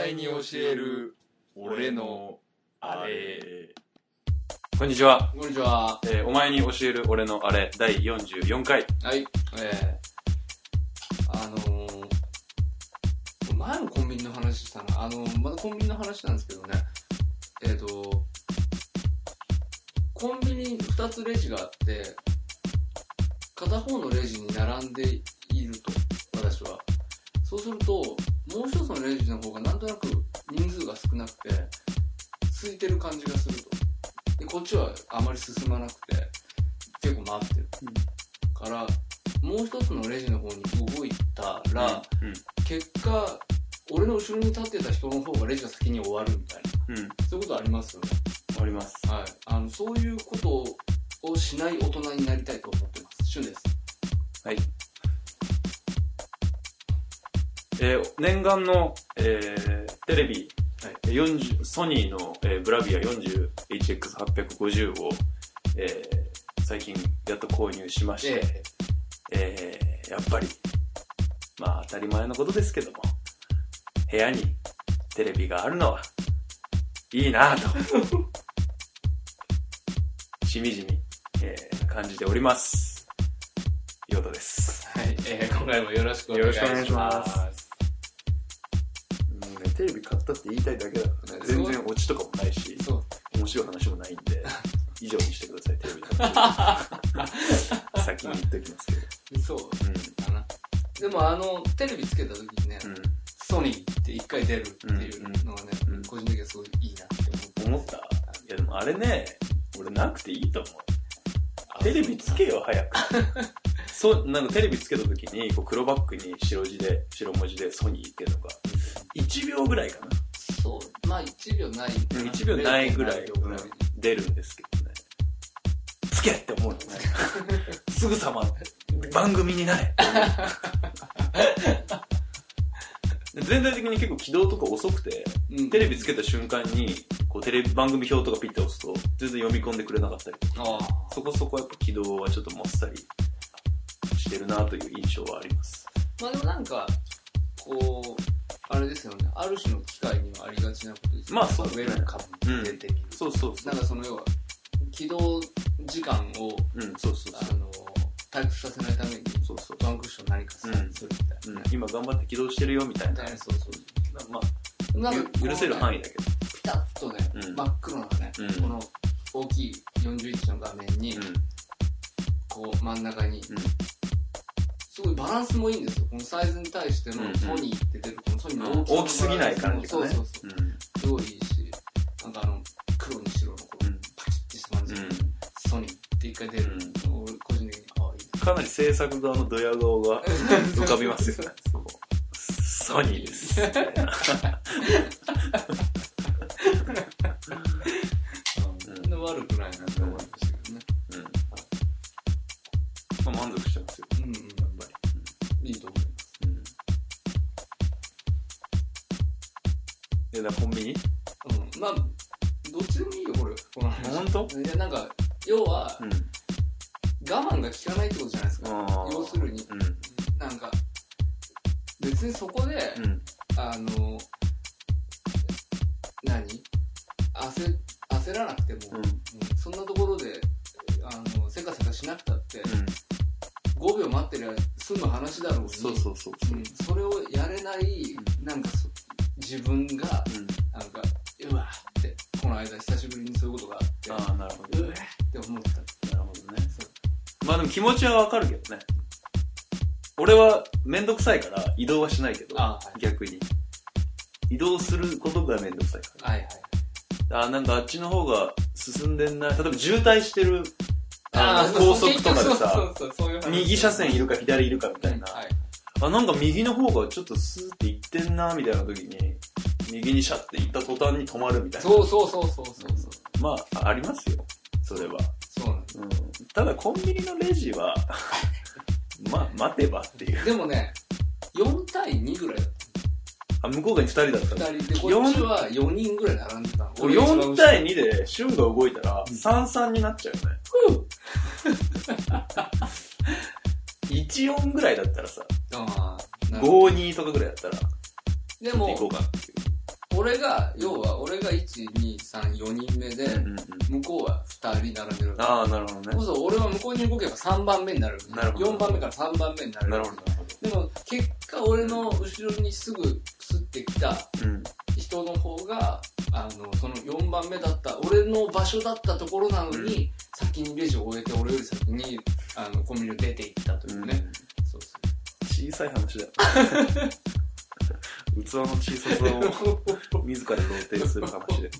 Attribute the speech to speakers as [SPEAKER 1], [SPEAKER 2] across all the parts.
[SPEAKER 1] える俺の
[SPEAKER 2] あ
[SPEAKER 1] あ
[SPEAKER 2] れ
[SPEAKER 1] れ
[SPEAKER 2] こんにちは、
[SPEAKER 1] こんにちは。
[SPEAKER 2] えーお前に教える俺のあれ第44回
[SPEAKER 1] はい。えー、あのー、前もコンビニの話したな。あのー、まだコンビニの話なんですけどね。えっ、ー、と、コンビニ2つレジがあって、片方のレジに並んでいると、私は。そうすると、もう一つのレジの方がなんとなく人数が少なくて、空いてる感じがすると。で、こっちはあまり進まなくて、結構回ってる。からもう一つのレジの方に動いたら、
[SPEAKER 2] うん
[SPEAKER 1] 結果俺の後ろに立ってた人の方がレジが先に終わるみたい
[SPEAKER 2] う
[SPEAKER 1] な
[SPEAKER 2] ん、うん、
[SPEAKER 1] そういうことありますよね
[SPEAKER 2] あります
[SPEAKER 1] はいあのそういうことをしない大人になりたいと思ってます旬です
[SPEAKER 2] はいえー念願の、えーテレビ、
[SPEAKER 1] はい
[SPEAKER 2] 40ソニーの、えーブラビア 40HX850 を、えー最近やっと購入しまして、えーやっぱり、まあ当たり前のことですけども、部屋にテレビがあるのは、いいなぁと、 しみじみ、えー感じております。ヨードです。
[SPEAKER 1] はい、えー今回もよろしくお
[SPEAKER 2] よ
[SPEAKER 1] 願
[SPEAKER 2] ろ
[SPEAKER 1] い
[SPEAKER 2] し
[SPEAKER 1] し
[SPEAKER 2] くお
[SPEAKER 1] ま
[SPEAKER 2] 願い
[SPEAKER 1] す
[SPEAKER 2] します。テレビ買ったって言いたいだけだからね。全然オチとかもないし、
[SPEAKER 1] そう
[SPEAKER 2] 面白い話もないん で、以上にしてください、テレビの 話。先に言っておきますけど。
[SPEAKER 1] そうだなでもあのテレビつけた時にね、
[SPEAKER 2] うん。うん
[SPEAKER 1] ソニーって一回出るっていうのがね、
[SPEAKER 2] うんうん
[SPEAKER 1] 個人的にはすごいいいなって思
[SPEAKER 2] 思
[SPEAKER 1] っ
[SPEAKER 2] ってたいやでもあれね俺なくていいと思うテレビつけよ 早くそうなんかテレビつけた時にこう黒バックに白字で白文字でソニーっていうのが1秒ぐらいかな
[SPEAKER 1] そうまあ1秒ない
[SPEAKER 2] 1秒ないぐらい
[SPEAKER 1] 0.7秒ぐらい
[SPEAKER 2] 出るんですけどねつけって思うの ねすぐさま番組になれで 全体的に結構起動とか遅くて
[SPEAKER 1] うん
[SPEAKER 2] テレビつけた瞬間にこうテレビ番組表とかピッて押すと全然読み込んでくれなかったりとか
[SPEAKER 1] ああ
[SPEAKER 2] そこそこやっぱ起動はちょっともっさりしてるなという印象はあります
[SPEAKER 1] まあでもなんかこうあれですよねある種の機会にはありがちなことですよね
[SPEAKER 2] まあそうですね
[SPEAKER 1] ウェルカムに出てみる、
[SPEAKER 2] そうそうそ
[SPEAKER 1] なんかその要は起動時間を
[SPEAKER 2] ううんそうそうそ
[SPEAKER 1] あの退屈させないために
[SPEAKER 2] そうそう
[SPEAKER 1] ワンクッション何かする,、
[SPEAKER 2] うん、
[SPEAKER 1] するみたいう
[SPEAKER 2] う
[SPEAKER 1] な、
[SPEAKER 2] ん
[SPEAKER 1] ね、
[SPEAKER 2] 今頑張って起動してるよみたい
[SPEAKER 1] み
[SPEAKER 2] な
[SPEAKER 1] たいなそうそう
[SPEAKER 2] ま
[SPEAKER 1] なんかこう
[SPEAKER 2] あ許せる範囲だけ
[SPEAKER 1] ピタッとね、
[SPEAKER 2] うん
[SPEAKER 1] 真っ黒なね、
[SPEAKER 2] うん
[SPEAKER 1] この大きい41インチの画面に、
[SPEAKER 2] ど
[SPEAKER 1] こう真ん中に
[SPEAKER 2] うんうん
[SPEAKER 1] すごいバランスもいいんですよこのサイズに対して
[SPEAKER 2] うんう
[SPEAKER 1] の
[SPEAKER 2] ん
[SPEAKER 1] ソニーって出るこのソニーの大きさの
[SPEAKER 2] 大きすぎない感じ
[SPEAKER 1] そ
[SPEAKER 2] が
[SPEAKER 1] う
[SPEAKER 2] ね
[SPEAKER 1] そうそうすごいいいしなんかあの黒に白のこう
[SPEAKER 2] うん
[SPEAKER 1] パキッてした感じ、
[SPEAKER 2] うん
[SPEAKER 1] ソニーって一回出るの俺個人的にああいい
[SPEAKER 2] かなり制作側のドヤ顔が浮かびますよねこうソニーですみたいな
[SPEAKER 1] な、そんな悪くないなって思いましたけどね
[SPEAKER 2] うんまあ満足してますよ
[SPEAKER 1] うんうん
[SPEAKER 2] やっぱり
[SPEAKER 1] いいと思います
[SPEAKER 2] うんえ、だからコンビニ
[SPEAKER 1] うんまあどっちでもいいよこれこの話
[SPEAKER 2] 本当
[SPEAKER 1] いやなんか要は
[SPEAKER 2] う
[SPEAKER 1] 我
[SPEAKER 2] ん。
[SPEAKER 1] 慢が効かないってことじゃないですか
[SPEAKER 2] あー
[SPEAKER 1] 要するに
[SPEAKER 2] うん。
[SPEAKER 1] なんか別にそこで、
[SPEAKER 2] うん。
[SPEAKER 1] あの、何焦焦らなくて
[SPEAKER 2] うん。
[SPEAKER 1] も、うんそんなところで、あの、せかせかしなくたって、
[SPEAKER 2] うん。
[SPEAKER 1] 5秒待ってりゃ済む話だろうに、
[SPEAKER 2] そうそうそう。
[SPEAKER 1] うんそれをやれない、
[SPEAKER 2] う
[SPEAKER 1] なんかそ自分
[SPEAKER 2] う
[SPEAKER 1] が、
[SPEAKER 2] ん。
[SPEAKER 1] なんか、うわーって、この間久しぶりにそういうことがあって、
[SPEAKER 2] ああ、なるほど
[SPEAKER 1] うわ
[SPEAKER 2] ね。
[SPEAKER 1] ーって思った。
[SPEAKER 2] なるほどね。まあでも気持ちはわかるけどね。俺はめんどくさいから移動はしないけど、
[SPEAKER 1] あーはい
[SPEAKER 2] 逆に。移動することがめんどくさいから。
[SPEAKER 1] はいはい。
[SPEAKER 2] あーなんかあっちの方が進んでんな。例えば渋滞してる、あの
[SPEAKER 1] ー
[SPEAKER 2] 高速とかで
[SPEAKER 1] そう
[SPEAKER 2] さ、
[SPEAKER 1] そうそうそういう話
[SPEAKER 2] 右車線いるか左いるかみたいな。
[SPEAKER 1] はい
[SPEAKER 2] あ、なんか右の方がちょっとスーって行ってんな、みたいな時に、右にシャッて行った途端に止まるみたいな。
[SPEAKER 1] そうそうそうそうそうそう。
[SPEAKER 2] まあ、ありますよ。それは。
[SPEAKER 1] そうなんです
[SPEAKER 2] うん。ただ、コンビニのレジは、 まあ、待てばっていう。
[SPEAKER 1] でもね、4対2ぐらいだっ
[SPEAKER 2] あ、向こうが2人だった
[SPEAKER 1] た。
[SPEAKER 2] の。
[SPEAKER 1] 2人で、こっちは4人ぐらい並んでたの。
[SPEAKER 2] 俺4対2で、シュンが動いたら、
[SPEAKER 1] うん
[SPEAKER 2] 33になっちゃうよね。14ぐらい だったらさ、
[SPEAKER 1] 2。ああ。なるほど
[SPEAKER 2] 52とかぐらいだったら、
[SPEAKER 1] で
[SPEAKER 2] 行こう
[SPEAKER 1] も、
[SPEAKER 2] かっていう。
[SPEAKER 1] 俺が、要は俺が1、2、3、4人目で、
[SPEAKER 2] うんうんうん
[SPEAKER 1] 向こうは2人並んでる。
[SPEAKER 2] ああ、なるほど
[SPEAKER 1] そう
[SPEAKER 2] ね。
[SPEAKER 1] すると俺は向こうに動けば3番目になる。
[SPEAKER 2] なるほど
[SPEAKER 1] 4番目から3番目になる。
[SPEAKER 2] なるほど、なるほど。
[SPEAKER 1] でも、結果俺の後ろにすぐ移ってきた
[SPEAKER 2] うん。
[SPEAKER 1] 人の方が、あの、その4番目だった、俺の場所だったところなのに、先にレジを終えて俺より先に、あの、コンビニを出て行ったというね。そうそう。
[SPEAKER 2] 小さい話 だよ。器の小ささを自ら露呈する話で。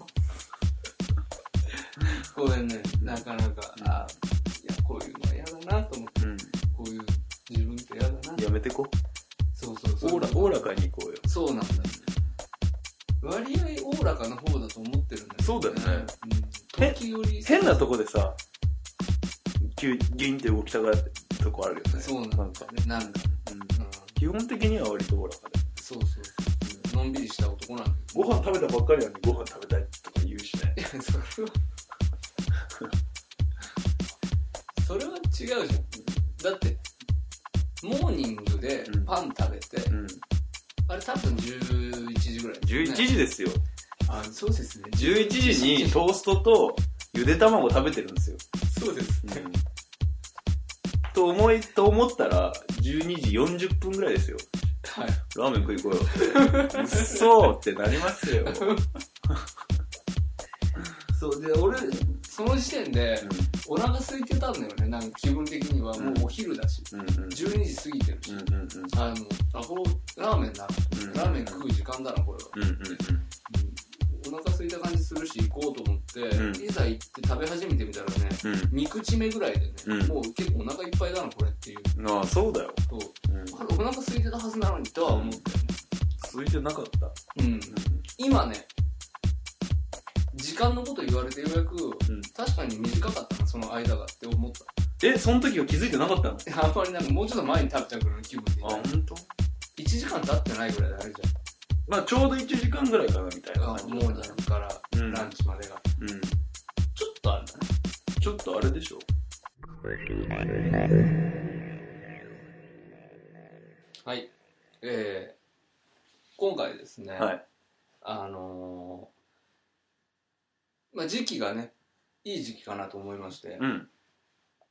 [SPEAKER 1] これね、なかなか、
[SPEAKER 2] うん
[SPEAKER 1] あいや、こういうのは嫌だなと思って、
[SPEAKER 2] う
[SPEAKER 1] こういう自分って嫌だな。
[SPEAKER 2] ん。やめてこ。
[SPEAKER 1] そうそう
[SPEAKER 2] お
[SPEAKER 1] そう。
[SPEAKER 2] おら、おおらかに行こうよ。
[SPEAKER 1] そうなんだ。割合おおらかな方だと思ってるんだけど、
[SPEAKER 2] そうだよね。
[SPEAKER 1] うん、時折
[SPEAKER 2] 変なとこでさ、急にギンって動きたがるとこあるよね。
[SPEAKER 1] そうなんだ、ね。
[SPEAKER 2] か。
[SPEAKER 1] なんか、
[SPEAKER 2] うん。
[SPEAKER 1] うん、
[SPEAKER 2] 基本的には割とおおらかで。
[SPEAKER 1] そうそうそう。のんびりした男なんだけ
[SPEAKER 2] ご飯食べたばっかりなのにご飯食べたいとか言うしね。
[SPEAKER 1] ど。いや、 それは。それは違うじゃん。だって、モーニングでパン食べて、
[SPEAKER 2] うん。
[SPEAKER 1] あれ多分11時ぐらい、
[SPEAKER 2] 11時ですよ。
[SPEAKER 1] あ、そうですね。
[SPEAKER 2] 11時にトーストとゆで卵食べてるんですよ。
[SPEAKER 1] そうですね。
[SPEAKER 2] と思い、と思ったら、12時40分ぐらいですよ。
[SPEAKER 1] はい。
[SPEAKER 2] ラーメン食い行こうよって。うっそーってなりますよ。
[SPEAKER 1] そう、で、俺、その時点で、
[SPEAKER 2] う
[SPEAKER 1] お腹空いてたんだよね。なんか気分的にはもうお昼だし、
[SPEAKER 2] ん。うんうん。
[SPEAKER 1] 12時過ぎてるし、
[SPEAKER 2] うんうん
[SPEAKER 1] あの、あ、こう、ラーメンだ。
[SPEAKER 2] うん。
[SPEAKER 1] ラーメン食う時間だな、これは。
[SPEAKER 2] うんうんうん。
[SPEAKER 1] お腹空いた感じするし、行こうと思って、
[SPEAKER 2] うん
[SPEAKER 1] いざ行って食べ始めてみたらね、
[SPEAKER 2] うん
[SPEAKER 1] 2口目ぐらいでね、
[SPEAKER 2] うん
[SPEAKER 1] もう結構お腹いっぱいだな、これっていう。
[SPEAKER 2] なあ、そうだよ。
[SPEAKER 1] そう
[SPEAKER 2] うん。
[SPEAKER 1] あれお腹空いてたはずなのにとは思ったよね。
[SPEAKER 2] 続いてなかった。
[SPEAKER 1] うん今ね、時間のこと言われてようやく、
[SPEAKER 2] うん
[SPEAKER 1] 確かに短かったな、その間がって思っ
[SPEAKER 2] え、その時は気づいてなかったの
[SPEAKER 1] た。あんまりなんかもうちょっと前に食べちゃうぐらいの気分でいた。
[SPEAKER 2] あ、ほんと
[SPEAKER 1] 1時間経ってないぐらいであれじ
[SPEAKER 2] まあ、ちょうど1時間ぐらいかな、みたい
[SPEAKER 1] ゃん。
[SPEAKER 2] な
[SPEAKER 1] あ
[SPEAKER 2] 感じ。
[SPEAKER 1] モーニングから
[SPEAKER 2] うん
[SPEAKER 1] ランチまでが。
[SPEAKER 2] うん。
[SPEAKER 1] ちょっとあるんだね。
[SPEAKER 2] ちょっとあれでしょ。
[SPEAKER 1] はい。えー、今回ですね、
[SPEAKER 2] はい。
[SPEAKER 1] あのー、まあ時期がね、いい時期かなと思いまして、
[SPEAKER 2] うん。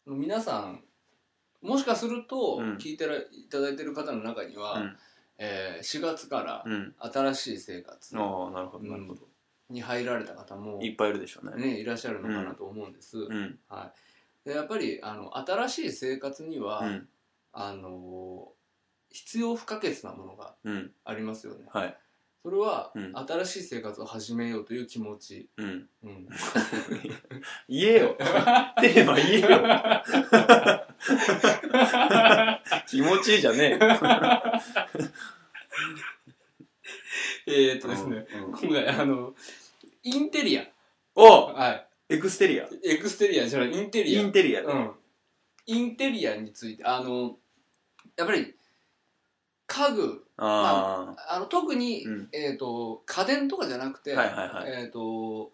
[SPEAKER 1] 皆さん、もしかすると
[SPEAKER 2] うん、
[SPEAKER 1] 聞いてらいただいてる方の中には、
[SPEAKER 2] うん。
[SPEAKER 1] えー4月から
[SPEAKER 2] うん。
[SPEAKER 1] 新しい生活
[SPEAKER 2] ああ、なるほど、なるほど。
[SPEAKER 1] に入られた方も、
[SPEAKER 2] いっぱいいるでしょうね。
[SPEAKER 1] ね、いらっしゃるのかなと思うんです。
[SPEAKER 2] うん。
[SPEAKER 1] はい、でやっぱりあの新しい生活には、
[SPEAKER 2] うん。
[SPEAKER 1] あの必要不可欠なものが
[SPEAKER 2] うん。
[SPEAKER 1] ありますよね。
[SPEAKER 2] はい。
[SPEAKER 1] それは、
[SPEAKER 2] うん
[SPEAKER 1] 新しい生活を始めようという気持ち。
[SPEAKER 2] うん。
[SPEAKER 1] うん、
[SPEAKER 2] 言えよ。テーマ 言えよ。気持ちいいじゃねえよ。
[SPEAKER 1] えーっとですね、
[SPEAKER 2] うん。
[SPEAKER 1] 今回あのインテリア、
[SPEAKER 2] お
[SPEAKER 1] は
[SPEAKER 2] エクステリア。
[SPEAKER 1] い、エクステリアじゃないインテリ
[SPEAKER 2] イ
[SPEAKER 1] ア
[SPEAKER 2] ンテリア。
[SPEAKER 1] うん、インテリアについてあのやっぱり家具
[SPEAKER 2] あ
[SPEAKER 1] あの特に、
[SPEAKER 2] うん
[SPEAKER 1] えー、と家電とかじゃなくて、
[SPEAKER 2] はいはいはい
[SPEAKER 1] えー、と部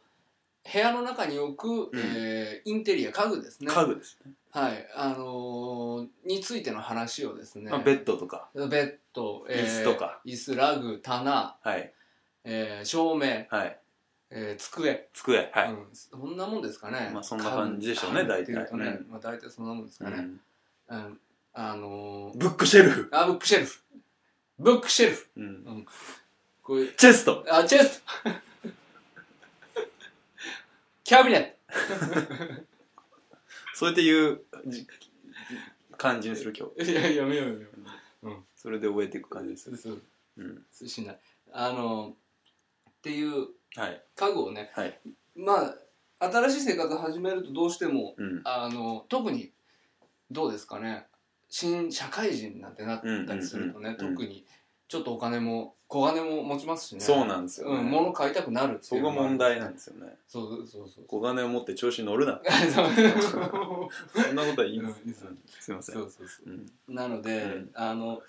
[SPEAKER 1] 屋の中に置く、えーインテリア家具です
[SPEAKER 2] あ。
[SPEAKER 1] ね
[SPEAKER 2] 家具ですね。
[SPEAKER 1] はいあのーについての話をですね
[SPEAKER 2] まあベッドとか。
[SPEAKER 1] ベッド、
[SPEAKER 2] 椅子とか
[SPEAKER 1] 椅子ラグ棚、
[SPEAKER 2] はい。
[SPEAKER 1] えー照明、
[SPEAKER 2] はい。
[SPEAKER 1] えー机、
[SPEAKER 2] 机。は
[SPEAKER 1] う
[SPEAKER 2] い。
[SPEAKER 1] ん、そんなもんですかね
[SPEAKER 2] まあそんな感じでしょうね
[SPEAKER 1] 家具
[SPEAKER 2] 大体
[SPEAKER 1] っていうとね、
[SPEAKER 2] うん
[SPEAKER 1] まあ、大体そんなもんですか
[SPEAKER 2] う
[SPEAKER 1] ね、
[SPEAKER 2] ん
[SPEAKER 1] うんあのー
[SPEAKER 2] ブックシェルフ。
[SPEAKER 1] あブックシェルフブックシェルフ
[SPEAKER 2] うん
[SPEAKER 1] こういう
[SPEAKER 2] チェスト。
[SPEAKER 1] あ、チェストキャビネット
[SPEAKER 2] そうやっていうじ感じにする今日。
[SPEAKER 1] いや、やめようやめよ
[SPEAKER 2] それで終えていく感じです
[SPEAKER 1] う。そう
[SPEAKER 2] うん。
[SPEAKER 1] そう、しない。あの、っていう
[SPEAKER 2] はい。
[SPEAKER 1] 家具をね、
[SPEAKER 2] はい。
[SPEAKER 1] まあ、新しい生活を始めるとどうしても、
[SPEAKER 2] うん。
[SPEAKER 1] あの、特に、どうですかね、新社会人なんてなったりすると
[SPEAKER 2] う
[SPEAKER 1] ね、
[SPEAKER 2] んうんうんうん
[SPEAKER 1] 特に、ちょっとお金も、小金も持ちますしね。
[SPEAKER 2] そうなんですよね
[SPEAKER 1] うん、物買いたくなるって
[SPEAKER 2] そ
[SPEAKER 1] いう
[SPEAKER 2] こ
[SPEAKER 1] の
[SPEAKER 2] が
[SPEAKER 1] もあ
[SPEAKER 2] 問
[SPEAKER 1] る
[SPEAKER 2] 題なんですよね。
[SPEAKER 1] そうそうそう。
[SPEAKER 2] 小金を持って調子に乗る な。そんなことはいいん
[SPEAKER 1] うん
[SPEAKER 2] です。うんすいません
[SPEAKER 1] そ。うそ うそう。
[SPEAKER 2] うん
[SPEAKER 1] なので、
[SPEAKER 2] うん
[SPEAKER 1] あの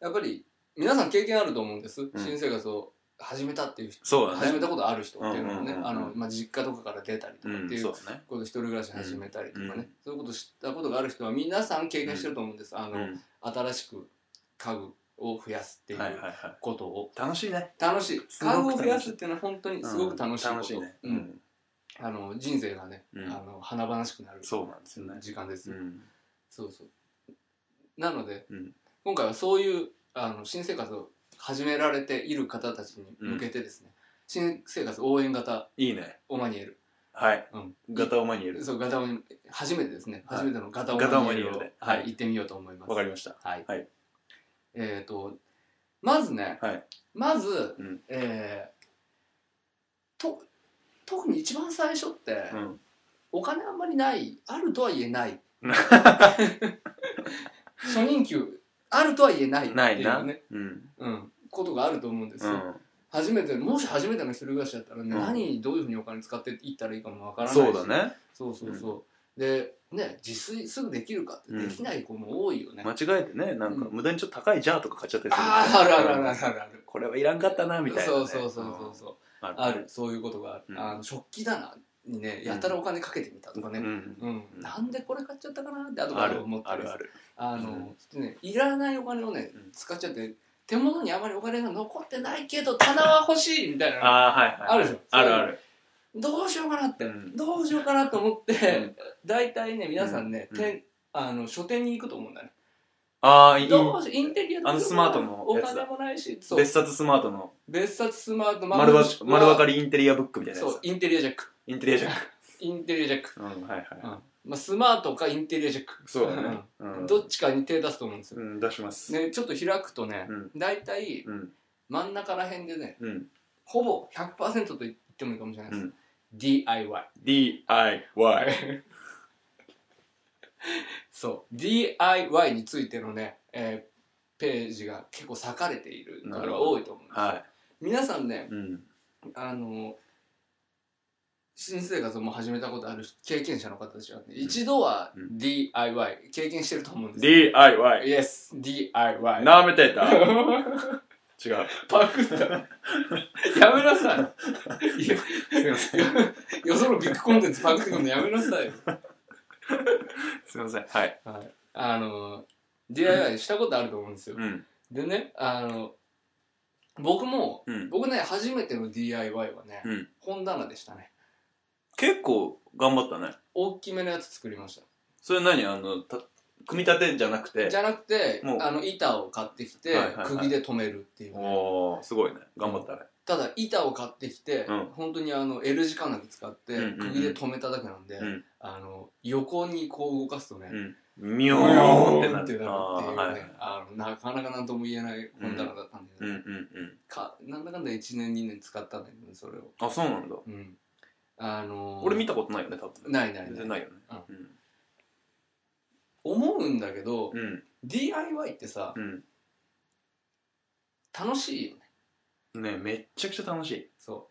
[SPEAKER 1] やっぱり皆さん経験あると思うんです、
[SPEAKER 2] ん
[SPEAKER 1] 新生活を始めたっていう人、
[SPEAKER 2] そうだ
[SPEAKER 1] 始め
[SPEAKER 2] ね。
[SPEAKER 1] たことある人っていうのはね、
[SPEAKER 2] うんうんうんうん
[SPEAKER 1] あのまあ、実家とかから出たりと
[SPEAKER 2] う
[SPEAKER 1] かって
[SPEAKER 2] ん、
[SPEAKER 1] いう
[SPEAKER 2] そ
[SPEAKER 1] こ
[SPEAKER 2] うだね。
[SPEAKER 1] と一人暮らし始めたりとかね、
[SPEAKER 2] うん
[SPEAKER 1] そういうことを知ったことがある人は皆さん経験してると思うんです、あ
[SPEAKER 2] う
[SPEAKER 1] の
[SPEAKER 2] ん。
[SPEAKER 1] 新しく家具を増やすってい
[SPEAKER 2] はいはいうはい。
[SPEAKER 1] ことを、
[SPEAKER 2] 楽しいね。
[SPEAKER 1] 楽しい
[SPEAKER 2] すごく
[SPEAKER 1] 家具
[SPEAKER 2] 楽しい
[SPEAKER 1] を増やすっていうのは本当にすごく楽しいこ
[SPEAKER 2] うん
[SPEAKER 1] と、
[SPEAKER 2] 楽しいね。
[SPEAKER 1] うん。あの人生がね、
[SPEAKER 2] うん
[SPEAKER 1] あの華々しくなる
[SPEAKER 2] そうなんですよね。
[SPEAKER 1] 時間です
[SPEAKER 2] う
[SPEAKER 1] よ、
[SPEAKER 2] ん。
[SPEAKER 1] そうそうなので、
[SPEAKER 2] うん
[SPEAKER 1] 今回はそういうあの新生活を始められている方たちに向けてですね、新生活応援型
[SPEAKER 2] いいね。
[SPEAKER 1] オマニエル、
[SPEAKER 2] はい。
[SPEAKER 1] うん、
[SPEAKER 2] ガタオマニエル。
[SPEAKER 1] そうガタオマニエル初めてですね、
[SPEAKER 2] はい
[SPEAKER 1] 初めてのガタオ
[SPEAKER 2] ガタオ
[SPEAKER 1] マ
[SPEAKER 2] マ
[SPEAKER 1] ニ
[SPEAKER 2] ニエ
[SPEAKER 1] エル
[SPEAKER 2] ル
[SPEAKER 1] を、
[SPEAKER 2] で
[SPEAKER 1] はい
[SPEAKER 2] はい
[SPEAKER 1] 行ってみようと思います
[SPEAKER 2] わかりました。
[SPEAKER 1] はい、
[SPEAKER 2] はい
[SPEAKER 1] えっ、とまずね、
[SPEAKER 2] はい
[SPEAKER 1] まず、
[SPEAKER 2] うん
[SPEAKER 1] えーと特に一番最初って、
[SPEAKER 2] うん。
[SPEAKER 1] お金あんまりないあるとは言え ない初任給あるとは言えないって
[SPEAKER 2] ない
[SPEAKER 1] い
[SPEAKER 2] な。
[SPEAKER 1] う
[SPEAKER 2] うん
[SPEAKER 1] ね。うん、ことがあると思うんです
[SPEAKER 2] う
[SPEAKER 1] よ、
[SPEAKER 2] ん。
[SPEAKER 1] 初めてもし初めての一人暮らしだったらね、
[SPEAKER 2] うん
[SPEAKER 1] 何どういうふうにお金使っていったらいいかもわからない
[SPEAKER 2] そ
[SPEAKER 1] し
[SPEAKER 2] うだね。
[SPEAKER 1] そうそうそうでね自炊すぐできるかって
[SPEAKER 2] うん
[SPEAKER 1] できない子も多いよね、
[SPEAKER 2] 間違えてね、なんか
[SPEAKER 1] うん
[SPEAKER 2] 無駄にちょっと高いジャーとか買っちゃったりする。
[SPEAKER 1] あああるあるあるあるあるある
[SPEAKER 2] これはいらんかったな、みたいなね。
[SPEAKER 1] そうそうそうそうそう
[SPEAKER 2] うん。
[SPEAKER 1] あるそういうことがある、
[SPEAKER 2] うん
[SPEAKER 1] あの食器棚にねやたらお金かけてみたとか
[SPEAKER 2] う
[SPEAKER 1] ね、
[SPEAKER 2] ん。
[SPEAKER 1] うん
[SPEAKER 2] うん
[SPEAKER 1] なんでこれ買っちゃったかなって後か
[SPEAKER 2] あ
[SPEAKER 1] ら
[SPEAKER 2] る
[SPEAKER 1] 思っ。た
[SPEAKER 2] あ
[SPEAKER 1] り
[SPEAKER 2] る
[SPEAKER 1] さ
[SPEAKER 2] ある。
[SPEAKER 1] あ
[SPEAKER 2] う
[SPEAKER 1] の
[SPEAKER 2] ん、
[SPEAKER 1] ちょっとね、いらないお金をね
[SPEAKER 2] うん、
[SPEAKER 1] 使っちゃって、手元にあまりお金が残ってないけど、棚は欲しいみたいな。
[SPEAKER 2] ああ、はいはい。
[SPEAKER 1] あるでしょ
[SPEAKER 2] あるある。
[SPEAKER 1] どうしようかなって、
[SPEAKER 2] うん
[SPEAKER 1] どうしようかなと思っ
[SPEAKER 2] う
[SPEAKER 1] て
[SPEAKER 2] ん、
[SPEAKER 1] 大体ね、皆さんね
[SPEAKER 2] う、ん
[SPEAKER 1] てあの、書店に行くと思うんだね。
[SPEAKER 2] ああ、いい。
[SPEAKER 1] どうしインテリアとか
[SPEAKER 2] あのスマートの
[SPEAKER 1] お
[SPEAKER 2] やつだ
[SPEAKER 1] 金もないし、そう
[SPEAKER 2] 別。冊スマートの
[SPEAKER 1] 別冊スマート
[SPEAKER 2] 丸わ丸分か
[SPEAKER 1] り。
[SPEAKER 2] りインテリアブックみたいなや
[SPEAKER 1] そう
[SPEAKER 2] つ、。
[SPEAKER 1] インテリアジャック。
[SPEAKER 2] インテリアジャック。
[SPEAKER 1] インテリアジャック。
[SPEAKER 2] うん、はいはい。
[SPEAKER 1] うんまあ、スマートかインテリアジャック。
[SPEAKER 2] そうだね。うん
[SPEAKER 1] ん。どっちかに手出すと思うんですよ。
[SPEAKER 2] うん、出します。
[SPEAKER 1] ね、ちょっと開くとね
[SPEAKER 2] う、ん。
[SPEAKER 1] 大体
[SPEAKER 2] うん。
[SPEAKER 1] 真ん中ら辺でね、
[SPEAKER 2] うん。
[SPEAKER 1] ほぼ100%と言ってもいいかもしれないです。
[SPEAKER 2] うん
[SPEAKER 1] DIY。
[SPEAKER 2] DIY。
[SPEAKER 1] そう。DIY についてのね、えーページが結構割かれているの
[SPEAKER 2] なる
[SPEAKER 1] が
[SPEAKER 2] ほど
[SPEAKER 1] 多いと思うんですよ
[SPEAKER 2] は
[SPEAKER 1] 皆さんね
[SPEAKER 2] い。、うん。
[SPEAKER 1] あの、新生活をもう始めたことある経験者の方たちはね、一度は
[SPEAKER 2] うん
[SPEAKER 1] DIY 経験してると思うんですよ。
[SPEAKER 2] DIY。
[SPEAKER 1] Yes, DIY。
[SPEAKER 2] なめてた。違う。
[SPEAKER 1] パクった。やめなさ い。いや
[SPEAKER 2] すいません。
[SPEAKER 1] よそのビッグコンテンツパクってくるのやめなさいよ。
[SPEAKER 2] すいません。はい。
[SPEAKER 1] はい、あの DIY したことあると思うんですよ、
[SPEAKER 2] うん。
[SPEAKER 1] でねあの僕も
[SPEAKER 2] うん。
[SPEAKER 1] 僕ね初めての DIY はね、
[SPEAKER 2] うん
[SPEAKER 1] 本棚でしたね
[SPEAKER 2] 結構頑張ったね。
[SPEAKER 1] 大きめのやつ作りまし
[SPEAKER 2] それ何あの、た組み立てじゃなく
[SPEAKER 1] た
[SPEAKER 2] て
[SPEAKER 1] じ。ゃなくて
[SPEAKER 2] もう
[SPEAKER 1] あの板を買ってき
[SPEAKER 2] は
[SPEAKER 1] て、
[SPEAKER 2] いはいはい
[SPEAKER 1] 釘で留めるっていうね、
[SPEAKER 2] おー、すごいね。頑張ったね。
[SPEAKER 1] ただ板を買ってきて、
[SPEAKER 2] うん
[SPEAKER 1] 本当にあの L 字金具使って、
[SPEAKER 2] うんうんうん
[SPEAKER 1] 釘で留めただけなんで、
[SPEAKER 2] うん
[SPEAKER 1] あの横にこう動かすとね、
[SPEAKER 2] うん。み
[SPEAKER 1] ビ
[SPEAKER 2] ょ
[SPEAKER 1] ョ
[SPEAKER 2] ーンってなる
[SPEAKER 1] ーンってなるっていうね
[SPEAKER 2] あーはいはい。
[SPEAKER 1] あのなかなかなんとも言えない本棚だったんで、ね
[SPEAKER 2] うんうんうん。
[SPEAKER 1] かなんだかんだ1年2年使ったんだけどねそれを
[SPEAKER 2] あ、そうなんだ。
[SPEAKER 1] うんあのー
[SPEAKER 2] 俺見たことないよね、多分。
[SPEAKER 1] ないない
[SPEAKER 2] 全
[SPEAKER 1] な
[SPEAKER 2] 然
[SPEAKER 1] い
[SPEAKER 2] ないよね。
[SPEAKER 1] 思うんだけど、
[SPEAKER 2] うん。うん。
[SPEAKER 1] DIY ってさ
[SPEAKER 2] うん。
[SPEAKER 1] 楽しいよね
[SPEAKER 2] ねめっちゃくちゃ楽し
[SPEAKER 1] そ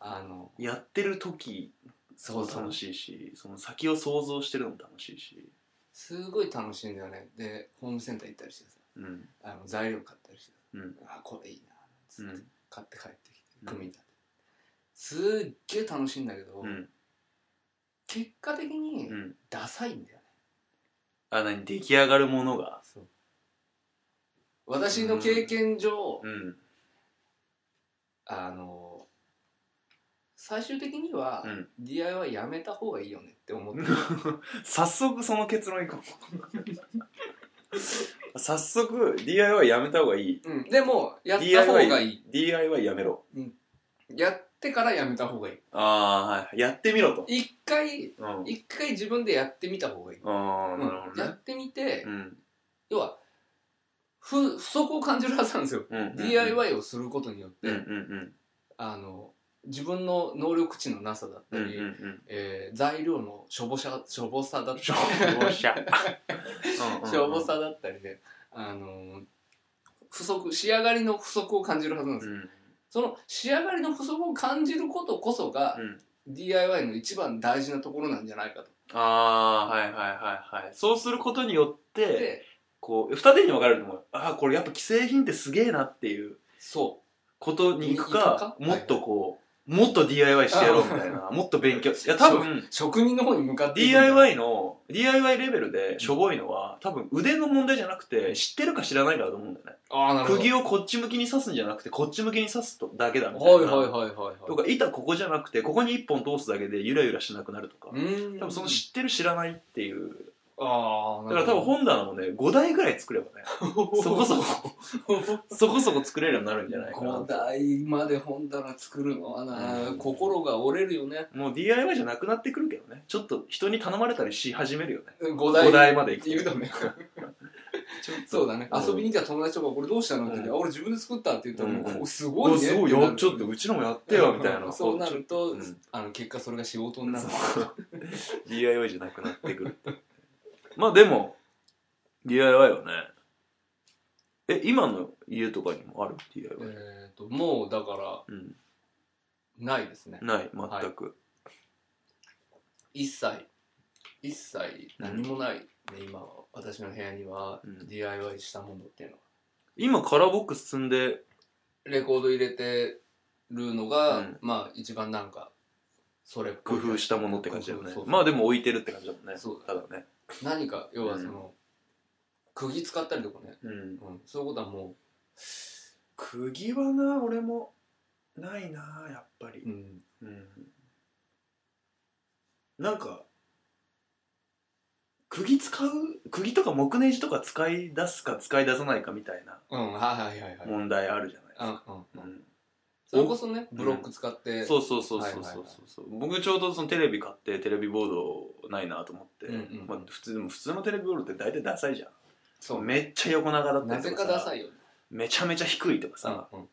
[SPEAKER 1] うあの
[SPEAKER 2] いやってる時
[SPEAKER 1] そ
[SPEAKER 2] も
[SPEAKER 1] うそう
[SPEAKER 2] 楽しいしその先を想像してるのも楽しいし
[SPEAKER 1] すごい楽しいんだよねでホームセンター行ったりしてさ
[SPEAKER 2] うん
[SPEAKER 1] あの材料買ったりして
[SPEAKER 2] うん
[SPEAKER 1] あこれいいなつ
[SPEAKER 2] う
[SPEAKER 1] って
[SPEAKER 2] ん
[SPEAKER 1] 買って帰ってきて
[SPEAKER 2] うん
[SPEAKER 1] 組み立て、すっげえ楽しいんだけど、
[SPEAKER 2] うん
[SPEAKER 1] 結果的に
[SPEAKER 2] うん
[SPEAKER 1] ダサいんだよね、
[SPEAKER 2] あ何出来上がるものが
[SPEAKER 1] 私の経験上、
[SPEAKER 2] うん
[SPEAKER 1] あの最終的には
[SPEAKER 2] うん
[SPEAKER 1] DIY やめた方がいいよねって思って、
[SPEAKER 2] 早速その結論いこう 早速 DIY やめた方がいい
[SPEAKER 1] うん、でもやった方がいい
[SPEAKER 2] DIY やめろ
[SPEAKER 1] やってからやめた方がいい
[SPEAKER 2] ああはいやってみろと
[SPEAKER 1] 一回
[SPEAKER 2] うん
[SPEAKER 1] 一回自分でやってみた方がいい、
[SPEAKER 2] ああ
[SPEAKER 1] うん
[SPEAKER 2] なるほど
[SPEAKER 1] や
[SPEAKER 2] ね
[SPEAKER 1] ってみて、
[SPEAKER 2] うん
[SPEAKER 1] 要は不不足を感じるはずなんですよ、
[SPEAKER 2] うんうん
[SPEAKER 1] DIY をすることによって、
[SPEAKER 2] うんうん
[SPEAKER 1] あの自分の能力値のなさだった
[SPEAKER 2] うんうん
[SPEAKER 1] り、
[SPEAKER 2] うんうん
[SPEAKER 1] えー材料のしょぼさしょぼさだったり
[SPEAKER 2] 消防車うんうんうん
[SPEAKER 1] しょぼさだったりで、あの不足仕上がりの不足を感じるはずなんです
[SPEAKER 2] う
[SPEAKER 1] よ、
[SPEAKER 2] ん
[SPEAKER 1] その仕上がりの不足を感じることこそが
[SPEAKER 2] う、ん
[SPEAKER 1] DIY の一番大事なところなんじゃないかと
[SPEAKER 2] ああーはいはいはいはいそうすることによって
[SPEAKER 1] で
[SPEAKER 2] こう二手に分かれると思うああこれやっぱ既製品ってすげえなっていう
[SPEAKER 1] そ
[SPEAKER 2] ことに行く
[SPEAKER 1] に行く
[SPEAKER 2] か
[SPEAKER 1] か
[SPEAKER 2] もっとこう、もっと DIY してやろうみたいな、もっと勉強。いや、多分、
[SPEAKER 1] 職人の方に向かっていくんだ
[SPEAKER 2] DIY の、DIY レベルでしょぼいのは、多分腕の問題じゃなくて、知ってるか知らないかだと思うんだよね。
[SPEAKER 1] ああなるほど
[SPEAKER 2] 釘をこっち向きに刺すんじゃなくて、こっち向きに刺すとだけだみたいな。
[SPEAKER 1] はいはいはいはい
[SPEAKER 2] と
[SPEAKER 1] は
[SPEAKER 2] か、板ここじゃなくて、ここに一本通すだけでゆらゆらしなくなるとか。
[SPEAKER 1] いうん
[SPEAKER 2] 多分その知ってる知らないっていう。
[SPEAKER 1] ああ
[SPEAKER 2] だから多分本棚もね、5台ぐらい作れば ね、そこそこ、そこそこ作れるようになるんじゃないかな
[SPEAKER 1] 5。台まで本棚作るのはな、
[SPEAKER 2] うん
[SPEAKER 1] 心が折れるよね
[SPEAKER 2] もう DIY じゃなくなってくるけどね。ちょっと人に頼まれたりし始めるよね。
[SPEAKER 1] 5
[SPEAKER 2] 5
[SPEAKER 1] 台
[SPEAKER 2] 台まで
[SPEAKER 1] っ
[SPEAKER 2] 行
[SPEAKER 1] て言う
[SPEAKER 2] くと。
[SPEAKER 1] とね
[SPEAKER 2] ちょっと
[SPEAKER 1] そうだね、
[SPEAKER 2] うん
[SPEAKER 1] 遊びに来た友達とかこれどうしたのって言って、
[SPEAKER 2] う
[SPEAKER 1] あ俺自分で作ったって言ったらもう、
[SPEAKER 2] うん
[SPEAKER 1] こうすごいね
[SPEAKER 2] おすごいよ。ちょっとうちのもやってよ、みたいな。
[SPEAKER 1] そうなると、
[SPEAKER 2] うん
[SPEAKER 1] あの結果それが仕事になる
[SPEAKER 2] そう DIY じゃなくなってくるって。まあでも、DIY はね、え、今の家とかにもある ?DIY。
[SPEAKER 1] えーともうだから
[SPEAKER 2] うん。
[SPEAKER 1] ないですね
[SPEAKER 2] ない、全く。
[SPEAKER 1] 一切一切何もない、ね今は私の部屋には
[SPEAKER 2] うん
[SPEAKER 1] DIY したものっていうのは
[SPEAKER 2] 今、カラーボックス積んで、
[SPEAKER 1] レコード入れてるのが、
[SPEAKER 2] うん
[SPEAKER 1] まあ一番なんかそれっぽ
[SPEAKER 2] 工
[SPEAKER 1] い
[SPEAKER 2] 夫したものって感じだよ
[SPEAKER 1] 工
[SPEAKER 2] ね
[SPEAKER 1] 夫そう。そう
[SPEAKER 2] まあでも置いてるって感じだもんね。
[SPEAKER 1] そう
[SPEAKER 2] ただね。
[SPEAKER 1] 何か要はその、釘使ったりとかね、
[SPEAKER 2] うん。
[SPEAKER 1] うん、そういうことはも
[SPEAKER 2] 釘はな、俺も、ないな、やっぱり
[SPEAKER 1] う、。うん、
[SPEAKER 2] なんか釘使う釘とか木ネジとか使い出すか使い出さないかみたいな
[SPEAKER 1] うん、はいはいはいはい、
[SPEAKER 2] 問題あるじゃないです
[SPEAKER 1] う
[SPEAKER 2] か、
[SPEAKER 1] んうんうん、
[SPEAKER 2] ん
[SPEAKER 1] それこそねブロック使って、
[SPEAKER 2] そうそうそうそうそう
[SPEAKER 1] はいはい
[SPEAKER 2] そ
[SPEAKER 1] は
[SPEAKER 2] う
[SPEAKER 1] い
[SPEAKER 2] そう、僕ちょうどそのテレビ買ってテレビボードないなと思って、
[SPEAKER 1] うんうんうん
[SPEAKER 2] まあ、普通でも普通のテレビボードって大体ダサいじゃん
[SPEAKER 1] そう
[SPEAKER 2] めっちゃ横長だった
[SPEAKER 1] な
[SPEAKER 2] りと
[SPEAKER 1] ぜ
[SPEAKER 2] か
[SPEAKER 1] か
[SPEAKER 2] さ
[SPEAKER 1] ダサいよね
[SPEAKER 2] めちゃめちゃ低いとかさ、
[SPEAKER 1] うんうん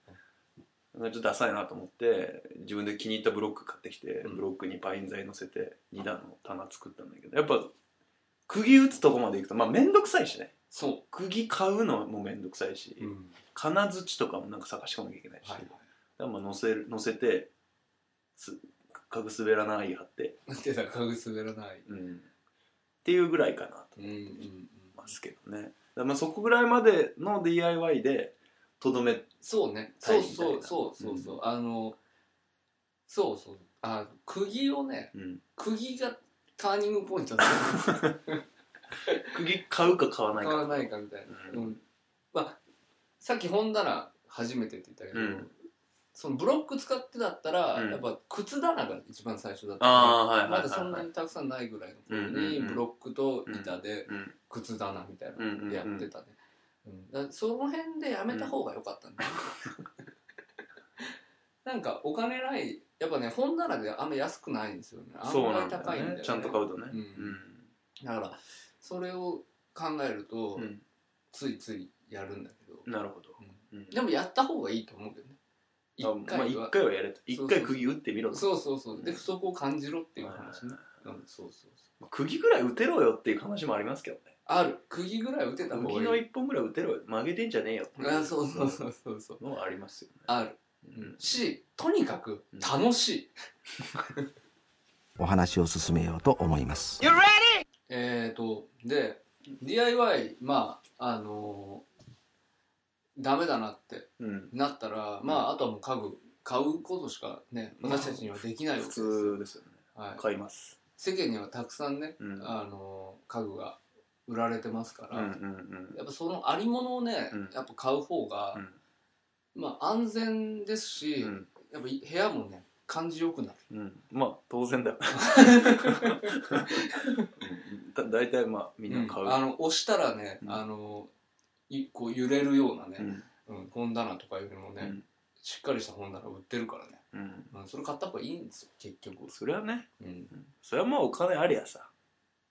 [SPEAKER 2] なんかちょっとダサいなと思って自分で気に入ったブロック買ってきて、
[SPEAKER 1] うん
[SPEAKER 2] ブロックにバイン材乗せて2段の棚作ったんだけどやっぱ釘打つとこまで行くとまあ面倒くさいしね
[SPEAKER 1] そ
[SPEAKER 2] 釘買うのも面倒くさいし、
[SPEAKER 1] う、うん、
[SPEAKER 2] 金槌とかもなんか探し込まなきゃいけないし、
[SPEAKER 1] はい
[SPEAKER 2] だからまあ乗せる乗せてす家具滑らない貼って、
[SPEAKER 1] はいでさ家具滑らない
[SPEAKER 2] うんっていうぐらいかなと
[SPEAKER 1] うんうんうん
[SPEAKER 2] 思いますけどねだからまあそこぐらいまでの DIY でとどめ
[SPEAKER 1] そうね
[SPEAKER 2] タ
[SPEAKER 1] そ
[SPEAKER 2] イ
[SPEAKER 1] う
[SPEAKER 2] みたい
[SPEAKER 1] そ
[SPEAKER 2] な
[SPEAKER 1] うそうそうそう、あのそうそうあ釘をね
[SPEAKER 2] うん
[SPEAKER 1] 釘がターニングポイン トだ
[SPEAKER 2] 釘買うか買わない
[SPEAKER 1] 買
[SPEAKER 2] か
[SPEAKER 1] わないかみたいな、
[SPEAKER 2] う
[SPEAKER 1] うんんまあさっき本棚初めてって言ったけど、
[SPEAKER 2] うん
[SPEAKER 1] そのブロック使ってだったら、
[SPEAKER 2] うん
[SPEAKER 1] やっぱ靴棚が一番最初だったから
[SPEAKER 2] ああーはいはいはい、はい、
[SPEAKER 1] まだそんなにたくさんないぐらいの頃
[SPEAKER 2] うんう
[SPEAKER 1] に
[SPEAKER 2] んうん
[SPEAKER 1] ブロックと板で
[SPEAKER 2] うん
[SPEAKER 1] 靴棚みたいなのやってたね、うんだからその辺でやめた方が良か ったんだよ、なんかお金ないやっぱね本棚であんま安くないんですよねあん
[SPEAKER 2] そう
[SPEAKER 1] ま
[SPEAKER 2] なん
[SPEAKER 1] り
[SPEAKER 2] だよ
[SPEAKER 1] 高いんだよ
[SPEAKER 2] ね
[SPEAKER 1] ね
[SPEAKER 2] ちゃんと買うとね
[SPEAKER 1] うんだからそれを考えると、
[SPEAKER 2] うんうん
[SPEAKER 1] ついついやるんだけど、
[SPEAKER 2] なるほどうん
[SPEAKER 1] でもやった方がいいと思うけどね一
[SPEAKER 2] あまあ
[SPEAKER 1] 回
[SPEAKER 2] 一
[SPEAKER 1] は、
[SPEAKER 2] 回はやれと一
[SPEAKER 1] そう
[SPEAKER 2] 回釘打ってみろと
[SPEAKER 1] そうそうそうで不足を感じろっていう話ね、うん、そうそうそう
[SPEAKER 2] 釘ぐらい打てろよっていう話もありますけどね
[SPEAKER 1] ある釘ぐらい打てた方がいい
[SPEAKER 2] 釘の一本ぐらい打てろよ曲げてんじゃねえよってい
[SPEAKER 1] あそうそうそうそうそう
[SPEAKER 2] のはありますよね
[SPEAKER 1] ある、
[SPEAKER 2] うん
[SPEAKER 1] しとにかく楽しい、
[SPEAKER 3] お話を進めようと思います
[SPEAKER 1] えーとで DIY まああのーダメだなって
[SPEAKER 2] うん
[SPEAKER 1] なったら、まああとはもう家具買うことしかね私たちにはできないわ
[SPEAKER 2] 普
[SPEAKER 1] けですよ、
[SPEAKER 2] 通ですよね
[SPEAKER 1] はい、
[SPEAKER 2] 買います
[SPEAKER 1] 世間にはたくさんね、
[SPEAKER 2] うん
[SPEAKER 1] あのー家具が売られてますか
[SPEAKER 2] う
[SPEAKER 1] ら、
[SPEAKER 2] んうんうん
[SPEAKER 1] やっぱそのありものをね、
[SPEAKER 2] うん
[SPEAKER 1] やっぱ買う方が、まあ安全ですし、
[SPEAKER 2] うん
[SPEAKER 1] やっぱ部屋もね感じよくなる
[SPEAKER 2] うんまあ当然だ ようんだ大体まあみんな買う
[SPEAKER 1] あの押したらね、
[SPEAKER 2] うん
[SPEAKER 1] あのいこう揺れるような
[SPEAKER 2] う
[SPEAKER 1] ね、
[SPEAKER 2] ん
[SPEAKER 1] うん本棚とかよりもね、
[SPEAKER 2] うん
[SPEAKER 1] しっかりした本棚売ってるからね、
[SPEAKER 2] うん
[SPEAKER 1] うん、それ買った方がいいんですよ結局、
[SPEAKER 2] それはね
[SPEAKER 1] うん、
[SPEAKER 2] それはまあお金ありゃさ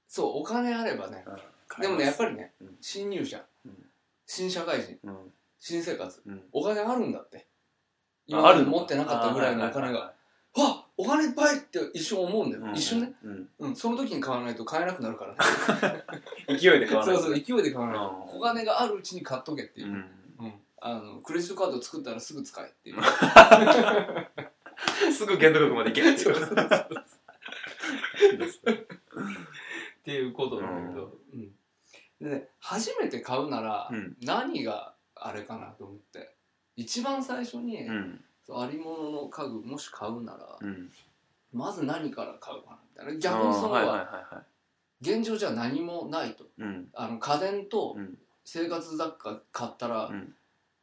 [SPEAKER 1] そうお金あればねでもねやっぱりね
[SPEAKER 2] うん
[SPEAKER 1] 新入社、
[SPEAKER 2] うん
[SPEAKER 1] 新社会人
[SPEAKER 2] り
[SPEAKER 1] 新生活
[SPEAKER 2] うん
[SPEAKER 1] お金あるんだって今
[SPEAKER 2] あ
[SPEAKER 1] ま
[SPEAKER 2] る
[SPEAKER 1] で
[SPEAKER 2] の
[SPEAKER 1] 持ってなかったぐらいのお金がわっお金いっぱいって一瞬思うんだよ、一瞬ね、、
[SPEAKER 2] うんうん
[SPEAKER 1] うん、その時に買わないと買えなくなるからね
[SPEAKER 2] 勢い で買わな
[SPEAKER 1] そ
[SPEAKER 2] いうと
[SPEAKER 1] そう勢いで買わないと
[SPEAKER 2] うん
[SPEAKER 1] お金があるうちに買っとけっていうう、
[SPEAKER 2] ん、
[SPEAKER 1] うん、あのクレジットカード作ったらすぐ使え っていう
[SPEAKER 2] すぐ限度額までいけるってい
[SPEAKER 1] そう
[SPEAKER 2] う
[SPEAKER 1] そうそうっていうことなんだけど、うんでね初めて買うなら
[SPEAKER 2] うん
[SPEAKER 1] 何があれかなと思って一番最初に
[SPEAKER 2] うん
[SPEAKER 1] ありものの家具もし買うなら、
[SPEAKER 2] うん。
[SPEAKER 1] まず何から買うかなみたいな
[SPEAKER 2] あ
[SPEAKER 1] 逆
[SPEAKER 2] ー
[SPEAKER 1] にその、
[SPEAKER 2] はいはいはいは
[SPEAKER 1] 現状じゃ何もないと
[SPEAKER 2] い。うん。
[SPEAKER 1] あの家電と
[SPEAKER 2] うん。
[SPEAKER 1] 生活雑貨買ったら、
[SPEAKER 2] うん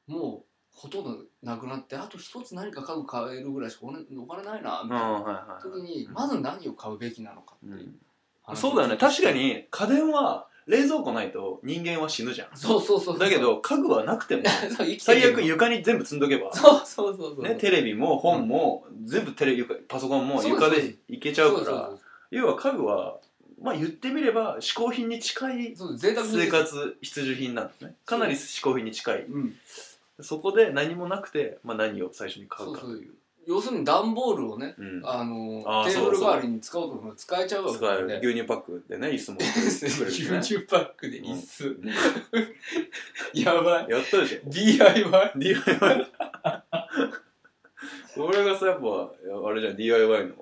[SPEAKER 1] もうほとんどなくなってあと一つ何か家具買えるぐらいしかお金お金ないな
[SPEAKER 2] あ
[SPEAKER 1] みたいな
[SPEAKER 2] あ、はいはい
[SPEAKER 1] 時
[SPEAKER 2] はい。
[SPEAKER 1] に、
[SPEAKER 2] うん
[SPEAKER 1] まず何を買うべきなのかって
[SPEAKER 2] う
[SPEAKER 1] いうん話
[SPEAKER 2] そうだよね。確かに、家電は、冷蔵庫ないと人間は死ぬじゃん。
[SPEAKER 1] そうそうそう
[SPEAKER 2] だけど、家具はなくても、
[SPEAKER 1] そう生きてる
[SPEAKER 2] 最悪床に全部積んどけば、
[SPEAKER 1] そうそうそうそう
[SPEAKER 2] ね、テレビも本も、全部テレビ、床パソコンも
[SPEAKER 1] そうで
[SPEAKER 2] 床
[SPEAKER 1] す
[SPEAKER 2] でいけちゃう
[SPEAKER 1] そ
[SPEAKER 2] か
[SPEAKER 1] そ
[SPEAKER 2] ら、要は家具は、まあ言ってみれば、嗜好品に近い
[SPEAKER 1] そうそう贅沢に
[SPEAKER 2] 生活必需品なんですね。かなり嗜好品に近い。
[SPEAKER 1] うん
[SPEAKER 2] そこで何もなくて、まあ何を最初に買うかという。
[SPEAKER 1] 要するに段ボールをね
[SPEAKER 2] うん
[SPEAKER 1] あの
[SPEAKER 2] あー
[SPEAKER 1] テーブル代わりに使おうと思えば使えちゃうわけ
[SPEAKER 2] 使
[SPEAKER 1] な
[SPEAKER 2] え
[SPEAKER 1] ん
[SPEAKER 2] る
[SPEAKER 1] で
[SPEAKER 2] 牛乳パックでね、椅子も作れる 作れるしね
[SPEAKER 1] 90パックで椅子やばい
[SPEAKER 2] やったでしょ
[SPEAKER 1] DIY
[SPEAKER 2] DIY これがさやっぱいやあれじゃん DIY の、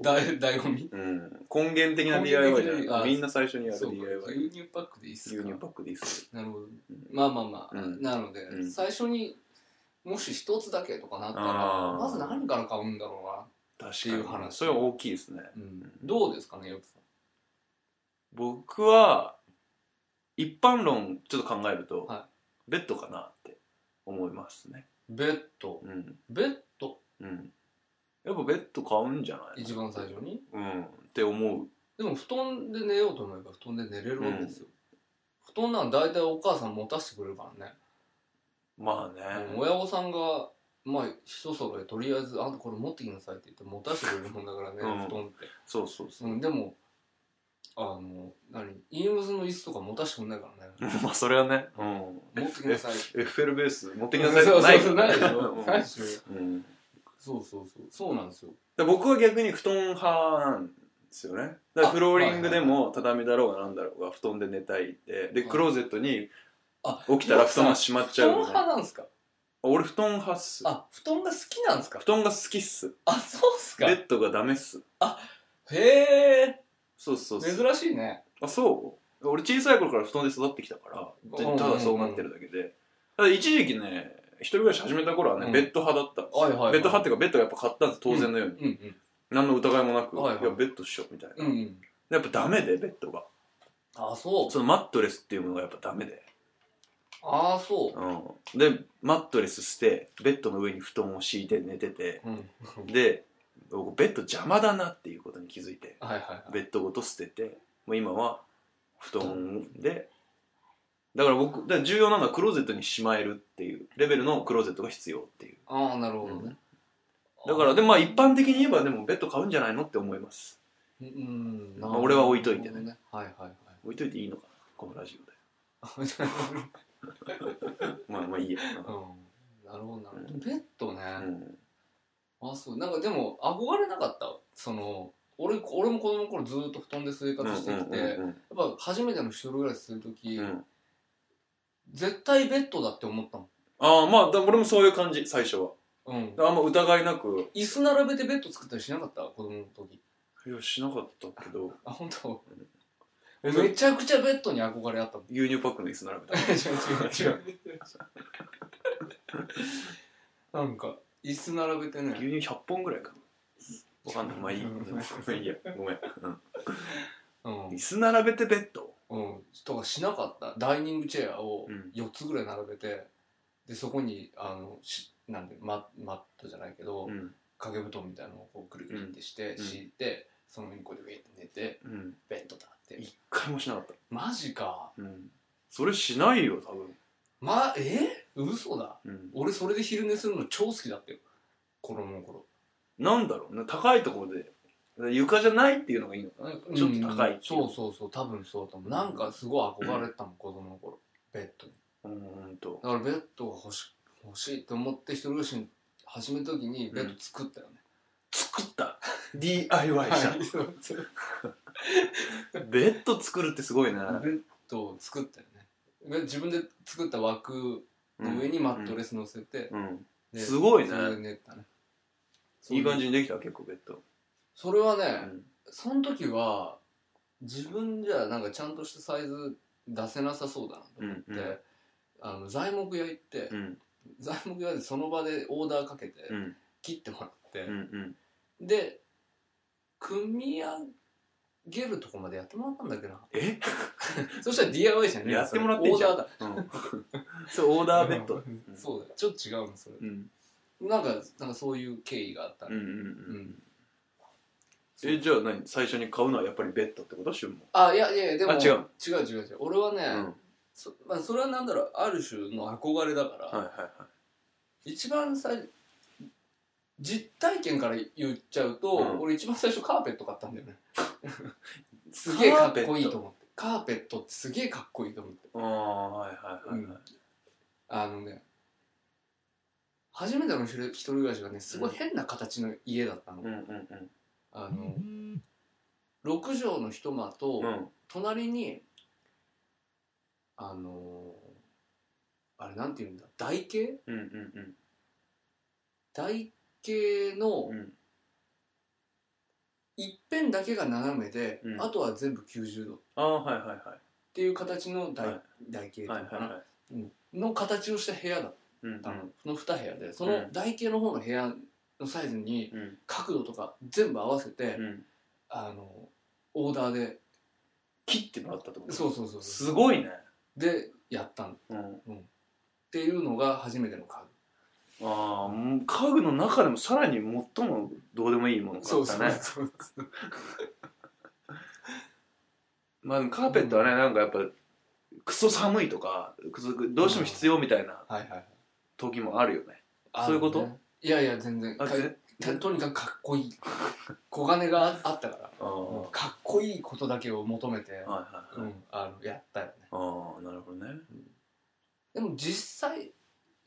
[SPEAKER 1] だ醍醐味
[SPEAKER 2] うん、根源的な
[SPEAKER 1] 根源
[SPEAKER 2] DIY
[SPEAKER 1] 的な
[SPEAKER 2] じゃ
[SPEAKER 1] あ
[SPEAKER 2] んみんな最初にやる
[SPEAKER 1] そう
[SPEAKER 2] DIY
[SPEAKER 1] 牛乳パックで椅
[SPEAKER 2] 牛
[SPEAKER 1] 子
[SPEAKER 2] 乳
[SPEAKER 1] か
[SPEAKER 2] パックでいいっす
[SPEAKER 1] なるほど
[SPEAKER 2] うん
[SPEAKER 1] まあまあまあ
[SPEAKER 2] うん
[SPEAKER 1] なので
[SPEAKER 2] うん
[SPEAKER 1] 最初にもし一つだけとかなった
[SPEAKER 2] あー
[SPEAKER 1] らまず何から買うんだろうなっていう
[SPEAKER 2] 確かに
[SPEAKER 1] 話
[SPEAKER 2] それは大きいですね
[SPEAKER 1] うんどうですかねよくさん
[SPEAKER 2] 僕は一般論ちょっと考えると、
[SPEAKER 1] は
[SPEAKER 2] ベッドかなって思いますね
[SPEAKER 1] ベッド
[SPEAKER 2] うん
[SPEAKER 1] ベッド
[SPEAKER 2] うんやっぱベッド買うんじゃない
[SPEAKER 1] 一番最初に
[SPEAKER 2] うんって思う
[SPEAKER 1] でも布団で寝ようと思えば布団で寝れるわけですよ、布団なん大体お母さん持たせてくれるからね、
[SPEAKER 2] まあね、
[SPEAKER 1] 親御さんがまあ人揃えとりあえず「あんたこれ持ってきなさい」って言って持たせてくれるもんだからね、
[SPEAKER 2] うん
[SPEAKER 1] 布団って、
[SPEAKER 2] そうそうそう
[SPEAKER 1] う、ん、でもあの何イームズの椅子とか持たせてくんないからね
[SPEAKER 2] まあそれはね、うん、
[SPEAKER 1] 持ってきなさい
[SPEAKER 2] エッフェルベー ス持ってきなさいとかない
[SPEAKER 1] そうそうそうないでしょないでしょ
[SPEAKER 2] うん、
[SPEAKER 1] そうそうそうそうなんですよ
[SPEAKER 2] で僕は逆に布団派なんですよねだからフローリングでも畳だろうがなんだろうが布団で寝たいってで
[SPEAKER 1] はい
[SPEAKER 2] クローゼットに
[SPEAKER 1] あ
[SPEAKER 2] 起きたら布団が閉まっちゃう
[SPEAKER 1] 布団
[SPEAKER 2] みたいな
[SPEAKER 1] 派なんですか
[SPEAKER 2] 俺布団派っす
[SPEAKER 1] あ布団が好きなんですか
[SPEAKER 2] 布団が好きっす
[SPEAKER 1] あそうっす
[SPEAKER 2] ベ
[SPEAKER 1] かへ
[SPEAKER 2] ッドがダメっす
[SPEAKER 1] え
[SPEAKER 2] そうそうそう
[SPEAKER 1] 珍しいね
[SPEAKER 2] あそう俺小さい頃から布団で育ってきたから
[SPEAKER 1] うん
[SPEAKER 2] でただそうなってるだけでただ一時期ね一人暮らし始めた頃はね、
[SPEAKER 1] うん
[SPEAKER 2] ベッド派だったんですよ
[SPEAKER 1] はいはいはい
[SPEAKER 2] ベッド派っていうかベッドやっぱ買ったんです当然のように、
[SPEAKER 1] うんうん
[SPEAKER 2] 何の疑いもなく、
[SPEAKER 1] はい
[SPEAKER 2] い
[SPEAKER 1] はい
[SPEAKER 2] やベッドっしょみたいな、
[SPEAKER 1] うんうん
[SPEAKER 2] やっぱダメでベッドが
[SPEAKER 1] あそう
[SPEAKER 2] そのマットレスっていうものがやっぱダメで、
[SPEAKER 1] ああそう
[SPEAKER 2] うん、でマットレスしてベッドの上に布団を敷いて寝てて
[SPEAKER 1] うん
[SPEAKER 2] で僕ベッド邪魔だなっていうことに気づいて
[SPEAKER 1] はいはいはい
[SPEAKER 2] ベッドごと捨ててもう今は布団でだから僕だから重要なのはクローゼットにしまえるっていうレベルのクローゼットが必要っていう
[SPEAKER 1] ああなるほどね、
[SPEAKER 2] だからでもまあ一般的に言えばでもベッド買うんじゃないのって思います
[SPEAKER 1] うんうん
[SPEAKER 2] まあ俺は置いといてね
[SPEAKER 1] なるほどはいはいはい
[SPEAKER 2] 置いといていいのかなこのラジオでまあまあいいや、
[SPEAKER 1] うんなるほどなるほどベッドね、
[SPEAKER 2] うん、
[SPEAKER 1] あそうなんかでも憧れなかったその俺俺も子供の頃ずーっと布団で生活してきて、やっ
[SPEAKER 2] うん
[SPEAKER 1] ぱ初めての一人暮らしする時、
[SPEAKER 2] うんうん
[SPEAKER 1] 絶対ベッドだって思ったも
[SPEAKER 2] ああまあだ俺もそういう感じ最初は
[SPEAKER 1] ん、うん、
[SPEAKER 2] あんま疑いなく
[SPEAKER 1] 椅子並べてベッド作ったりしなかった子供の時
[SPEAKER 2] いやしなかったけど
[SPEAKER 1] あ本当。
[SPEAKER 2] え
[SPEAKER 1] めちゃくちゃベッドに憧れあったもん
[SPEAKER 2] 牛乳パックの椅子並べた
[SPEAKER 1] 違う違う違うなんか椅子並べてね
[SPEAKER 2] 牛乳100本ぐらいかわかんないまあいい まあいいやごめん、う
[SPEAKER 1] うん
[SPEAKER 2] ん、椅子並べてベッド
[SPEAKER 1] うん、とかしなかったダイニングチェアを
[SPEAKER 2] うん
[SPEAKER 1] 4つぐらい並べてでそこにあのしなんでママットじゃないけど、
[SPEAKER 2] うん
[SPEAKER 1] 掛け布団みたいなのをこうぐるぐるってし
[SPEAKER 2] う
[SPEAKER 1] て、
[SPEAKER 2] ん
[SPEAKER 1] 敷いてその上にこうやってウェイって寝て
[SPEAKER 2] うん
[SPEAKER 1] ベッドだって
[SPEAKER 2] 一回もしなかった
[SPEAKER 1] マジか
[SPEAKER 2] うんそれしないよ多分
[SPEAKER 1] まえ嘘だ
[SPEAKER 2] うん
[SPEAKER 1] 俺それで昼寝するの超好きだったよ子供の頃
[SPEAKER 2] なんだろうね高いところで床じゃないっていうのがいいのかなちょっと高いっていう
[SPEAKER 1] そうそうそう多分そうだと思うなんかすごい憧れてたもん子供の頃ベッドに
[SPEAKER 2] うんほんと
[SPEAKER 1] だからベッドが欲し欲しいと思って一人暮らし始めた時にベッド作ったよね、
[SPEAKER 2] 作った DIY した
[SPEAKER 1] はいそうそう
[SPEAKER 2] ベッド作るってすごいね
[SPEAKER 1] ベッドを作ったよねで自分で作った枠の上にマットレス乗せて、
[SPEAKER 2] うん
[SPEAKER 1] です
[SPEAKER 2] ごいね
[SPEAKER 1] それで寝たね
[SPEAKER 2] いい感
[SPEAKER 1] じ
[SPEAKER 2] じにできた結構ベッド
[SPEAKER 1] それは
[SPEAKER 2] う
[SPEAKER 1] ね、
[SPEAKER 2] ん
[SPEAKER 1] その時は自分じゃなんかちゃんとしたサイズ出せなさそうだなと思って、
[SPEAKER 2] うんうん
[SPEAKER 1] あの材木屋行って、
[SPEAKER 2] うん
[SPEAKER 1] 材木屋でその場でオーダーかけて
[SPEAKER 2] うん
[SPEAKER 1] 切ってもらって、
[SPEAKER 2] うんうん
[SPEAKER 1] で組み上げるとこまでやってもらったんだっけな
[SPEAKER 2] え
[SPEAKER 1] そしたら DIY じゃねえよ
[SPEAKER 2] やってもらってんじゃん
[SPEAKER 1] オーダーだ
[SPEAKER 2] うん そうオーダーベッド
[SPEAKER 1] うんそうだよちょっと違うのそれ
[SPEAKER 2] うん
[SPEAKER 1] なんかなんかそういう経緯があった
[SPEAKER 2] うんう
[SPEAKER 1] ね
[SPEAKER 2] んう
[SPEAKER 1] うんん
[SPEAKER 2] えじゃあ何最初に買うのはやっぱりベッドってこと旬も
[SPEAKER 1] あいやいやいやでも
[SPEAKER 2] あ違う
[SPEAKER 1] 違う違う違う俺はね、
[SPEAKER 2] うん
[SPEAKER 1] そまあ、それはなんだろうある種の憧れだから、
[SPEAKER 2] はいは
[SPEAKER 1] 一番最初実体験から言っちゃうと、
[SPEAKER 2] うん
[SPEAKER 1] 俺一番最初カーペット買ったんだ よねす
[SPEAKER 2] い
[SPEAKER 1] げえ
[SPEAKER 2] は
[SPEAKER 1] か
[SPEAKER 2] い
[SPEAKER 1] っこいいと思ってカーペットってすげえかっこいいと思って
[SPEAKER 2] ああはいはいはいはい
[SPEAKER 1] あのね初めてのひれ一人暮らしがねすごい変な形の家だった
[SPEAKER 2] う
[SPEAKER 1] の,、
[SPEAKER 2] んうんうん
[SPEAKER 1] あの6畳の一間と、
[SPEAKER 2] うん
[SPEAKER 1] 隣にあのーあれなんて言うんだ台形
[SPEAKER 2] うんうん
[SPEAKER 1] 台形の
[SPEAKER 2] うんうん
[SPEAKER 1] 一辺だけが斜めで、
[SPEAKER 2] うん
[SPEAKER 1] あとは全部90度っ
[SPEAKER 2] ああはいはいは
[SPEAKER 1] ていう形の台,、
[SPEAKER 2] は
[SPEAKER 1] 台形
[SPEAKER 2] い
[SPEAKER 1] と
[SPEAKER 2] はいいうは
[SPEAKER 1] のか
[SPEAKER 2] い
[SPEAKER 1] な
[SPEAKER 2] はい
[SPEAKER 1] の形をした部屋だっ
[SPEAKER 2] うんう
[SPEAKER 1] たの、
[SPEAKER 2] ん
[SPEAKER 1] その2部屋でそうの
[SPEAKER 2] ん
[SPEAKER 1] 台形の方の部屋のサイズに
[SPEAKER 2] うん
[SPEAKER 1] 角度とか全部合わせて、
[SPEAKER 2] うん
[SPEAKER 1] あのオーダーで
[SPEAKER 2] 切ってもらったってこと
[SPEAKER 1] そうそうそうそう
[SPEAKER 2] すごいね
[SPEAKER 1] でやったのっ
[SPEAKER 2] うん
[SPEAKER 1] ていうのが初めての家
[SPEAKER 2] ああもう家具の中でもさらに最もどうでもいいもの
[SPEAKER 1] そ
[SPEAKER 2] 買
[SPEAKER 1] う
[SPEAKER 2] った
[SPEAKER 1] そう
[SPEAKER 2] ね
[SPEAKER 1] そう
[SPEAKER 2] まあでもカーペットはねなんかやっぱクソ寒いとかクソどうしても必要みたいな
[SPEAKER 1] はいはい
[SPEAKER 2] 時もあるよねそういうこと
[SPEAKER 1] あのねいやいや全然
[SPEAKER 2] あ
[SPEAKER 1] か
[SPEAKER 2] ぜ
[SPEAKER 1] たとにかくかっこいい小金がああったから
[SPEAKER 2] あーは
[SPEAKER 1] かっこいいことだけを求めて
[SPEAKER 2] い、はい
[SPEAKER 1] うん
[SPEAKER 2] はい
[SPEAKER 1] あのやったよね
[SPEAKER 2] ああなるほどね
[SPEAKER 1] でも実際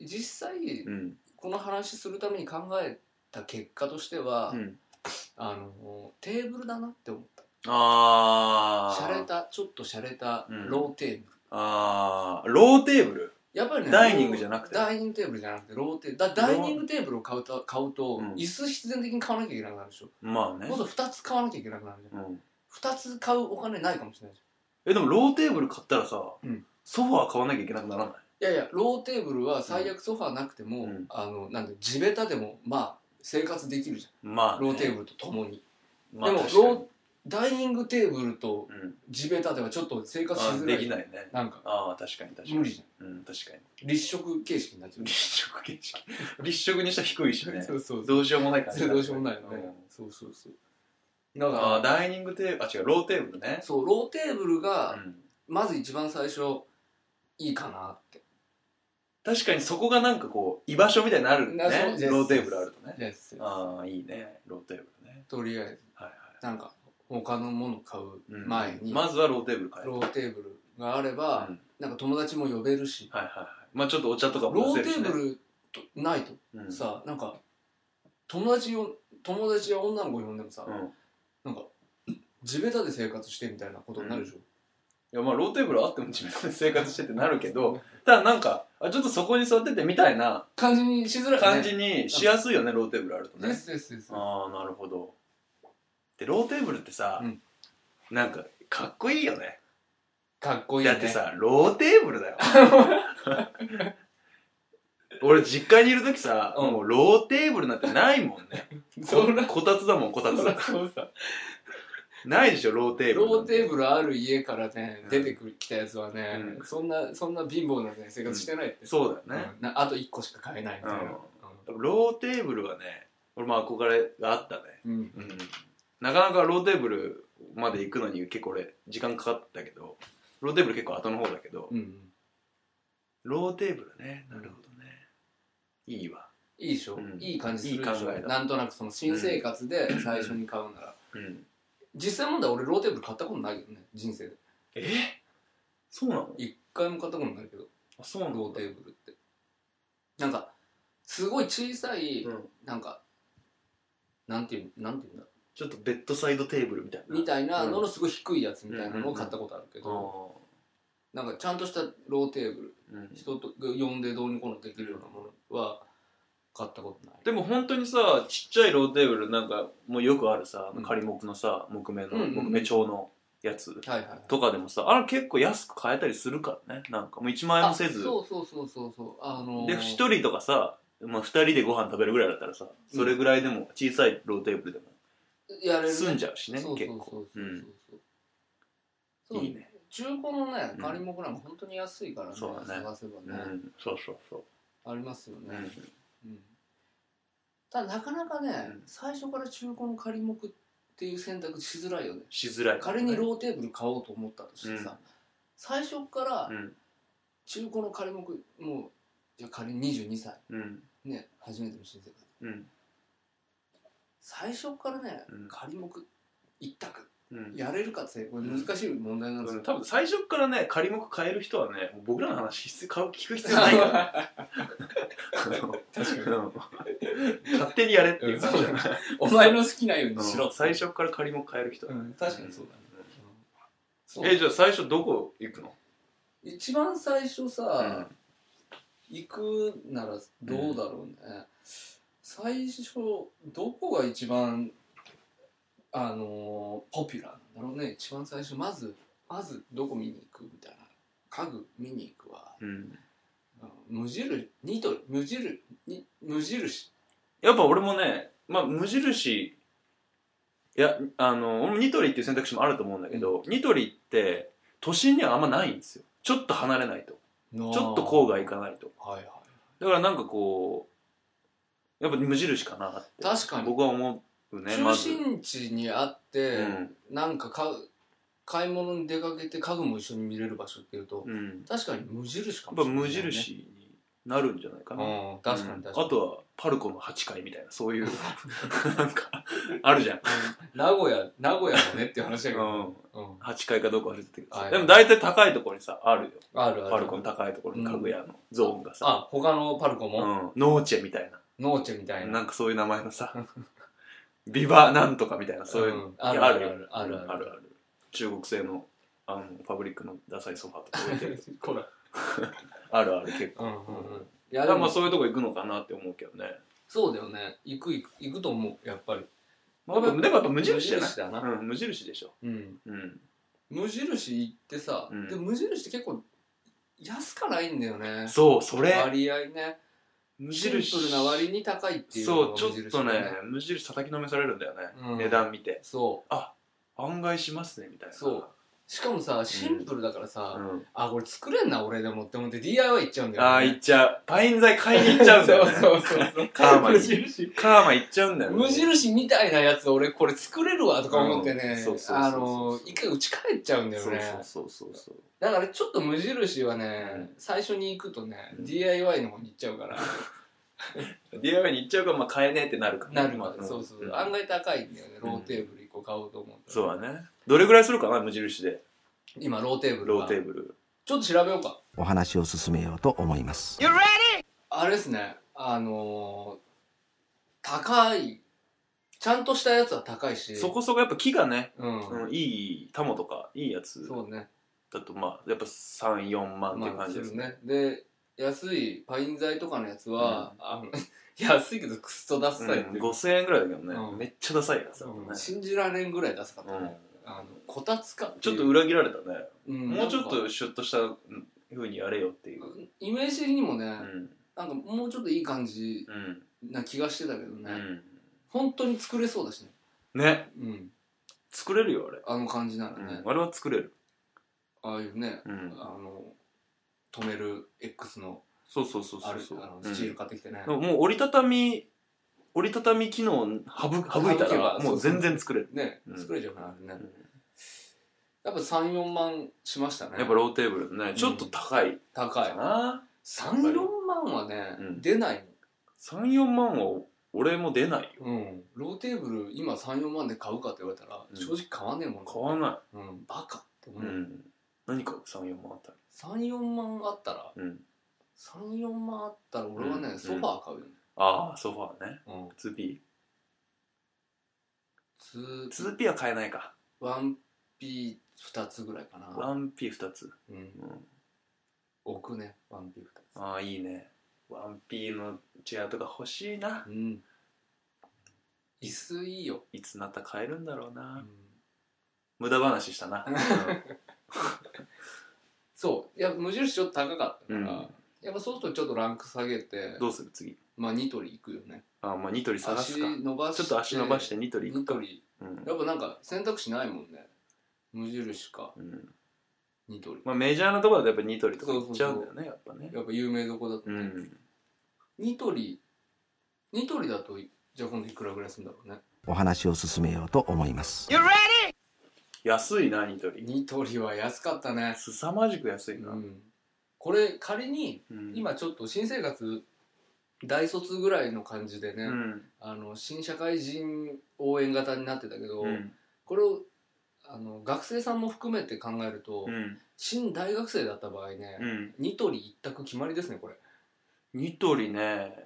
[SPEAKER 1] 実際
[SPEAKER 2] うん
[SPEAKER 1] この話するために考えた結果としては、
[SPEAKER 2] うん
[SPEAKER 1] あのテーブルだなって思った
[SPEAKER 2] あ
[SPEAKER 1] 洒落
[SPEAKER 2] ー
[SPEAKER 1] たちょっと洒落た
[SPEAKER 2] うん
[SPEAKER 1] ローテーブル、
[SPEAKER 2] あーローテーブル
[SPEAKER 1] やっぱりね
[SPEAKER 2] ダイニングじゃなくて
[SPEAKER 1] ダイニングテーブルじゃなくてローテーブルだダイニングテーブルを買うと買うと、
[SPEAKER 2] うん
[SPEAKER 1] 椅子必然的に買わなきゃいけなくなるでしょ
[SPEAKER 2] まあね
[SPEAKER 1] 今度2つ買わなきゃいけなくなるじゃん
[SPEAKER 2] うん
[SPEAKER 1] 2つ買うお金ないかもしれないじ
[SPEAKER 2] えでもローテーブル買ったらさ
[SPEAKER 1] うん
[SPEAKER 2] ソファー買わなきゃいけなくならない
[SPEAKER 1] ゃんいやいやローテーブルは最悪ソファーなくても、
[SPEAKER 2] うん
[SPEAKER 1] あのなんて地べたでもまあ生活できるじゃん
[SPEAKER 2] まあね
[SPEAKER 1] ローテーブルとともに、
[SPEAKER 2] まあ
[SPEAKER 1] でも
[SPEAKER 2] 確かに
[SPEAKER 1] ローダイニングテーブルと
[SPEAKER 2] うん
[SPEAKER 1] 地べたではちょっと生活し
[SPEAKER 2] あ
[SPEAKER 1] づら
[SPEAKER 2] で
[SPEAKER 1] い
[SPEAKER 2] きないね
[SPEAKER 1] なんか
[SPEAKER 2] ああ確かに確かに
[SPEAKER 1] 無理じ
[SPEAKER 2] うん確かに
[SPEAKER 1] ゃん立食形式になっちゃう
[SPEAKER 2] 立食形式立食にしたら低いしね
[SPEAKER 1] そうそうそう
[SPEAKER 2] どうしようもない感
[SPEAKER 1] そ
[SPEAKER 2] じ
[SPEAKER 1] れどうしようもないよね、
[SPEAKER 2] うん
[SPEAKER 1] そうそうそうだ
[SPEAKER 2] あー
[SPEAKER 1] か
[SPEAKER 2] ダイニングテーブルあ違うローテーブルね
[SPEAKER 1] らそうローテーブル
[SPEAKER 2] う
[SPEAKER 1] が
[SPEAKER 2] ん
[SPEAKER 1] まず一番最初いいかなって、
[SPEAKER 2] 確かにそこがなんかこう居場所みたいになるね
[SPEAKER 1] なそうです
[SPEAKER 2] ローテーブルあるとね
[SPEAKER 1] です
[SPEAKER 2] ああいいねローテーブルね
[SPEAKER 1] とりあえず
[SPEAKER 2] はいは
[SPEAKER 1] なんか他のもの買う
[SPEAKER 2] い、うん
[SPEAKER 1] 前に、
[SPEAKER 2] まずはローテーブル買える
[SPEAKER 1] ローテーブルがあれ
[SPEAKER 2] うん
[SPEAKER 1] ば、
[SPEAKER 2] はい
[SPEAKER 1] なんか友達も呼べるし、
[SPEAKER 2] はいはいまあちょっとお茶とか
[SPEAKER 1] ロ
[SPEAKER 2] も
[SPEAKER 1] ー
[SPEAKER 2] 出
[SPEAKER 1] テ
[SPEAKER 2] せるし、
[SPEAKER 1] ー
[SPEAKER 2] ね、
[SPEAKER 1] ブルとないと
[SPEAKER 2] ーうん、
[SPEAKER 1] さなんか友達を友達や女の子呼んでもさ、
[SPEAKER 2] うん、い
[SPEAKER 1] なんか地べたで生活してみたいなことになるでしょ、
[SPEAKER 2] やまあローテーブルあっても自分で生活してってなるけどただなんかあちょっとそこに座っててみたいな
[SPEAKER 1] 感じにしづらい、ね、
[SPEAKER 2] 感じにしやすいよねローテーブルあると
[SPEAKER 1] で
[SPEAKER 2] ね
[SPEAKER 1] すですです
[SPEAKER 2] ああなるほどでローテーブルってさ、
[SPEAKER 1] うん
[SPEAKER 2] なんかかっこいいよね
[SPEAKER 1] かっこいい、ね、
[SPEAKER 2] だってさローテーブルだよ 俺実家にいる時さ、
[SPEAKER 1] うん
[SPEAKER 2] もうローテーブルなんてないもんね
[SPEAKER 1] そら
[SPEAKER 2] ここたつだもんこたつ
[SPEAKER 1] そらそうさ
[SPEAKER 2] ないでしょローテーブル
[SPEAKER 1] ローテー
[SPEAKER 2] ブ
[SPEAKER 1] ブルある家からね
[SPEAKER 2] うん
[SPEAKER 1] 出てきたやつはね、
[SPEAKER 2] う
[SPEAKER 1] そんなそんな貧乏な、ね、生活してないって、
[SPEAKER 2] そうだよね、
[SPEAKER 1] うんなあと1個しか買えないみたいな、
[SPEAKER 2] ローテーブルはね俺も憧れがあったね
[SPEAKER 1] うんうん
[SPEAKER 2] うんなかなかローテーブルまで行くのに結構俺時間かかったけどローテーブル結構後の方だけど、
[SPEAKER 1] うんうん
[SPEAKER 2] ローテーブルねなるほどね、いいわ
[SPEAKER 1] いいでしょ、
[SPEAKER 2] うん
[SPEAKER 1] いい感じするでしょ
[SPEAKER 2] いい考えだ
[SPEAKER 1] なんとなくその新生活で最初に買うなら、
[SPEAKER 2] うん
[SPEAKER 1] 実際問題俺ローテーブル買ったことないけどね人生で
[SPEAKER 2] えそうなの
[SPEAKER 1] 一回も買ったことないけど
[SPEAKER 2] あそうなの
[SPEAKER 1] ローテーブルってなんかすごい小さい、
[SPEAKER 2] うん
[SPEAKER 1] なんかなんていうなんていうんだ
[SPEAKER 2] ちょっとベッドサイドテーブルみたいな。
[SPEAKER 1] みたいな
[SPEAKER 2] うん
[SPEAKER 1] ののすごい低いやつみたいなのを買ったことあるけ
[SPEAKER 2] あ
[SPEAKER 1] ど、
[SPEAKER 2] ー
[SPEAKER 1] なんかちゃんとしたローテーブル
[SPEAKER 2] うん
[SPEAKER 1] 人と呼んでどうにこうのできるようなものは買ったことない
[SPEAKER 2] でも本当にさ、ちっちゃいローテーブルなんか、もうよくあるさ、
[SPEAKER 1] うん
[SPEAKER 2] 仮木のさ、木目の、
[SPEAKER 1] うんうんうん
[SPEAKER 2] 木目調のやつ
[SPEAKER 1] はいはいはい
[SPEAKER 2] とかでもさ、あれ結構安く買えたりするからね。なんかもう1万円もせず
[SPEAKER 1] あ。そうそうそうそうそうあのー
[SPEAKER 2] で、1人とかさ、まあ、2人でご飯食べるぐらいだったらさ、それぐらいでも小さいローテーブルでも
[SPEAKER 1] やれるね
[SPEAKER 2] 済んじゃうしね、
[SPEAKER 1] そうそう
[SPEAKER 2] 結
[SPEAKER 1] そう
[SPEAKER 2] 構。
[SPEAKER 1] そう
[SPEAKER 2] う
[SPEAKER 1] そう
[SPEAKER 2] いいね。
[SPEAKER 1] 中古のね
[SPEAKER 2] うん
[SPEAKER 1] 借りもくなんか本当に安いからね,、
[SPEAKER 2] そうだね
[SPEAKER 1] 探せば
[SPEAKER 2] う
[SPEAKER 1] ね、
[SPEAKER 2] ん、そうそうそ
[SPEAKER 1] ありますよ
[SPEAKER 2] う。う
[SPEAKER 1] ね、
[SPEAKER 2] ん。
[SPEAKER 1] うんただなかなかね、
[SPEAKER 2] うん
[SPEAKER 1] 最初から中古の借りもくっていう選択しづらいよね
[SPEAKER 2] しづらい。
[SPEAKER 1] 仮にローテーブル買おうと思ったとしてさ、
[SPEAKER 2] うん
[SPEAKER 1] 最初から
[SPEAKER 2] うん。
[SPEAKER 1] 中古の仮目もうじゃあ仮に22歳
[SPEAKER 2] うん。
[SPEAKER 1] ね初めての新生活
[SPEAKER 2] うん。
[SPEAKER 1] 最初からね、
[SPEAKER 2] うん
[SPEAKER 1] 仮目一択
[SPEAKER 2] うん。
[SPEAKER 1] やれるかってこれ難しい問題なんです
[SPEAKER 2] う
[SPEAKER 1] よ、
[SPEAKER 2] ん多分最初からね仮目変える人はねもう僕らの話必要買う聞く必要ないからあの
[SPEAKER 1] 確
[SPEAKER 2] うん 勝手にやれっていう感じじゃない
[SPEAKER 1] お前の好きなよう
[SPEAKER 2] うん
[SPEAKER 1] にしろ、
[SPEAKER 2] 最初から仮目変える人は、
[SPEAKER 1] うん確かにそうだね、そう
[SPEAKER 2] えじゃあ最初どこ行くの
[SPEAKER 1] 一番最初さ、行くならどうだろうね、最初どこが一番あのーポピュラーなんだろうね一番最初まずまずどこ見に行くみたいな家具見に行くわ
[SPEAKER 2] うん、
[SPEAKER 1] 無印ニトリ無印に無印
[SPEAKER 2] やっぱ俺もねまあ無印いやあの俺もニトリっていう選択肢もあると思うんだけど、ニトリって都心にはあんまないんですよちょっと離れないとち
[SPEAKER 1] ち
[SPEAKER 2] ょっと郊外行かないと
[SPEAKER 1] はいはい
[SPEAKER 2] だからなんかこうやっぱ無印かなって
[SPEAKER 1] 確かに
[SPEAKER 2] 僕は思うねま
[SPEAKER 1] 中
[SPEAKER 2] ず、
[SPEAKER 1] 心地にあって、
[SPEAKER 2] うん
[SPEAKER 1] なんかか買い物に出かけて家具も一緒に見れる場所っていうと、
[SPEAKER 2] うん、
[SPEAKER 1] 確かに無印か
[SPEAKER 2] やっ
[SPEAKER 1] も
[SPEAKER 2] ぱ
[SPEAKER 1] しれない、ね、
[SPEAKER 2] 無印になるんじゃないかな、
[SPEAKER 1] うん確かに確かに、
[SPEAKER 2] あとはパルコの8階みたいなそういうなんかあるじゃん、
[SPEAKER 1] 名古屋名古屋だねっていう話だけ
[SPEAKER 2] う
[SPEAKER 1] ど、
[SPEAKER 2] ん、
[SPEAKER 1] うん
[SPEAKER 2] 8階かどうか忘れてたけどさ、
[SPEAKER 1] はい
[SPEAKER 2] でも大体高いところにさあるよ
[SPEAKER 1] あるある
[SPEAKER 2] パルコの高いところの家具屋のゾーンがさ、
[SPEAKER 1] あ他のパルコ
[SPEAKER 2] うん
[SPEAKER 1] も、
[SPEAKER 2] ノーチェみたい
[SPEAKER 1] ノーチェみた
[SPEAKER 2] な、
[SPEAKER 1] いな
[SPEAKER 2] なんかそういう名前のさ ビバなんとかみたいなそういうの、
[SPEAKER 1] うんあるあるある
[SPEAKER 2] あるあるある中国製のあのパブリックのダサいソファーとか置い てる
[SPEAKER 1] こら
[SPEAKER 2] あるある結構
[SPEAKER 1] うんうんうんい
[SPEAKER 2] だ
[SPEAKER 1] や
[SPEAKER 2] か
[SPEAKER 1] でも
[SPEAKER 2] らまあそういうとこ行くのかなって思うけどね
[SPEAKER 1] そうだよね行く行く行くと思うやっぱり
[SPEAKER 2] まあ、でもやっぱ無印じゃない
[SPEAKER 1] 無印だな
[SPEAKER 2] うん、無印でしょ。
[SPEAKER 1] うん
[SPEAKER 2] うん。
[SPEAKER 1] 無印行ってさ、
[SPEAKER 2] うん
[SPEAKER 1] で無印って結構安かないんだよね
[SPEAKER 2] そう、それ。
[SPEAKER 1] 割合ね
[SPEAKER 2] 無
[SPEAKER 1] シンプルな割に高いっていうのが
[SPEAKER 2] そう、ちょっと
[SPEAKER 1] 無印だ
[SPEAKER 2] ね、無印叩きのめされるんだよね。
[SPEAKER 1] うん
[SPEAKER 2] 値段見て。
[SPEAKER 1] そう
[SPEAKER 2] 案外しますね、みたいな。
[SPEAKER 1] そう。しかもさシンプルだからさ、
[SPEAKER 2] うん、
[SPEAKER 1] あこれ作れんな俺でもって思って DIY 行っちゃうんだよ、
[SPEAKER 2] ああ、行っちゃう。パイン材買いに行っちゃうんだよ、ね。
[SPEAKER 1] そうそうそうそう
[SPEAKER 2] カーマに
[SPEAKER 1] 無印
[SPEAKER 2] カーマ行っちゃうんだよ、ね。
[SPEAKER 1] 無印みたいなやつ俺これ作れるわとか思ってね
[SPEAKER 2] うんそうそうそうそう
[SPEAKER 1] あのー一回打ち返っちゃうんだよ
[SPEAKER 2] そう
[SPEAKER 1] ね
[SPEAKER 2] そうそうそう。
[SPEAKER 1] だからちょっと無印はね、
[SPEAKER 2] うん
[SPEAKER 1] 最初に行くとね、
[SPEAKER 2] うん
[SPEAKER 1] DIY の方に行っちゃうから
[SPEAKER 2] DIY に行っちゃうから、まあ買えねえってなるから、
[SPEAKER 1] なるまで、
[SPEAKER 2] ん
[SPEAKER 1] そうそう、
[SPEAKER 2] ん
[SPEAKER 1] 案外高いんだよねローテーブル1個買おうと思ったら
[SPEAKER 2] そうだね。どれぐらいするかな、無印で。
[SPEAKER 1] 今ローテーブル
[SPEAKER 2] ロ
[SPEAKER 1] は
[SPEAKER 2] ーテーブル。
[SPEAKER 1] ちょっと調べようか
[SPEAKER 3] お話を進めようと思います
[SPEAKER 1] あれですねあのー高いちゃんとしたやつは高いし
[SPEAKER 2] そこそこやっぱ木がね、
[SPEAKER 1] うん、
[SPEAKER 2] うん、いい、タモとか、いいやつ。
[SPEAKER 1] そうね
[SPEAKER 2] だとまあやっぱ34万っていう
[SPEAKER 1] まあ
[SPEAKER 2] 感じですす
[SPEAKER 1] る
[SPEAKER 2] ね,、
[SPEAKER 1] ねで安いパイン材とかのやつは、あの 安いけどクスとダサいって
[SPEAKER 2] うん、
[SPEAKER 1] いう、
[SPEAKER 2] 5000円ぐらいだけどね、
[SPEAKER 1] うん
[SPEAKER 2] めっちゃダサいやつだったね
[SPEAKER 1] うん、信じられんぐらいダサかった、
[SPEAKER 2] うん
[SPEAKER 1] あのこたつかていう
[SPEAKER 2] ちょっと、裏切られたね、
[SPEAKER 1] うん
[SPEAKER 2] もうちょっ
[SPEAKER 1] なんか
[SPEAKER 2] とシュッとしたふうにやれよっていう
[SPEAKER 1] イメージ的にもね、
[SPEAKER 2] うん
[SPEAKER 1] なんかもうちょっといい感じ
[SPEAKER 2] うん
[SPEAKER 1] な気がしてたけど
[SPEAKER 2] う
[SPEAKER 1] ね、
[SPEAKER 2] ん、
[SPEAKER 1] 本当に作れそうだしね
[SPEAKER 2] ね
[SPEAKER 1] うん
[SPEAKER 2] 作れるよあれ、
[SPEAKER 1] あの感じなら
[SPEAKER 2] うん
[SPEAKER 1] ね、
[SPEAKER 2] あれは作れる、
[SPEAKER 1] ああいうね
[SPEAKER 2] うん
[SPEAKER 1] あ、の止める X の
[SPEAKER 2] そうそうそう
[SPEAKER 1] あ
[SPEAKER 2] そう
[SPEAKER 1] る
[SPEAKER 2] そう
[SPEAKER 1] あの
[SPEAKER 2] う
[SPEAKER 1] スチール
[SPEAKER 2] ん
[SPEAKER 1] 買ってきてね、
[SPEAKER 2] もう折りたたみ折りたたみ機能省省いた
[SPEAKER 1] 省けば
[SPEAKER 2] らもう全然作れる、
[SPEAKER 1] ね
[SPEAKER 2] うん
[SPEAKER 1] 作れちゃうからね、
[SPEAKER 2] ん
[SPEAKER 1] やっぱ34万しましたね
[SPEAKER 2] やっぱローテーブルねちょっと高い
[SPEAKER 1] 高い
[SPEAKER 2] かな、
[SPEAKER 1] 34万はね、
[SPEAKER 2] うん
[SPEAKER 1] 出ない
[SPEAKER 2] 34万は俺も出ないよ
[SPEAKER 1] の、うん、ローテーブル今34万で買うかって言われたら、
[SPEAKER 2] うん
[SPEAKER 1] 正直買わねえもん
[SPEAKER 2] 買わない
[SPEAKER 1] うん、バカって思う、
[SPEAKER 2] うん、何か34万あったら
[SPEAKER 1] 34万あったら
[SPEAKER 2] うん
[SPEAKER 1] 34万あったら俺はね、
[SPEAKER 2] うん
[SPEAKER 1] ソファー買うよね、
[SPEAKER 2] ああソファーね
[SPEAKER 1] うん、
[SPEAKER 2] 2P2P
[SPEAKER 1] つ
[SPEAKER 2] は買えないか
[SPEAKER 1] 1P2 つぐらいかな、
[SPEAKER 2] 1P2 つ、
[SPEAKER 1] うん、
[SPEAKER 2] うん、
[SPEAKER 1] 置くね 1P2 つ
[SPEAKER 2] ああいいね 1P のチェアとか欲しいな
[SPEAKER 1] うん椅子いいよ、
[SPEAKER 2] いつなったら買えるんだろうな、
[SPEAKER 1] うん
[SPEAKER 2] 無駄話したな。
[SPEAKER 1] そう。いや、無印ちょっと高かったから、
[SPEAKER 2] うん
[SPEAKER 1] やっぱそうするとちょっとランク下げて
[SPEAKER 2] うん、どうする次。
[SPEAKER 1] まあニトリ行くよね。
[SPEAKER 2] あ、まあニトリ探す
[SPEAKER 1] 足
[SPEAKER 2] か。
[SPEAKER 1] 伸ばし
[SPEAKER 2] ち
[SPEAKER 1] て。
[SPEAKER 2] ょっと足伸ばしてニトリ行
[SPEAKER 1] ニ
[SPEAKER 2] くか
[SPEAKER 1] ト。リ。
[SPEAKER 2] うん
[SPEAKER 1] やっぱなんか選択肢ないもんね。無印か、
[SPEAKER 2] うん。
[SPEAKER 1] ニトリ。
[SPEAKER 2] まあメジャーなところだとやっぱニトリとか行っちゃうんだよね、やっぱね。
[SPEAKER 1] やっぱ有名どこだと、
[SPEAKER 2] うん。
[SPEAKER 1] ニトリ、ニトリだと、じゃあ今度いくらぐらいするんだろうね。
[SPEAKER 3] お話を進めようと思います
[SPEAKER 2] 安いな、ニトリ。
[SPEAKER 1] ニトリは安かったね。
[SPEAKER 2] すさまじく安
[SPEAKER 1] う
[SPEAKER 2] いな。
[SPEAKER 1] ん。これ仮に、
[SPEAKER 2] うん、
[SPEAKER 1] 今ちょっと新生活、大卒ぐらいの感じでね、
[SPEAKER 2] うん。
[SPEAKER 1] あの新社会人応援型になってたけど、
[SPEAKER 2] うん。
[SPEAKER 1] これをあの学生さんも含めて考えると、
[SPEAKER 2] うん。
[SPEAKER 1] 新大学生だった場合ね、
[SPEAKER 2] うん。
[SPEAKER 1] ニトリ一択決まりですねこれ
[SPEAKER 2] ニトリね、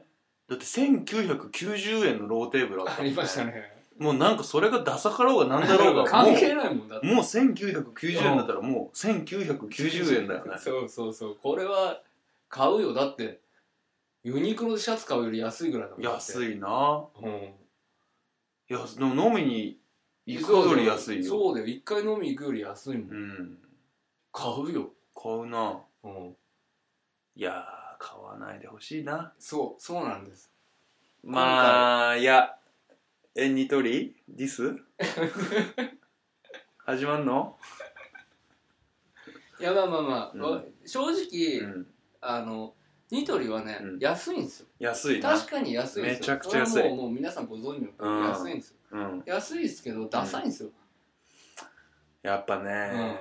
[SPEAKER 2] だって1990円のローテーブルあったもん、
[SPEAKER 1] ね
[SPEAKER 2] もうなんかそれがダサかろうがなんだろうが、
[SPEAKER 1] 関係ないもんだって。
[SPEAKER 2] もう、もう1990円だったらもう1990円だよね
[SPEAKER 1] そうそうそうこれは買うよだってユニクロでシャツ買うより安いぐらいだもん
[SPEAKER 2] 安
[SPEAKER 1] い、
[SPEAKER 2] いな
[SPEAKER 1] うん、
[SPEAKER 2] いや、でも飲みに行くより安いよ。
[SPEAKER 1] そうだよ一回飲み行くより安いもん、
[SPEAKER 2] うん。
[SPEAKER 1] 買うよ、
[SPEAKER 2] 買うな
[SPEAKER 1] うん、
[SPEAKER 2] いやー、買わないでほしいな。
[SPEAKER 1] そうそうなんです
[SPEAKER 2] まあ、いや、え、ニトリディ ス始まんの
[SPEAKER 1] いやまあまあまあ、
[SPEAKER 2] うん
[SPEAKER 1] 正直、
[SPEAKER 2] うん。
[SPEAKER 1] あの、ニトリはね、
[SPEAKER 2] うん
[SPEAKER 1] 安いんですよ。
[SPEAKER 2] 安いな。
[SPEAKER 1] 確かに安いんですよ。
[SPEAKER 2] めちゃくちゃ安い
[SPEAKER 1] これはもうもう皆さんご存知の通り
[SPEAKER 2] うん
[SPEAKER 1] 安いんですよ。
[SPEAKER 2] うん。
[SPEAKER 1] 安いですけど、ダサいんですよ。
[SPEAKER 2] やっぱね、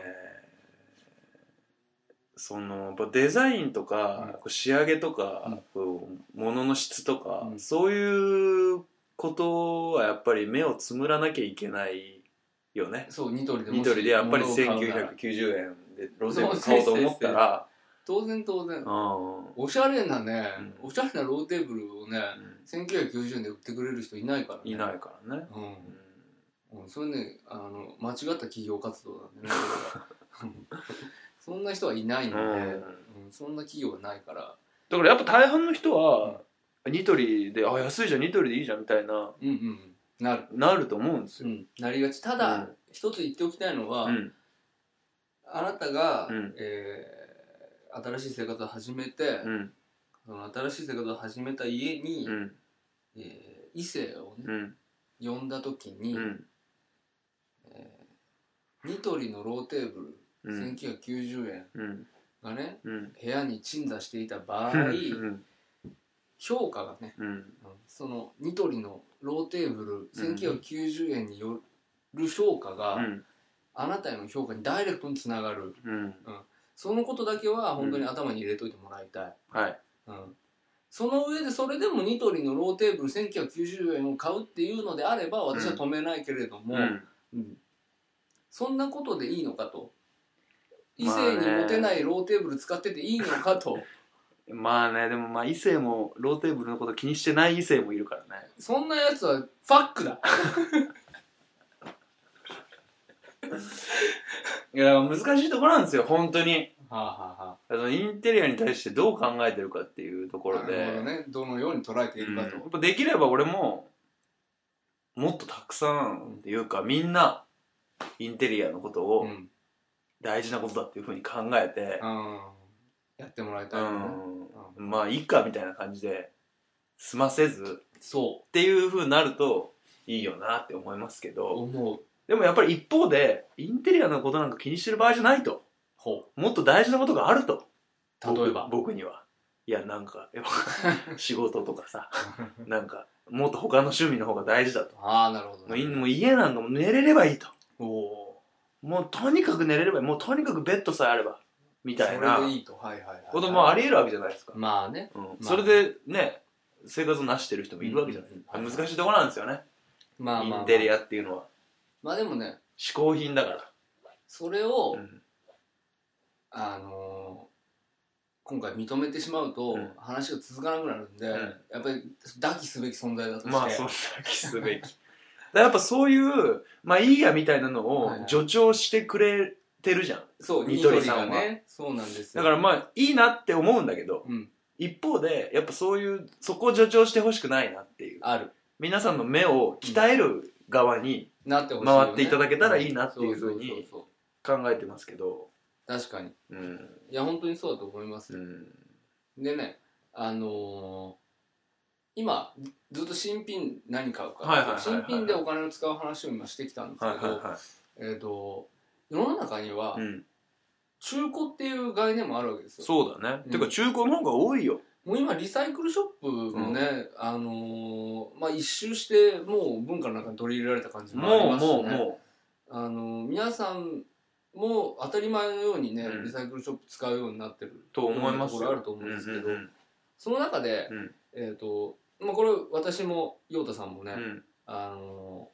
[SPEAKER 2] そのやっぱデザインとか、
[SPEAKER 1] うん
[SPEAKER 2] こう仕上げとか、こう物の質とか、
[SPEAKER 1] うん
[SPEAKER 2] そういうことはやっぱり目をつむらなきゃいけないよね。
[SPEAKER 1] そう、ニトリでもし
[SPEAKER 2] ニトリでやっぱり
[SPEAKER 1] 物を買うなら
[SPEAKER 2] 1990円でロゼを買おうと思ったら、
[SPEAKER 1] 当然当
[SPEAKER 2] う。
[SPEAKER 1] 然
[SPEAKER 2] んうん
[SPEAKER 1] おしゃれなね、
[SPEAKER 2] うん
[SPEAKER 1] おしゃれなローテーブルをね、1990円で売ってくれる人いないからね。
[SPEAKER 2] いないからね。
[SPEAKER 1] うん。うん、それね、あの、間違った企業活動なんでね。 これはそんな人はいないので、うんそんな企業はないから。
[SPEAKER 2] だからやっぱ大半の人は、ニトリで、あ、安いじゃん、ニトリでいいじゃんみたいな、
[SPEAKER 1] うんうんうん。なる。
[SPEAKER 2] なると思うんです
[SPEAKER 1] う
[SPEAKER 2] よ。
[SPEAKER 1] ん。なりがち。ただ、
[SPEAKER 2] うん
[SPEAKER 1] 一つ言っておきたいのは、
[SPEAKER 2] うん
[SPEAKER 1] あなたが、
[SPEAKER 2] うん
[SPEAKER 1] えー新しい生活を始めて、
[SPEAKER 2] うん
[SPEAKER 1] その新しい生活を始めた家に、
[SPEAKER 2] うん
[SPEAKER 1] えー異性をね、
[SPEAKER 2] うん
[SPEAKER 1] 呼んだ時に、
[SPEAKER 2] うん
[SPEAKER 1] ニトリのローテーブル、
[SPEAKER 2] うん
[SPEAKER 1] 1990円
[SPEAKER 2] うん
[SPEAKER 1] がね
[SPEAKER 2] うん
[SPEAKER 1] 部屋に鎮座していた場
[SPEAKER 2] う
[SPEAKER 1] 合
[SPEAKER 2] ん
[SPEAKER 1] 評価がね
[SPEAKER 2] うん
[SPEAKER 1] うんそのニトリのローテーブル、
[SPEAKER 2] うん
[SPEAKER 1] 1990円による評価が、
[SPEAKER 2] うん
[SPEAKER 1] あなたへの評価にダイレクトにつながる
[SPEAKER 2] うん
[SPEAKER 1] そのことだけは本当に頭に入れといてもらいたい、
[SPEAKER 2] はい
[SPEAKER 1] うんその上でそれでもニトリのローテーブル1990円を買うっていうのであれば私は止めないけれども、
[SPEAKER 2] うん
[SPEAKER 1] うんそんなことでいいのかと異
[SPEAKER 2] まあね
[SPEAKER 1] 性にモテないローテーブル使ってていいのかと、
[SPEAKER 2] まあねでもまあ異性もローテーブルのこと気にしてない異性もいるからね
[SPEAKER 1] そんなやつはファックだ
[SPEAKER 2] いや難しいところなんですよ本当に
[SPEAKER 1] はあはあは
[SPEAKER 2] あ
[SPEAKER 1] あ
[SPEAKER 2] のインテリアに対してどう考えてるかっていうところで
[SPEAKER 1] なるほどねどのように捉えてい
[SPEAKER 2] うん
[SPEAKER 1] る
[SPEAKER 2] や
[SPEAKER 1] か
[SPEAKER 2] っ
[SPEAKER 1] と、
[SPEAKER 2] ぱできれば俺ももっとたくさんっていうかみんなインテリアのこと
[SPEAKER 1] う
[SPEAKER 2] を
[SPEAKER 1] ん
[SPEAKER 2] 大事なことだっていうふうに考えて
[SPEAKER 1] あーやってもらいたいよね、
[SPEAKER 2] うんまあいいかみたいな感じで済ませず
[SPEAKER 1] そ
[SPEAKER 2] っていう風になるといいよなって思いますけ
[SPEAKER 1] う
[SPEAKER 2] ど、
[SPEAKER 1] 思う
[SPEAKER 2] でもやっぱり一方で、インテリアのことなんか気にしてる場合じゃないと。
[SPEAKER 1] ほ
[SPEAKER 2] もっと大事なことがあると。
[SPEAKER 1] う例えば
[SPEAKER 2] 僕僕には。いや、なんか、やっ ぱ仕事とかさ、なんか、もっと他の趣味の方が大事だと。
[SPEAKER 1] ああなるほど、
[SPEAKER 2] もう
[SPEAKER 1] ね、
[SPEAKER 2] いもう家なんかもう寝れればいいと。
[SPEAKER 1] おお
[SPEAKER 2] もうとにかく寝れればいい。もうとにかくベッドさえあれば。み
[SPEAKER 1] み
[SPEAKER 2] たいない
[SPEAKER 1] それでいいとはいはいはい、はい、
[SPEAKER 2] 子供はあり得るわけじゃないですか。
[SPEAKER 1] まあね
[SPEAKER 2] うん
[SPEAKER 1] あ
[SPEAKER 2] それでね、生活を成してる人もいるわけじゃない。
[SPEAKER 1] うんうんうん
[SPEAKER 2] 難しいところなんですよね。
[SPEAKER 1] まあまあ、まあ、
[SPEAKER 2] インテリ
[SPEAKER 1] ア
[SPEAKER 2] アっていうのは。
[SPEAKER 1] まあでもね
[SPEAKER 2] 嗜好品だから。
[SPEAKER 1] それを、
[SPEAKER 2] うん
[SPEAKER 1] あのー今回認めてしまうと、
[SPEAKER 2] うん
[SPEAKER 1] 話が続かなくなるんで、
[SPEAKER 2] ん
[SPEAKER 1] やっぱり抱きすべき存在だとして、
[SPEAKER 2] まあそんな気す べきだからやっぱそういうまあいいやみたいなの
[SPEAKER 1] は
[SPEAKER 2] を
[SPEAKER 1] いはい
[SPEAKER 2] 助長してくれてるじゃん
[SPEAKER 1] そう
[SPEAKER 2] ニ
[SPEAKER 1] ニ
[SPEAKER 2] ト
[SPEAKER 1] ト
[SPEAKER 2] リ
[SPEAKER 1] リ
[SPEAKER 2] さんは
[SPEAKER 1] がねそうなんです
[SPEAKER 2] だ
[SPEAKER 1] よ
[SPEAKER 2] からまあいいなって思うんだけど
[SPEAKER 1] うん
[SPEAKER 2] 一方でやっぱそういうそこを助長してほしくないなっていう
[SPEAKER 1] ある
[SPEAKER 2] 皆さんの目を鍛える側に
[SPEAKER 1] なってほしい、
[SPEAKER 2] 回っていただけたらいいなっていうふうに
[SPEAKER 1] そうそうそう
[SPEAKER 2] 考えてますけど、
[SPEAKER 1] そう確かに
[SPEAKER 2] うん。
[SPEAKER 1] いや本当にそうだと思います
[SPEAKER 2] う
[SPEAKER 1] よ、
[SPEAKER 2] ん。
[SPEAKER 1] でねあのー今ずっと新品何買うか、
[SPEAKER 2] はいはいはいはい
[SPEAKER 1] 新品でお金を使う話を今してきたんですけ
[SPEAKER 2] は
[SPEAKER 1] ど、
[SPEAKER 2] いはいは。
[SPEAKER 1] えっ、と世の中にはい
[SPEAKER 2] うん。
[SPEAKER 1] 中古っていう概念もあるわけですよ
[SPEAKER 2] そうだね。
[SPEAKER 1] うん
[SPEAKER 2] てか中古の方が多いよ。
[SPEAKER 1] もう今リサイクルショップもね、あのーまあ一周してもう文化の中に取り入れられた感じもあり
[SPEAKER 2] もう
[SPEAKER 1] ますしね
[SPEAKER 2] もうも
[SPEAKER 1] あのー皆さんも当たり前のようにね、
[SPEAKER 2] うん
[SPEAKER 1] リサイクルショップ使うようになってる
[SPEAKER 2] う、と思います
[SPEAKER 1] ところあると思うんですけど、その中で、
[SPEAKER 2] うん
[SPEAKER 1] えっ、と、まあ、これ私も陽太さんもね、
[SPEAKER 2] うんうん
[SPEAKER 1] あの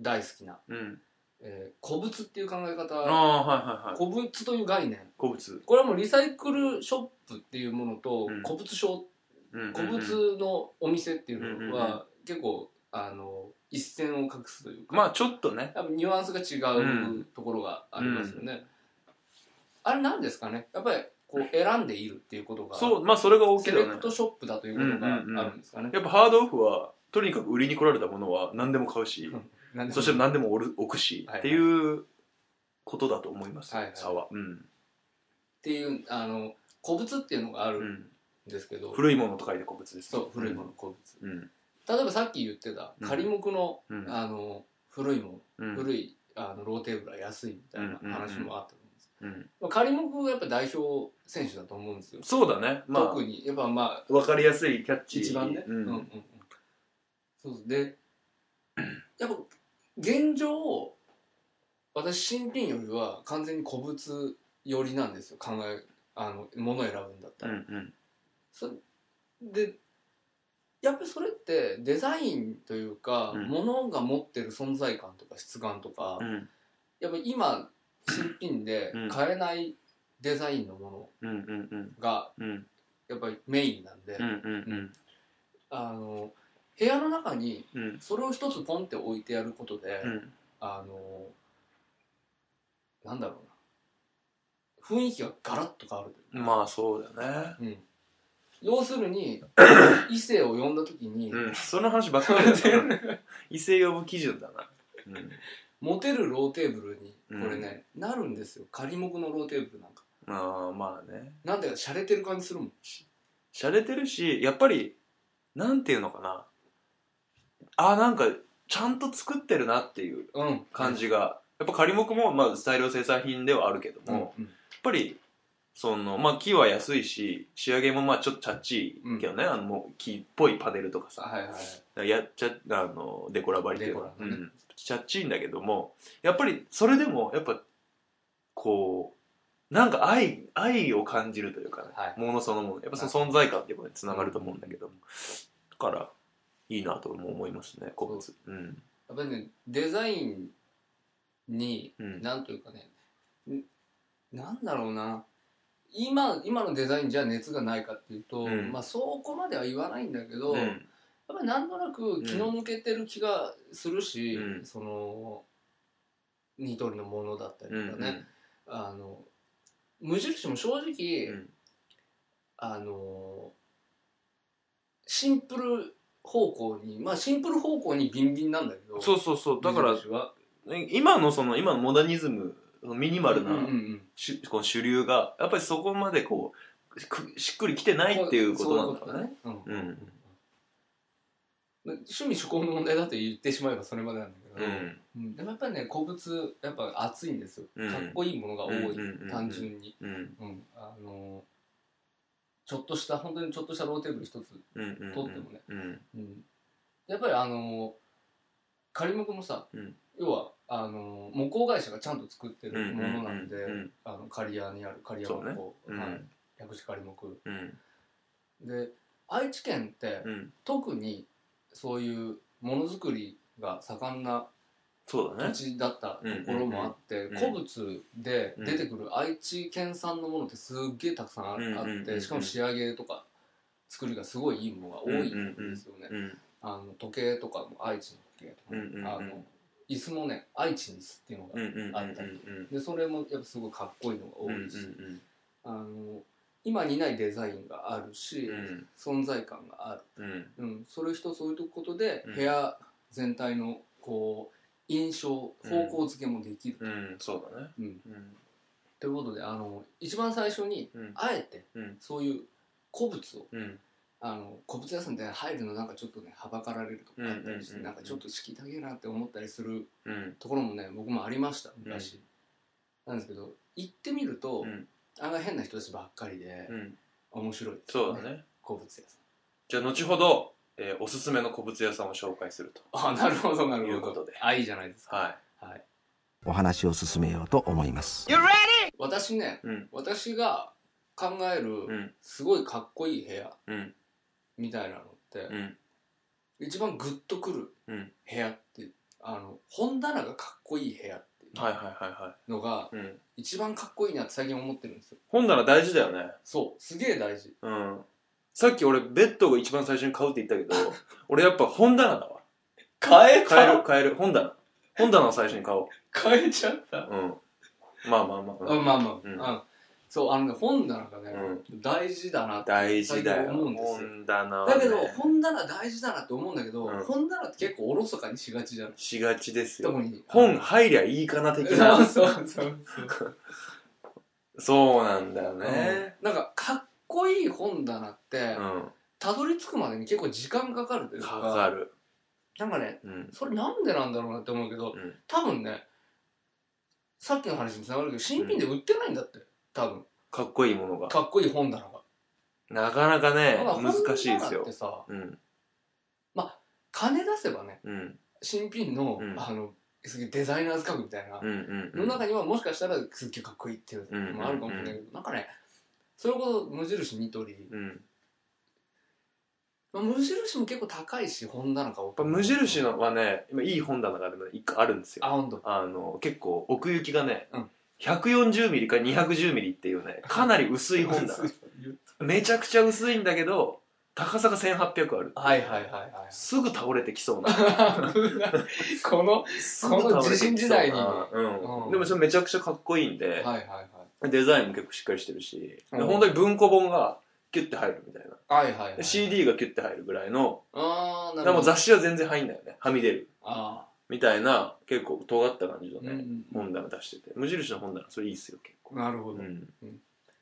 [SPEAKER 1] ー大好きな、
[SPEAKER 2] うん。うん。
[SPEAKER 1] えー古物っていう考え
[SPEAKER 2] あ
[SPEAKER 1] 方
[SPEAKER 2] あ、はいはいはい。
[SPEAKER 1] 古物という概念
[SPEAKER 2] 古物。
[SPEAKER 1] これはもうリサイクルショップっていうものと、
[SPEAKER 2] うん
[SPEAKER 1] 古物商
[SPEAKER 2] うん
[SPEAKER 1] 古
[SPEAKER 2] うん
[SPEAKER 1] 物のお店っていうの
[SPEAKER 2] うんうん
[SPEAKER 1] は結構あの一線を画すというか、
[SPEAKER 2] まあちょっとね。
[SPEAKER 1] やっぱニュアンスが違うところがありますよね、あれなんですかねやっぱりこう選んでいるっていうことが
[SPEAKER 2] そう、まあそれが大きい
[SPEAKER 1] セ
[SPEAKER 2] よ
[SPEAKER 1] レ
[SPEAKER 2] ね
[SPEAKER 1] ク。トショップだということがあるんですかね、
[SPEAKER 2] やっぱハードオフは、とにかく売りに来られたものは何でも買うし
[SPEAKER 1] う、んなんで
[SPEAKER 2] そして何でもおる置くし、
[SPEAKER 1] はいはい
[SPEAKER 2] っていうことだと思います、
[SPEAKER 1] はいはい
[SPEAKER 2] 差は、うん
[SPEAKER 1] っていうあの古物っていうのがあ
[SPEAKER 2] う
[SPEAKER 1] るん
[SPEAKER 2] ん
[SPEAKER 1] ですけど、
[SPEAKER 2] 古いものと書いて古物です。
[SPEAKER 1] そう古いもの古物、
[SPEAKER 2] うん。
[SPEAKER 1] 例えばさっき言ってた
[SPEAKER 2] うん
[SPEAKER 1] 仮木の,、
[SPEAKER 2] うん。
[SPEAKER 1] あの古いも
[SPEAKER 2] うん
[SPEAKER 1] の古いあのローテーブルは安いみたいな話もあったと思うんですけ
[SPEAKER 2] う
[SPEAKER 1] ど
[SPEAKER 2] ん
[SPEAKER 1] まあ、仮木がやっぱ代表選手だと思うんですよ、
[SPEAKER 2] そうだね。ま
[SPEAKER 1] 特にやっぱまあ
[SPEAKER 2] あ、わかりやすいキャッチ。
[SPEAKER 1] 一番ね
[SPEAKER 2] う。
[SPEAKER 1] うんうんうんんそうそうでやっぱ現状私新品よりは完全に古物寄りなんですよ考えあの物を選ぶんだった
[SPEAKER 2] うんう
[SPEAKER 1] ら、
[SPEAKER 2] ん。
[SPEAKER 1] そでやっぱりそれってデザインというか、
[SPEAKER 2] うん
[SPEAKER 1] 物が持ってる存在感とか質感とか、
[SPEAKER 2] うん
[SPEAKER 1] やっぱ今新品で
[SPEAKER 2] うん
[SPEAKER 1] 買えないデザインのもの
[SPEAKER 2] うんうんうん
[SPEAKER 1] が
[SPEAKER 2] うん
[SPEAKER 1] やっぱりメインなんで、
[SPEAKER 2] うんうん
[SPEAKER 1] あの部屋の中に
[SPEAKER 2] うん
[SPEAKER 1] それを一つポンって置いてやることで、
[SPEAKER 2] うん
[SPEAKER 1] あのなんだろうな雰囲気がガラッと変わる、
[SPEAKER 2] まあそうだね。
[SPEAKER 1] うん、要する に異性を呼んだ時に、
[SPEAKER 2] うん。その話ばっかり だよな異性呼ぶ基準だな。うん。
[SPEAKER 1] モテるローテーブルにこれね、なるんですよ仮木のローテーブルなんか
[SPEAKER 2] ああ、まあね。
[SPEAKER 1] なんで洒落てる感じするもん
[SPEAKER 2] 洒落てるし、やっぱり、なんていうのかな。あー、なんか、ちゃんと作ってるなっていう
[SPEAKER 1] うん
[SPEAKER 2] 感じが。やっぱ仮木も、まあ、大量生産品ではあるけど
[SPEAKER 1] うん、う
[SPEAKER 2] も、やっ
[SPEAKER 1] ん
[SPEAKER 2] ぱり、その、まあ、木は安いし、仕上げもまあ、ちょっとチャッチいけどね、あの、もう木っぽいパネルとかさ、
[SPEAKER 1] はいはいはい
[SPEAKER 2] やっちゃ、あの、デコラ張りっていうの
[SPEAKER 1] デコラのね
[SPEAKER 2] うん。チャッチいんだけども、やっぱり、それでも、やっぱ、こう、なんか愛、愛を感じるというかね、
[SPEAKER 1] はい
[SPEAKER 2] ものそのもの。やっぱその存在感っていうことにつながると思うんだけども。だから、いいなとも思いますね、個物。うん。
[SPEAKER 1] やっぱりねデザインに
[SPEAKER 2] うん。
[SPEAKER 1] なんというかね、んなんだろうな、今、今のデザインじゃ熱がないかっていうと、
[SPEAKER 2] うん
[SPEAKER 1] まあそこまでは言わないんだけど、
[SPEAKER 2] う
[SPEAKER 1] やっ
[SPEAKER 2] ん
[SPEAKER 1] ぱりなんとなく気の抜けてる気がするし、
[SPEAKER 2] うん
[SPEAKER 1] その、ニトリのものだったり
[SPEAKER 2] う
[SPEAKER 1] とかね、
[SPEAKER 2] ん。
[SPEAKER 1] あの、無印も正直、
[SPEAKER 2] うん
[SPEAKER 1] あの、シンプル方向に、まあシンプル方向にビンビンなんだけど、
[SPEAKER 2] そうそうそう。だから
[SPEAKER 1] 無、印は
[SPEAKER 2] ね今のその、今のモダニズム、ミニマルな
[SPEAKER 1] うんうんうん
[SPEAKER 2] 主この主流が、やっぱりそこまでこう、くしっくりきてないっていうことなんだろうね。。
[SPEAKER 1] そういうこと
[SPEAKER 2] う
[SPEAKER 1] ね
[SPEAKER 2] ん。
[SPEAKER 1] うん趣味趣向の問題だと言ってしまえばそれまでなんだけ
[SPEAKER 2] う
[SPEAKER 1] ど、
[SPEAKER 2] ん。
[SPEAKER 1] うんでもやっぱりね古物やっぱ熱いんですよ、
[SPEAKER 2] うん
[SPEAKER 1] かっこいいものが多い、
[SPEAKER 2] うんうんうん
[SPEAKER 1] 単純に、
[SPEAKER 2] うん。
[SPEAKER 1] うんあのちょっとした本当にちょっとしたローテーブル一つ、
[SPEAKER 2] うん。うん。
[SPEAKER 1] 撮ってもね
[SPEAKER 2] うん。
[SPEAKER 1] うんやっぱりあの仮木もさ、
[SPEAKER 2] うん
[SPEAKER 1] 要はあの木工会社がちゃんと作って
[SPEAKER 2] うん。
[SPEAKER 1] るものなんで、
[SPEAKER 2] うん。
[SPEAKER 1] あの刈谷にある刈谷木
[SPEAKER 2] そうね
[SPEAKER 1] 工、
[SPEAKER 2] うん
[SPEAKER 1] はい、薬師仮木
[SPEAKER 2] うん。
[SPEAKER 1] で愛知県って、
[SPEAKER 2] うん。
[SPEAKER 1] 特にそういうものづくりが盛んな
[SPEAKER 2] そうだ
[SPEAKER 1] 土
[SPEAKER 2] ね。
[SPEAKER 1] 地だったところもあって
[SPEAKER 2] うん
[SPEAKER 1] 古物で出てくる愛知県産のものってすっげえたくさんあ
[SPEAKER 2] うん
[SPEAKER 1] あ
[SPEAKER 2] うん
[SPEAKER 1] っ
[SPEAKER 2] うん
[SPEAKER 1] てしかも仕上げとか作りがすごいいいものが多いんですよね
[SPEAKER 2] うん。
[SPEAKER 1] あの時計とかも愛知の時計とか
[SPEAKER 2] うんうんうん
[SPEAKER 1] あの椅子もね愛知に椅子っていうの
[SPEAKER 2] う
[SPEAKER 1] が
[SPEAKER 2] ん。うん。
[SPEAKER 1] あったり
[SPEAKER 2] うん。
[SPEAKER 1] でそれもやっぱすごいかっこいいのが
[SPEAKER 2] う
[SPEAKER 1] 多
[SPEAKER 2] ん。
[SPEAKER 1] いし
[SPEAKER 2] うん。
[SPEAKER 1] あの今にないデザインがあるし
[SPEAKER 2] うん。
[SPEAKER 1] 存在感がある
[SPEAKER 2] うん。
[SPEAKER 1] うん、それを一つ置いとくことで
[SPEAKER 2] うん
[SPEAKER 1] 部屋全体のこう印象、方向付けもできる。
[SPEAKER 2] うん、そうだね。
[SPEAKER 1] うん
[SPEAKER 2] うん。
[SPEAKER 1] ということで、あの、一番最初に、
[SPEAKER 2] うん。
[SPEAKER 1] あえて
[SPEAKER 2] うん、
[SPEAKER 1] そういう古物を、
[SPEAKER 2] うん。
[SPEAKER 1] あの、古物屋さんで入るのなんかちょっとね、はばかられるとかあったりし
[SPEAKER 2] うんうんうんう
[SPEAKER 1] て、
[SPEAKER 2] ん
[SPEAKER 1] なんかちょっと敷きたげえなって思ったりする
[SPEAKER 2] うん。
[SPEAKER 1] ところもね、僕もありました、昔。なんですけど、行ってみると、
[SPEAKER 2] うん。
[SPEAKER 1] 案外変な人たちばっかりで、
[SPEAKER 2] うん。
[SPEAKER 1] 面白い。
[SPEAKER 2] そうだ。ね。
[SPEAKER 1] 古物屋さん。
[SPEAKER 2] じゃあ、後ほど、えーおすすめの古物屋さんを紹介すると。
[SPEAKER 1] あ、なるほど、なるほど。
[SPEAKER 2] いうことで
[SPEAKER 1] あ、いいじゃないですか。
[SPEAKER 2] は
[SPEAKER 1] はい。
[SPEAKER 3] お話を進めようと思います
[SPEAKER 1] 私ね、
[SPEAKER 2] い。うん。
[SPEAKER 1] 私が考え
[SPEAKER 2] う
[SPEAKER 1] る、
[SPEAKER 2] ん。
[SPEAKER 1] すごいかっこいい部屋
[SPEAKER 2] うん。
[SPEAKER 1] みたいなのって、
[SPEAKER 2] うん。
[SPEAKER 1] 一番グッとくる
[SPEAKER 2] うん。
[SPEAKER 1] 部屋って、あの、本棚がかっこいい部屋っていう
[SPEAKER 2] はいはいは
[SPEAKER 1] のが、
[SPEAKER 2] いはい。うん。
[SPEAKER 1] 一番かっこいいなって最近思ってるんですよ。
[SPEAKER 2] 本棚大事だよね。
[SPEAKER 1] そう、すげえ大事。
[SPEAKER 2] うん。さっき俺、ベッドが一番最初に買うって言った けど、俺やっぱ本棚だわ。
[SPEAKER 1] 変え
[SPEAKER 2] 買える、買える。本棚。本棚を最初に買おう。
[SPEAKER 1] 変えちゃった。
[SPEAKER 2] うん。まあまあまあ。
[SPEAKER 1] あまあまあ、
[SPEAKER 2] う
[SPEAKER 1] うんん、そう、あのね、本棚がね、
[SPEAKER 2] う
[SPEAKER 1] 大事だなって。
[SPEAKER 2] 大事だよ。
[SPEAKER 1] 最近思うんですよ
[SPEAKER 2] 本棚は、ね。
[SPEAKER 1] だけど、本棚大事だなって思うんだけど、
[SPEAKER 2] うん
[SPEAKER 1] 本棚って結構おろそかにしがちじゃん。
[SPEAKER 2] しがちですよ。
[SPEAKER 1] 特に。
[SPEAKER 2] 本入りゃいいかな的
[SPEAKER 1] そう
[SPEAKER 2] な。
[SPEAKER 1] そうそうそう。
[SPEAKER 2] そうなんだよね。
[SPEAKER 1] うんなんかかっこいい本棚って、
[SPEAKER 2] う
[SPEAKER 1] たどり着くまでに結構時間かかるとい
[SPEAKER 2] ん。
[SPEAKER 1] うか
[SPEAKER 2] かかる。
[SPEAKER 1] なんかね
[SPEAKER 2] うん。
[SPEAKER 1] それなんでなんだろうなって思うけど
[SPEAKER 2] うん
[SPEAKER 1] 多分ねさっきの話につながるけど新品で売ってないんだって多分
[SPEAKER 2] かっこいいものが。
[SPEAKER 1] かっこいい本棚が、
[SPEAKER 2] なかなかね、
[SPEAKER 1] だから
[SPEAKER 2] 難しいです
[SPEAKER 1] 本棚っ
[SPEAKER 2] よ
[SPEAKER 1] て。さ
[SPEAKER 2] うん。
[SPEAKER 1] 金出せばね
[SPEAKER 2] うん。
[SPEAKER 1] 新品の,、
[SPEAKER 2] うん
[SPEAKER 1] あのすげえデザイナーズ家具みたいな、
[SPEAKER 2] うん。うん。
[SPEAKER 1] の中にはもしかしたらすっげえかっこいいっていうのもあるかもしれないけど、なんかねそれこそ無印ニトリ、
[SPEAKER 2] うん。やっ
[SPEAKER 1] まあ、無印も結構高いし本棚が多い
[SPEAKER 2] ぱ無印のはね、今いい本棚がね一個あるんですよ。
[SPEAKER 1] あ本当。
[SPEAKER 2] あの、結構奥行きがね
[SPEAKER 1] うん、
[SPEAKER 2] 140ミリか210ミリっていうね、かなり薄い本棚。めちゃくちゃ薄いんだけど、高さが1800ある。
[SPEAKER 1] はいはいはいはい
[SPEAKER 2] すぐ倒れてきそうな。
[SPEAKER 1] この、
[SPEAKER 2] すぐ倒れてきそう
[SPEAKER 1] この地
[SPEAKER 2] な
[SPEAKER 1] 震時代
[SPEAKER 2] う
[SPEAKER 1] に
[SPEAKER 2] ん。
[SPEAKER 1] うん
[SPEAKER 2] でもそれめちゃくちゃかっこいいん
[SPEAKER 1] は
[SPEAKER 2] で
[SPEAKER 1] い、はいは
[SPEAKER 2] デザインも結構しっかりしてるし、で
[SPEAKER 1] うん
[SPEAKER 2] 本当に文庫本がキュッて入るみたいな。
[SPEAKER 1] い。はいはい、は
[SPEAKER 2] で
[SPEAKER 1] い。。
[SPEAKER 2] CD がキュッて入るぐらいの、
[SPEAKER 1] あー、な
[SPEAKER 2] で
[SPEAKER 1] る
[SPEAKER 2] も
[SPEAKER 1] ほど。
[SPEAKER 2] 雑誌は全然入んないよね。はみ出る。
[SPEAKER 1] あ
[SPEAKER 2] みたいな、結構尖った感じの
[SPEAKER 1] ー、
[SPEAKER 2] ね、
[SPEAKER 1] うん
[SPEAKER 2] 本棚出してて。無印の本棚、それいいっすよ、結構。
[SPEAKER 1] なるほど、
[SPEAKER 2] うん。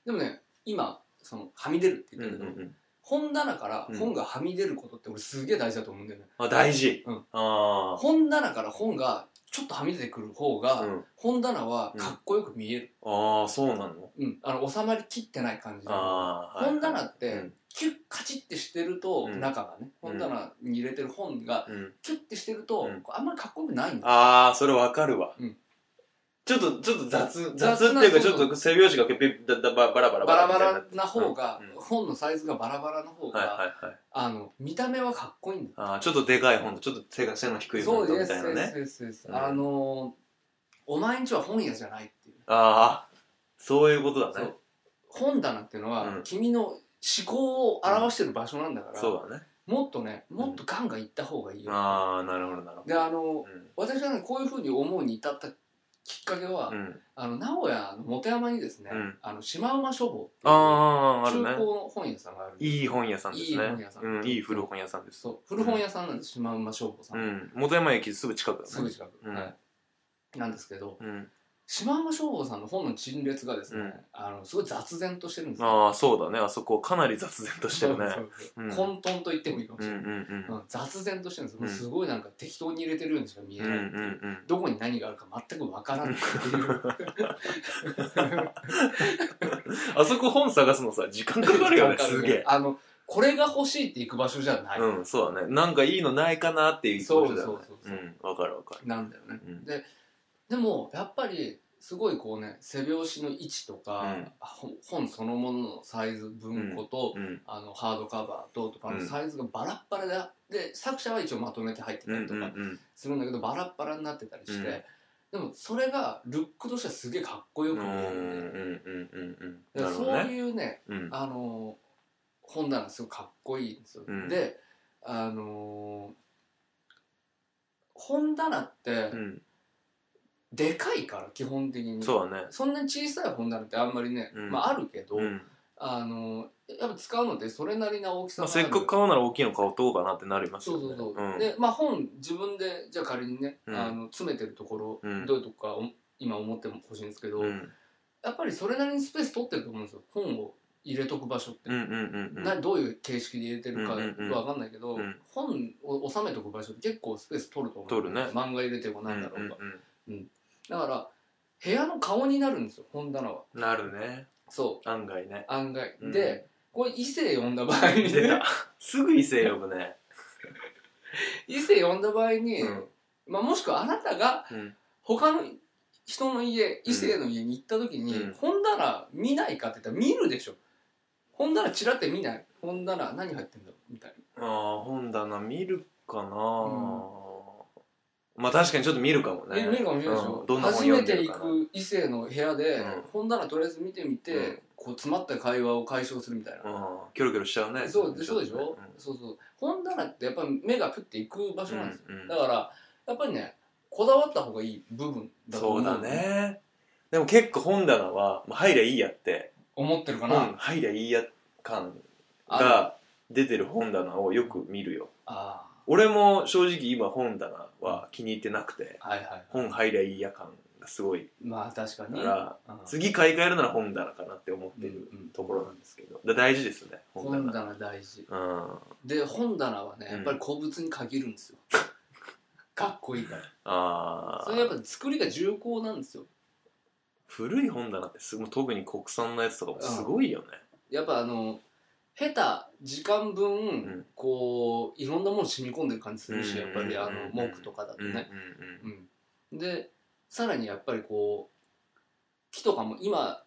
[SPEAKER 1] でもね、今、その、はみ出るって
[SPEAKER 2] うん
[SPEAKER 1] 言
[SPEAKER 2] う
[SPEAKER 1] っ
[SPEAKER 2] ん
[SPEAKER 1] たけど、
[SPEAKER 2] うん。
[SPEAKER 1] 本棚から本がはみ出ることって俺すげえ大事だと思うんだよね。
[SPEAKER 2] あ、大事。
[SPEAKER 1] うん
[SPEAKER 2] あ
[SPEAKER 1] 本棚から本がちょっとはみ出てくる方
[SPEAKER 2] あ。
[SPEAKER 1] が、
[SPEAKER 2] うん。
[SPEAKER 1] 本棚はかっこよく見える。
[SPEAKER 2] ああ、そうなの
[SPEAKER 1] うん。あの、収まりきってない感じで。
[SPEAKER 2] ああ。はい
[SPEAKER 1] 本棚っ
[SPEAKER 2] う
[SPEAKER 1] て
[SPEAKER 2] ん、
[SPEAKER 1] キュッカチッてしてると、
[SPEAKER 2] うん
[SPEAKER 1] 中がね、本棚に入れてる本が、
[SPEAKER 2] うん。
[SPEAKER 1] キュッてしてると、
[SPEAKER 2] うん
[SPEAKER 1] あんまりかっこよくないんだよ
[SPEAKER 2] あー、それわかるわ。
[SPEAKER 1] うん
[SPEAKER 2] ちょっと、ちょっと雑、雑
[SPEAKER 1] 雑
[SPEAKER 2] っていうか、
[SPEAKER 1] な
[SPEAKER 2] ちょっと背拍子がペッ、だだばバラバラ
[SPEAKER 1] バラ
[SPEAKER 2] み
[SPEAKER 1] バ
[SPEAKER 2] たいにな
[SPEAKER 1] ラな方が、
[SPEAKER 2] うんうん
[SPEAKER 1] 本のサイズがバラバラの方が、
[SPEAKER 2] はいはいはい。
[SPEAKER 1] あの見た目はかっこいいんだ
[SPEAKER 2] あー、ちょっとでかい本と、ちょっと手が背の低い
[SPEAKER 1] そ
[SPEAKER 2] 本
[SPEAKER 1] う
[SPEAKER 2] と
[SPEAKER 1] で
[SPEAKER 2] み
[SPEAKER 1] す
[SPEAKER 2] たいなね。
[SPEAKER 1] ですです、
[SPEAKER 2] うん
[SPEAKER 1] あのお前んちは本屋じゃないっていう
[SPEAKER 2] あー、そういうことだ
[SPEAKER 1] そ
[SPEAKER 2] ね
[SPEAKER 1] う。本棚っていうのは、
[SPEAKER 2] うん
[SPEAKER 1] 君の思考を表してる場所なんだから、
[SPEAKER 2] そうだね。
[SPEAKER 1] もっとねもっとガンガン行った方がいいよ、
[SPEAKER 2] あー、なるほどなるほ
[SPEAKER 1] で
[SPEAKER 2] ど。
[SPEAKER 1] あの私はねこういうふうに思うに至ったきっかけは、
[SPEAKER 2] うん。うん。
[SPEAKER 1] あの名古屋の本山にですね、
[SPEAKER 2] うん
[SPEAKER 1] あの島馬書房っていう
[SPEAKER 2] あー、ある
[SPEAKER 1] 中古
[SPEAKER 2] ね。
[SPEAKER 1] の本屋さんがあるんです
[SPEAKER 2] いい本屋さんですね。
[SPEAKER 1] いい本屋さん
[SPEAKER 2] うん、いい古本屋さんです。
[SPEAKER 1] そう古本屋さんなんです、島馬書房さ、
[SPEAKER 2] うんん。元山駅すぐ近くだね。
[SPEAKER 1] すぐ近く、
[SPEAKER 2] うん
[SPEAKER 1] はい、なんですけど
[SPEAKER 2] うん。
[SPEAKER 1] 島山正吾さんの本の陳列がですね、
[SPEAKER 2] うん
[SPEAKER 1] あのすごい雑然としてるんですよ。
[SPEAKER 2] あー、そうだね。あそこ、かなり雑然としてるね。
[SPEAKER 1] そうそうそう
[SPEAKER 2] うん
[SPEAKER 1] 混沌と言ってもいいかも
[SPEAKER 2] う
[SPEAKER 1] し
[SPEAKER 2] ん
[SPEAKER 1] れ
[SPEAKER 2] う
[SPEAKER 1] な
[SPEAKER 2] ん
[SPEAKER 1] い、
[SPEAKER 2] うん。
[SPEAKER 1] うん雑然としてるんですよ、
[SPEAKER 2] うん
[SPEAKER 1] すごいなんか適当に入れてるようにしか見え
[SPEAKER 2] うんう
[SPEAKER 1] ない、
[SPEAKER 2] んうん。
[SPEAKER 1] どこに何があるか全くわからないっていう
[SPEAKER 2] あそこ本探すのさ、時間かかるよね、
[SPEAKER 1] わか
[SPEAKER 2] すげえ。
[SPEAKER 1] あのこれが欲しいって行く場所じゃない、
[SPEAKER 2] うん、そうだね。なんかいいのないかなっていう気持ちだよね
[SPEAKER 1] そうそう。
[SPEAKER 2] う
[SPEAKER 1] そうそ
[SPEAKER 2] ん、わかるわかる。
[SPEAKER 1] なんだよね
[SPEAKER 2] うん
[SPEAKER 1] でもやっぱりすごいこうね背拍子の位置とか、
[SPEAKER 2] うん
[SPEAKER 1] 本本そのもののサイズ文庫と、
[SPEAKER 2] うん、
[SPEAKER 1] あのハードカバーととか
[SPEAKER 2] う
[SPEAKER 1] の
[SPEAKER 2] ん
[SPEAKER 1] サイズがバラッバラであで作者は一応まとめて入って
[SPEAKER 2] うん、
[SPEAKER 1] た
[SPEAKER 2] う
[SPEAKER 1] り
[SPEAKER 2] ん
[SPEAKER 1] とか
[SPEAKER 2] うん。
[SPEAKER 1] するんだけど、バラッバラになってたりして、
[SPEAKER 2] うん
[SPEAKER 1] でもそれがルックとしてはすげえかっこよ
[SPEAKER 2] うん、
[SPEAKER 1] く
[SPEAKER 2] う
[SPEAKER 1] 見
[SPEAKER 2] ん、
[SPEAKER 1] えるんで
[SPEAKER 2] うん、うん。
[SPEAKER 1] だ
[SPEAKER 2] なるほ
[SPEAKER 1] からそ
[SPEAKER 2] ど
[SPEAKER 1] う
[SPEAKER 2] ね。
[SPEAKER 1] いうね、
[SPEAKER 2] うん、
[SPEAKER 1] あの本棚すごいかっこいいんですよ、
[SPEAKER 2] うん
[SPEAKER 1] であの本棚って
[SPEAKER 2] うん。
[SPEAKER 1] でかいから基本的に
[SPEAKER 2] そうだね。
[SPEAKER 1] そんなに小さい本棚ってあんまりね、
[SPEAKER 2] うん
[SPEAKER 1] まああるけど、
[SPEAKER 2] うん、
[SPEAKER 1] あのやっぱ使うのってそれなりな大きさ
[SPEAKER 2] まあ、
[SPEAKER 1] があ
[SPEAKER 2] せっ
[SPEAKER 1] る
[SPEAKER 2] かく買うなら大きいの買おうとかなってなります
[SPEAKER 1] そ
[SPEAKER 2] よ
[SPEAKER 1] う
[SPEAKER 2] ね
[SPEAKER 1] そうそう、
[SPEAKER 2] ん、
[SPEAKER 1] でまあ本自分でじゃあ仮にね、
[SPEAKER 2] うん
[SPEAKER 1] あの詰めてるところ、
[SPEAKER 2] うん
[SPEAKER 1] どういうとこかお今思ってほしいんですけど、
[SPEAKER 2] うん、
[SPEAKER 1] やっぱりそれなりにスペース取ってると思うんですよ本を入れとく場所って、
[SPEAKER 2] うんうんうんうん
[SPEAKER 1] などういう形式で入れてるか
[SPEAKER 2] うんうんうん
[SPEAKER 1] わかんないけど、
[SPEAKER 2] うん
[SPEAKER 1] 本を収めとく場所って結構スペース取ると思う
[SPEAKER 2] 取るね
[SPEAKER 1] 漫画入れてもなんだろうが、
[SPEAKER 2] うんうん
[SPEAKER 1] だから部屋の顔になるんですよ本棚は
[SPEAKER 2] うんなるね
[SPEAKER 1] そ
[SPEAKER 2] 案外ね
[SPEAKER 1] う案外、
[SPEAKER 2] うん
[SPEAKER 1] でこれ異性呼んだ場合に、
[SPEAKER 2] 出
[SPEAKER 1] ね、
[SPEAKER 2] たすぐ異性呼ぶね
[SPEAKER 1] 異性呼んだ場合に、
[SPEAKER 2] うん
[SPEAKER 1] まあ、もしくはあなたが
[SPEAKER 2] うん
[SPEAKER 1] 他の人の家異性の家に行った時に、
[SPEAKER 2] うん
[SPEAKER 1] 本棚見ないかって言ったら見るでしょ本棚チラって見ない本棚何入ってんだろうみたい
[SPEAKER 2] ああ本棚見るかな、
[SPEAKER 1] う
[SPEAKER 2] まあ確かにちょっと見るかも
[SPEAKER 1] な、
[SPEAKER 2] ね
[SPEAKER 1] 見るかもしれないでしょ、
[SPEAKER 2] うんどんな本
[SPEAKER 1] 初
[SPEAKER 2] 読
[SPEAKER 1] め
[SPEAKER 2] んで
[SPEAKER 1] て
[SPEAKER 2] る
[SPEAKER 1] 行
[SPEAKER 2] かな
[SPEAKER 1] く異性の部屋で、
[SPEAKER 2] うん
[SPEAKER 1] 本棚とりあえず見てみて、
[SPEAKER 2] うん
[SPEAKER 1] こう詰まった会話を解消するみたいな、
[SPEAKER 2] うんキョロキョロしちゃうね
[SPEAKER 1] そうでそうでし
[SPEAKER 2] ちっ
[SPEAKER 1] ょ、
[SPEAKER 2] とね
[SPEAKER 1] そうそう本棚ってやっぱり目がプッていく場所
[SPEAKER 2] うん
[SPEAKER 1] なんですよ、
[SPEAKER 2] うんうん
[SPEAKER 1] だからやっぱりねこだわった方がいい部分だと
[SPEAKER 2] そ
[SPEAKER 1] 思う
[SPEAKER 2] うだねでも結構本棚は、まあ、入りゃいいやって
[SPEAKER 1] 思ってるかな、
[SPEAKER 2] 本入りゃいいや感
[SPEAKER 1] あるあ
[SPEAKER 2] が出てる本棚をよく見るよ
[SPEAKER 1] あ
[SPEAKER 2] 俺も正直今本棚は気に入ってなくて
[SPEAKER 1] はいはい
[SPEAKER 2] 本入りゃいいや感がすごい
[SPEAKER 1] まあ確か
[SPEAKER 2] か
[SPEAKER 1] に
[SPEAKER 2] ら
[SPEAKER 1] うん
[SPEAKER 2] 次買い替えるなら本棚かなって思ってる
[SPEAKER 1] うんうん
[SPEAKER 2] ところなんですけどだ大事ですね本棚
[SPEAKER 1] 本棚大事
[SPEAKER 2] うん
[SPEAKER 1] で本棚はね
[SPEAKER 2] うん
[SPEAKER 1] やっぱり古物に限る んですよ、かっこいいから
[SPEAKER 2] あ
[SPEAKER 1] それやっ
[SPEAKER 2] あ
[SPEAKER 1] ぱ作りが重厚なんですよ
[SPEAKER 2] 古い本棚ってすごい特に国産のやつとかもすごいよね
[SPEAKER 1] やっぱあの下手時間分、
[SPEAKER 2] ん
[SPEAKER 1] こういろんなもの染み込んでる感じする
[SPEAKER 2] う
[SPEAKER 1] し、
[SPEAKER 2] ん
[SPEAKER 1] やっぱりあ
[SPEAKER 2] うん
[SPEAKER 1] の文句とかだと
[SPEAKER 2] うんうん
[SPEAKER 1] ね、うんでさらにやっぱりこう木とかも今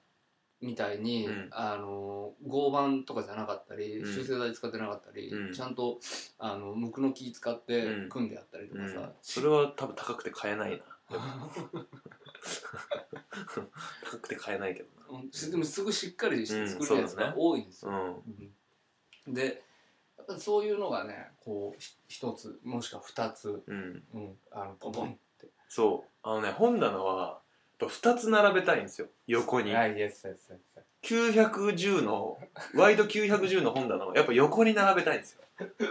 [SPEAKER 1] みたいに、
[SPEAKER 2] うん
[SPEAKER 1] あの合板とかじゃなかったり、
[SPEAKER 2] うん
[SPEAKER 1] 修正剤使ってなかったり、
[SPEAKER 2] うん
[SPEAKER 1] ちゃんとあのムクの木使って
[SPEAKER 2] うん
[SPEAKER 1] 組んであったりと
[SPEAKER 2] う
[SPEAKER 1] か
[SPEAKER 2] ん
[SPEAKER 1] さ、
[SPEAKER 2] それは多分高くて買えないな高くて買えないけど
[SPEAKER 1] うんでもすぐしっかりして作
[SPEAKER 2] うん
[SPEAKER 1] るやつ
[SPEAKER 2] そうだね
[SPEAKER 1] が多いんですよ、
[SPEAKER 2] なうん
[SPEAKER 1] うんでやっぱりそういうのがねこうひ一つもしくは二つ、
[SPEAKER 2] うん
[SPEAKER 1] うん、あのポポンって
[SPEAKER 2] そうあのね本棚はやっぱ2つ並べたいんですよ横に
[SPEAKER 1] はいイエスイエスイエス
[SPEAKER 2] 910のワイド910の本棚をやっぱ横に並べたいん ですよ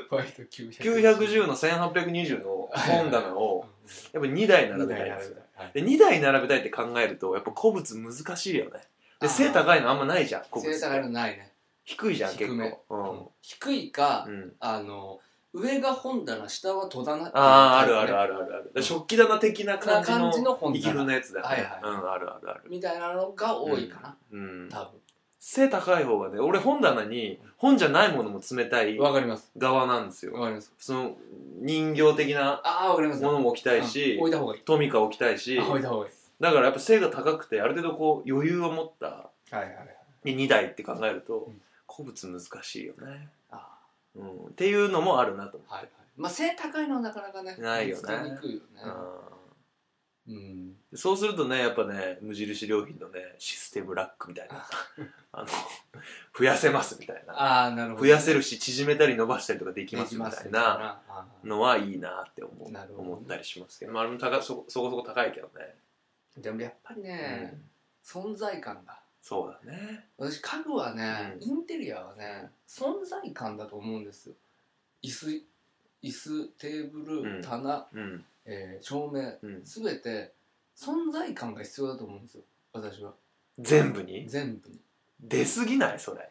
[SPEAKER 1] ワイド910
[SPEAKER 2] 910の1820の本棚
[SPEAKER 1] うん
[SPEAKER 2] を
[SPEAKER 1] うん
[SPEAKER 2] やっぱ2台並
[SPEAKER 1] み
[SPEAKER 2] べ
[SPEAKER 1] た
[SPEAKER 2] た
[SPEAKER 1] い
[SPEAKER 2] いん
[SPEAKER 1] な
[SPEAKER 2] ですよで2台並べたいって考えるとやっぱ古物難しいよねで背高いのあんまないじゃん古物
[SPEAKER 1] 背高いのないね、
[SPEAKER 2] 低いじゃん
[SPEAKER 1] 低
[SPEAKER 2] 結
[SPEAKER 1] め
[SPEAKER 2] 構
[SPEAKER 1] 低いか、
[SPEAKER 2] うん、うん、
[SPEAKER 1] あの上が本棚下は戸棚っていう
[SPEAKER 2] ああーあ
[SPEAKER 1] タイプ
[SPEAKER 2] る
[SPEAKER 1] ね
[SPEAKER 2] あるあるあるある、で食器棚的な感じ
[SPEAKER 1] な
[SPEAKER 2] の
[SPEAKER 1] 感じの本棚
[SPEAKER 2] 生きるのやつだよね、
[SPEAKER 1] はいはい
[SPEAKER 2] うんあるあるある
[SPEAKER 1] みたいなのが多いかな、
[SPEAKER 2] うん
[SPEAKER 1] 多
[SPEAKER 2] 背高い方がね俺本棚に本じゃないものも詰めたい
[SPEAKER 1] 分わかります
[SPEAKER 2] 側なんですよ
[SPEAKER 1] わかります
[SPEAKER 2] その人形的な
[SPEAKER 1] ああわかります
[SPEAKER 2] ものも置きたい
[SPEAKER 1] うん
[SPEAKER 2] し
[SPEAKER 1] 置いた方がいい
[SPEAKER 2] トミカ置きたいし
[SPEAKER 1] あ置いた方がいい
[SPEAKER 2] だからやっぱ背が高くてある程度こう余裕を持った
[SPEAKER 1] はいはいはい
[SPEAKER 2] 2台って考えると
[SPEAKER 1] うん
[SPEAKER 2] 古物難しいよね、
[SPEAKER 1] あ
[SPEAKER 2] うん、っていうのもあるなと思
[SPEAKER 1] ーはいはいまあ背高いのはなかなかね
[SPEAKER 2] ないよね
[SPEAKER 1] 見つけにくいよね
[SPEAKER 2] う、
[SPEAKER 1] うん
[SPEAKER 2] うん、そうするとねやっぱね無印良品のねシステムラックみたいな
[SPEAKER 1] あ
[SPEAKER 2] あの増やせますみたいな
[SPEAKER 1] ああなるほど
[SPEAKER 2] 増やせ
[SPEAKER 1] る
[SPEAKER 2] るし縮めたり伸ばしたりとかできますみたいな
[SPEAKER 1] あー
[SPEAKER 2] のはいいなって思う
[SPEAKER 1] なるほどね
[SPEAKER 2] 思ったりしますけど、まあ、あれも高そこそこそこ高いけどね、
[SPEAKER 1] でもやっぱりね
[SPEAKER 2] う、ん
[SPEAKER 1] 存在感が
[SPEAKER 2] そうだね
[SPEAKER 1] 私家具はね、
[SPEAKER 2] うん
[SPEAKER 1] インテリアはね存在感だと思うんですよ椅子椅子テーブル、
[SPEAKER 2] うん
[SPEAKER 1] 棚、
[SPEAKER 2] うん
[SPEAKER 1] えー照明
[SPEAKER 2] うん
[SPEAKER 1] すべて存在感が必要だと思うんですよ私は
[SPEAKER 2] 全部に
[SPEAKER 1] 全部にい
[SPEAKER 2] 出すぎないそれ、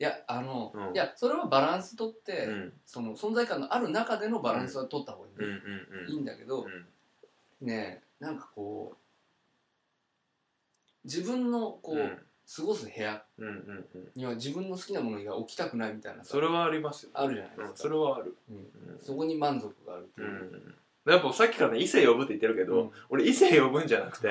[SPEAKER 1] やあの、
[SPEAKER 2] うん
[SPEAKER 1] いやそれはバランスとって、
[SPEAKER 2] うん、
[SPEAKER 1] その存在感のある中でのバランスは取った方がいい,、
[SPEAKER 2] うんうんうん
[SPEAKER 1] いいんだけど、ねえなんかこう自分のこう、
[SPEAKER 2] うん
[SPEAKER 1] 過ごす部屋
[SPEAKER 2] うんうんうん
[SPEAKER 1] には自分の好きなものが置きたくないみたいなさ
[SPEAKER 2] それはありますよ、
[SPEAKER 1] あるじゃないで
[SPEAKER 2] う
[SPEAKER 1] す
[SPEAKER 2] ん
[SPEAKER 1] か、
[SPEAKER 2] それはある、
[SPEAKER 1] うん
[SPEAKER 2] うん
[SPEAKER 1] そこに満足があるっていう
[SPEAKER 2] ん
[SPEAKER 1] う、
[SPEAKER 2] やっぱさっきからね異性呼ぶって言ってるけど、
[SPEAKER 1] うん
[SPEAKER 2] 俺異性呼ぶんじゃな くて